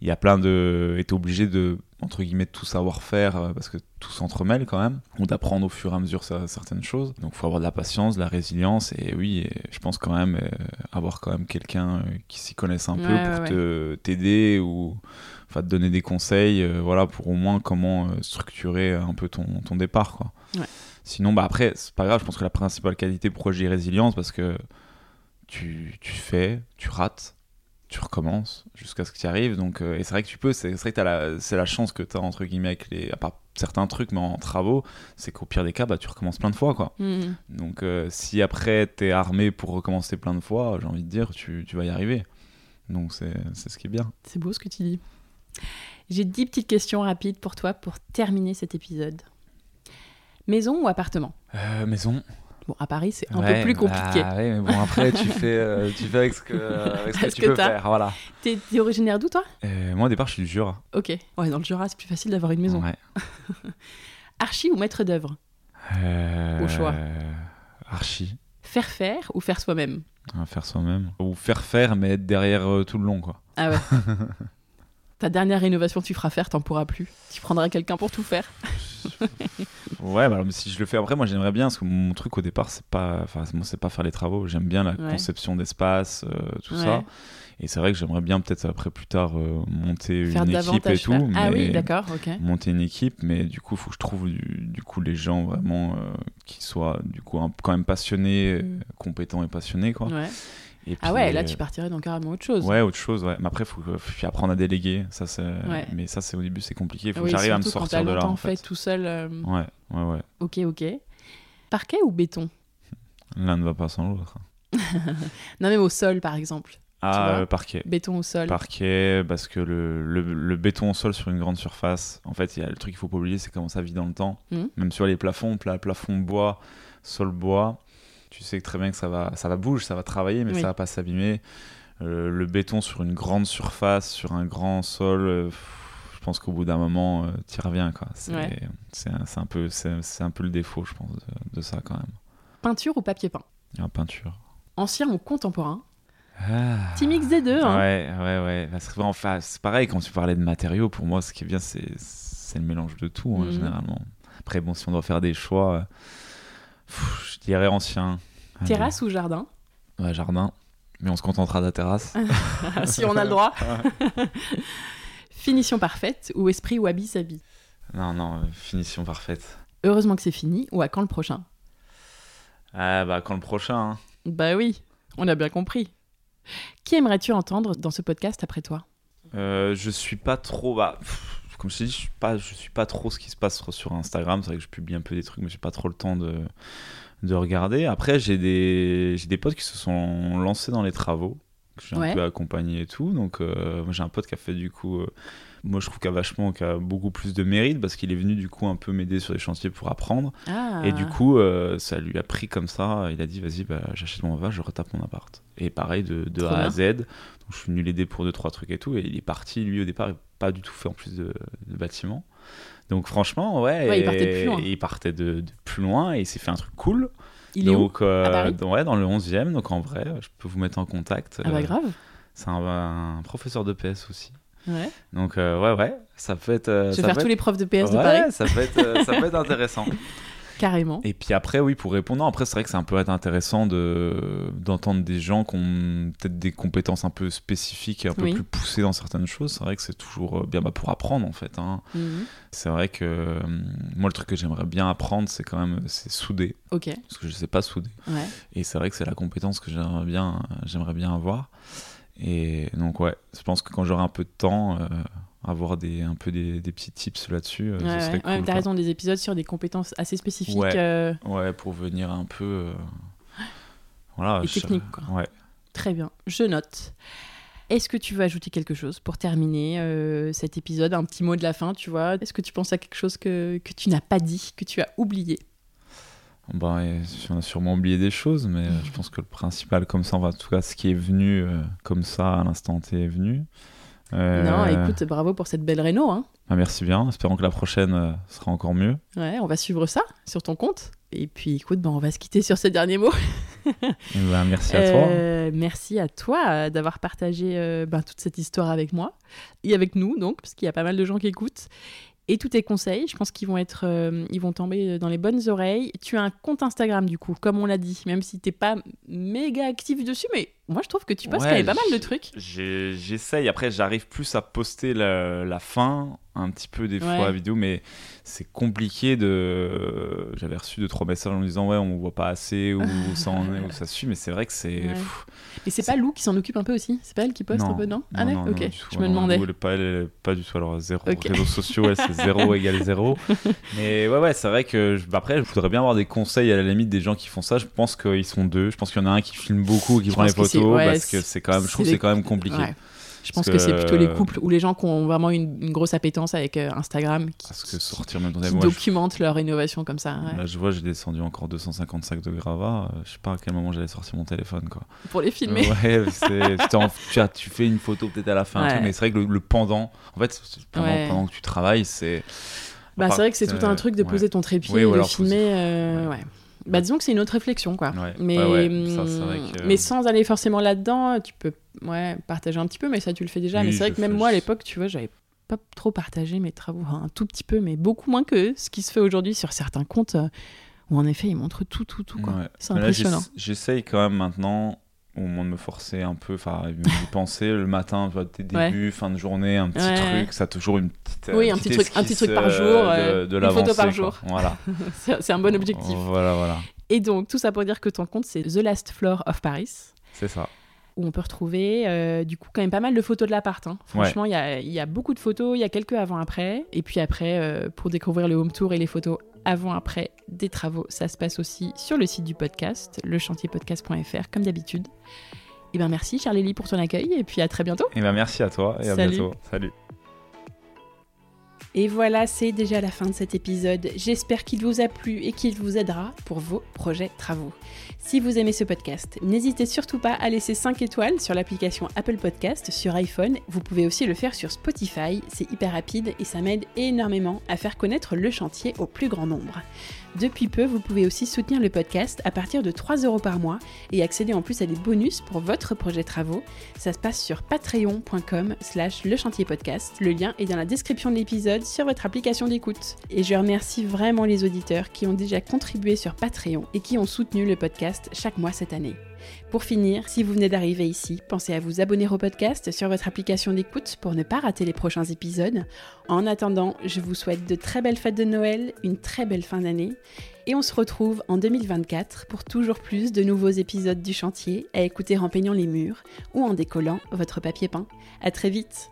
il y a plein de et t'es obligé de entre guillemets tout savoir faire euh, parce que tout s'entremêle quand même ou d'apprendre au fur et à mesure ça- certaines choses donc faut avoir de la patience de la résilience et oui et je pense quand même euh, avoir quand même quelqu'un euh, qui s'y connaisse un peu Ouais, pour ouais, te t'aider ou enfin te donner des conseils euh, voilà pour au moins comment euh, structurer un peu ton, ton départ quoi Ouais. sinon bah après c'est pas grave je pense que la principale qualité pourquoi j'ai résilience parce que tu, tu fais tu rates tu recommences jusqu'à ce que tu arrives. Donc, euh, et c'est vrai que tu peux, c'est c'est vrai que t'as la, c'est la chance que tu as, entre guillemets, avec les, à part certains trucs, mais en travaux, c'est qu'au pire des cas, bah, tu recommences plein de fois. quoi. Mhm. Donc euh, si après, tu es armé pour recommencer plein de fois, j'ai envie de dire, tu, tu vas y arriver. Donc c'est c'est ce qui est bien. C'est beau ce que tu dis. J'ai dix petites questions rapides pour toi pour terminer cet épisode. Maison ou appartement Euh, maison. bah, Bon, à Paris, c'est un peu plus compliqué. mais bon, après, tu fais, euh, tu fais avec ce que, ce que Avec ce tu que peux t'as. faire, Voilà. T'es t'es originaire d'où, toi Euh, moi, au départ, je suis du Jura. Ok. Ouais, dans le Jura, c'est plus facile d'avoir une maison. Ouais. Archi ou maître d'œuvre Euh, Au choix. Archi. Faire faire ou faire soi-même À faire soi-même. Ou faire faire, mais être derrière euh, tout le long, quoi. Ah ouais. Ta dernière rénovation, que tu feras faire, t'en pourras plus. Tu prendras quelqu'un pour tout faire. ouais, bah, alors, mais si je le fais après, moi j'aimerais bien, parce que mon truc au départ, c'est pas, enfin, moi c'est pas faire les travaux. J'aime bien la Ouais. conception d'espace, euh, tout Ouais. ça. Et c'est vrai que j'aimerais bien peut-être après plus tard euh, monter Faire une équipe et davantage. tout. faire- Ah mais- oui, d'accord, ok. monter une équipe, mais du coup, il faut que je trouve du, du coup les gens vraiment euh, qui soient du coup un- quand même passionnés, euh, compétents et passionnés quoi. Mm. Ouais. Et Ah ouais, puis, là euh, tu partirais dans carrément autre chose. Ouais, autre chose, ouais. Mais après, faut, que- faut apprendre à déléguer. Ça, c'est... Ouais. Mais ça, c'est au début, c'est compliqué. Il faut Oui, que j'arrive à me surtout quand sortir t'as de là, longtemps en fait. tout seul. euh, Ouais, ouais, ouais. Ok, ok. Parquet ou béton L'un ne va pas sans l'autre. Non, mais au sol, par exemple. Ah, vois euh, parquet. Béton au sol. Parquet, parce que le, le- le béton au sol sur une grande surface, en fait, il y a le truc qu'il faut pas oublier, c'est comment ça vit dans le temps. Mhm. Même sur les plafonds, pla- plafond bois, sol bois, tu sais très bien que ça va, ça va bouger, ça va travailler, mais Oui. ça va pas s'abîmer. Euh, le béton sur une grande surface, sur un grand sol, euh, pff, je pense qu'au bout d'un moment, tu y reviens. quoi. C'est Ouais. c'est un, c'est un peu, c'est- c'est un peu le défaut, je pense, de, de ça quand même. Peinture ou papier peint La peinture. Ancien ou contemporain Ah. Petit mix des deux. hein. Ouais, ouais, ouais. Parce que, enfin, c'est pareil, quand tu parlais de matériaux, pour moi, ce qui est bien, c'est, c'est le mélange de tout, hein, Mhm. généralement. Après, bon, si on doit faire des choix, euh, pff, je dirais ancien. Allez. Terrasse ou jardin Ouais, jardin. Mais on se contentera de la terrasse. Ah, Si on a le droit. Finition parfaite ou esprit wabi sabi non, non, euh, finition parfaite. Heureusement que c'est fini ou à quand le prochain Ah, bah, quand le prochain hein. Bah oui, on a bien compris. Qui aimerais-tu entendre dans ce podcast après toi Euh, Je suis pas trop. Bah, pff, comme je t'ai dit, je suis, pas, je suis pas trop ce qui se passe sur- sur Instagram. C'est vrai que je publie un peu des trucs, mais j'ai pas trop le temps de, de regarder. Après, j'ai des, j'ai des potes qui se sont lancés dans les travaux, que j'ai Ouais. un peu accompagné et tout. Donc, euh, moi, j'ai un pote qui a fait du coup. euh, moi, je trouve qu'il a vachement, qui a beaucoup plus de mérite parce qu'il est venu du coup un peu m'aider sur les chantiers pour apprendre. Ah. Et du coup, euh, ça lui a pris comme ça. Il a dit, vas-y, bah, j'achète mon va, je retape mon appart. Et pareil, de, de Trop A à Z. Donc, je suis venu l'aider pour deux, trois trucs et tout. Et il est parti, lui, au départ, il n'a pas du tout fait en plus de, de bâtiment. Donc, franchement, ouais. Ouais, il partait de plus loin. et Il partait de, de plus loin et il s'est fait un truc cool. Il est où Ah bah donc, euh, Paris dans, ouais, dans le 11e. Donc, en vrai, je peux vous mettre en contact. Ah bah Euh, grave. C'est un, un professeur de PS aussi. Ouais. Donc, euh, ouais, ouais, ça peut être. euh, Je ça vais faire peut tous les profs de PS être- de Ouais, Paris, ça peut être, euh, ça peut être intéressant. carrément. Et puis après, oui, pour répondre, non, après, c'est vrai que ça peut être intéressant de, d'entendre des gens qui ont peut-être des compétences un peu spécifiques, un peu Oui. plus poussées dans certaines choses. C'est vrai que c'est toujours euh, bien bah, pour apprendre, en fait. hein. Mhm. C'est vrai que euh, moi, le truc que j'aimerais bien apprendre, c'est quand même c'est souder, Ok, parce que je sais pas souder. ouais. Et c'est vrai que c'est la compétence que j'aimerais bien, j'aimerais bien avoir. Et donc, ouais, je pense que quand j'aurai un peu de temps, euh, avoir des, un peu des, des petits tips là-dessus, euh, Ouais, ce ouais. serait Ouais, cool. mais quoi. T'as raison, des épisodes sur des compétences assez spécifiques Ouais. euh, Ouais, pour venir un peu. euh, Voilà. et Ah, je- techniques. quoi. Ouais. Très bien, je note. Est-ce que tu veux ajouter quelque chose pour terminer euh, cet épisode Un petit mot de la fin, tu vois Est-ce que tu penses à quelque chose que, que tu n'as pas dit, que tu as oublié Bah, et on a sûrement oublié des choses, mais euh, je pense que le principal, comme ça, enfin, en tout cas, ce qui est venu euh, comme ça à l'instant T est venu. Euh, Non, écoute, bravo pour cette belle réno. Hein. bah, merci bien. Espérons que la prochaine euh, sera encore mieux. Ouais, on va suivre ça sur ton compte. Et puis, écoute, ben, on va se quitter sur ces derniers mots. Et bah, merci à toi. Euh, merci à toi euh, d'avoir partagé euh, ben, toute cette histoire avec moi et avec nous, donc, parce qu'il y a pas mal de gens qui écoutent. Et tous tes conseils, je pense qu'ils vont être, euh, ils vont tomber dans les bonnes oreilles. Tu as un compte Instagram du coup, comme on l'a dit, même si t'es pas méga actif dessus, mais moi je trouve que tu postes Ouais, quand même pas mal de j'ai- trucs. J'ai- J'essaye. Après, j'arrive plus à poster la, la fin, un petit peu des Ouais. fois la vidéo, mais c'est compliqué de. J'avais reçu deux trois messages en me disant ouais, on voit pas assez ou ça en est ou ça suit, mais c'est vrai que c'est. Ouais. pff, Et c'est pas Lou qui s'en occupe un peu aussi, c'est pas elle qui poste un peu, non Ah ouais, ok. du tout. je me Non, demandais. nous, elle est pas, elle est pas du tout. Alors, zéro. Ok. Réseaux sociaux, ouais, c'est zéro égale zéro. Mais ouais, ouais, c'est vrai que je- bah, après, je voudrais bien avoir des conseils à la limite des gens qui font ça. Je pense qu'ils sont deux. Je pense qu'il y en a un qui filme beaucoup, qui Je prend les pense que photos, c'est- ouais, parce que c'est quand même, je c'est trouve que des- c'est quand même compliqué. Ouais. Je pense Parce que, c'est plutôt que- les couples ou les gens qui ont vraiment une, une grosse appétence avec euh, Instagram qui, Parce que sortir même dans des qui moi, je- documentent leur rénovation comme ça. ouais. Là, je vois, j'ai descendu encore 250 sacs de gravats. Euh, Je sais pas à quel moment j'allais sortir mon téléphone, quoi. Euh, Pour les filmer. Ouais, c'est- c'était en- tu, as- tu fais une photo peut-être à la fin, un Ouais. truc, mais c'est vrai que le, le pendant, en fait, c'est- pendant, Ouais. pendant que tu travailles, c'est. Bah, Par- euh, c'est vrai que c'est tout un truc de ouais. poser ton trépied Oui, et ou de alors faut se- filmer. euh, ouais. ouais. Bah, disons que c'est une autre réflexion, quoi. Ouais, Mais, hum, ouais, ouais, ça, c'est vrai que- mais sans aller forcément là-dedans, tu peux ouais, partager un petit peu, mais ça, tu le fais déjà. Oui, mais c'est vrai je que même fais- moi, à l'époque, tu vois, j'avais pas trop partagé mes travaux, enfin, un tout petit peu, mais beaucoup moins que ce qui se fait aujourd'hui sur certains comptes euh, où, en effet, ils montrent tout, tout, tout, quoi. Ouais. C'est Mais là, j'ess- impressionnant. J'essaye quand même maintenant, au moment de me forcer un peu, enfin, d'y penser le matin, tu vois, tes Ouais. débuts, fin de journée, un petit Ouais, ouais. truc, ça a toujours une petite. euh, Oui, un petit truc- un petit esquisse, truc par euh, jour, de- euh, de une photo l'avancée, par quoi. jour. Voilà. c'est c'est un bon objectif. Voilà, voilà. Et donc, tout ça pour dire que ton compte, c'est The Last Floor of Paris. C'est ça. où on peut retrouver euh, du coup quand même pas mal de photos de l'appart. hein. Franchement, il y a- il y, a beaucoup de photos, il y a quelques avant-après. Et puis après, euh, pour découvrir le home tour et les photos avant-après des travaux, ça se passe aussi sur le site du podcast, lechantierpodcast.fr, comme d'habitude. Et bien merci Charlélie pour ton accueil et puis à très bientôt. Et ben merci à toi et à Salut. bientôt. Salut. Et voilà, c'est déjà la fin de cet épisode. J'espère qu'il vous a plu et qu'il vous aidera pour vos projets travaux. Si vous aimez ce podcast, n'hésitez surtout pas à laisser 5 étoiles sur l'application Apple Podcast sur iPhone. Vous pouvez aussi le faire sur Spotify, c'est hyper rapide et ça m'aide énormément à faire connaître le chantier au plus grand nombre. Depuis peu, vous pouvez aussi soutenir le podcast à partir de 3 euros par mois et accéder en plus à des bonus pour votre projet travaux ça se passe sur patreon.com slash le chantier podcast. Le lien est dans la description de l'épisode sur votre application d'écoute. Et je remercie vraiment les auditeurs qui ont déjà contribué sur Patreon et qui ont soutenu le podcast chaque mois cette année. Pour finir, si vous venez d'arriver ici, pensez à vous abonner au podcast sur votre application d'écoute pour ne pas rater les prochains épisodes. En attendant, je vous souhaite de très belles fêtes de Noël, une très belle fin d'année et on se retrouve en 2024 pour toujours plus de nouveaux épisodes du chantier à écouter en peignant les murs ou en décollant votre papier peint. À très vite!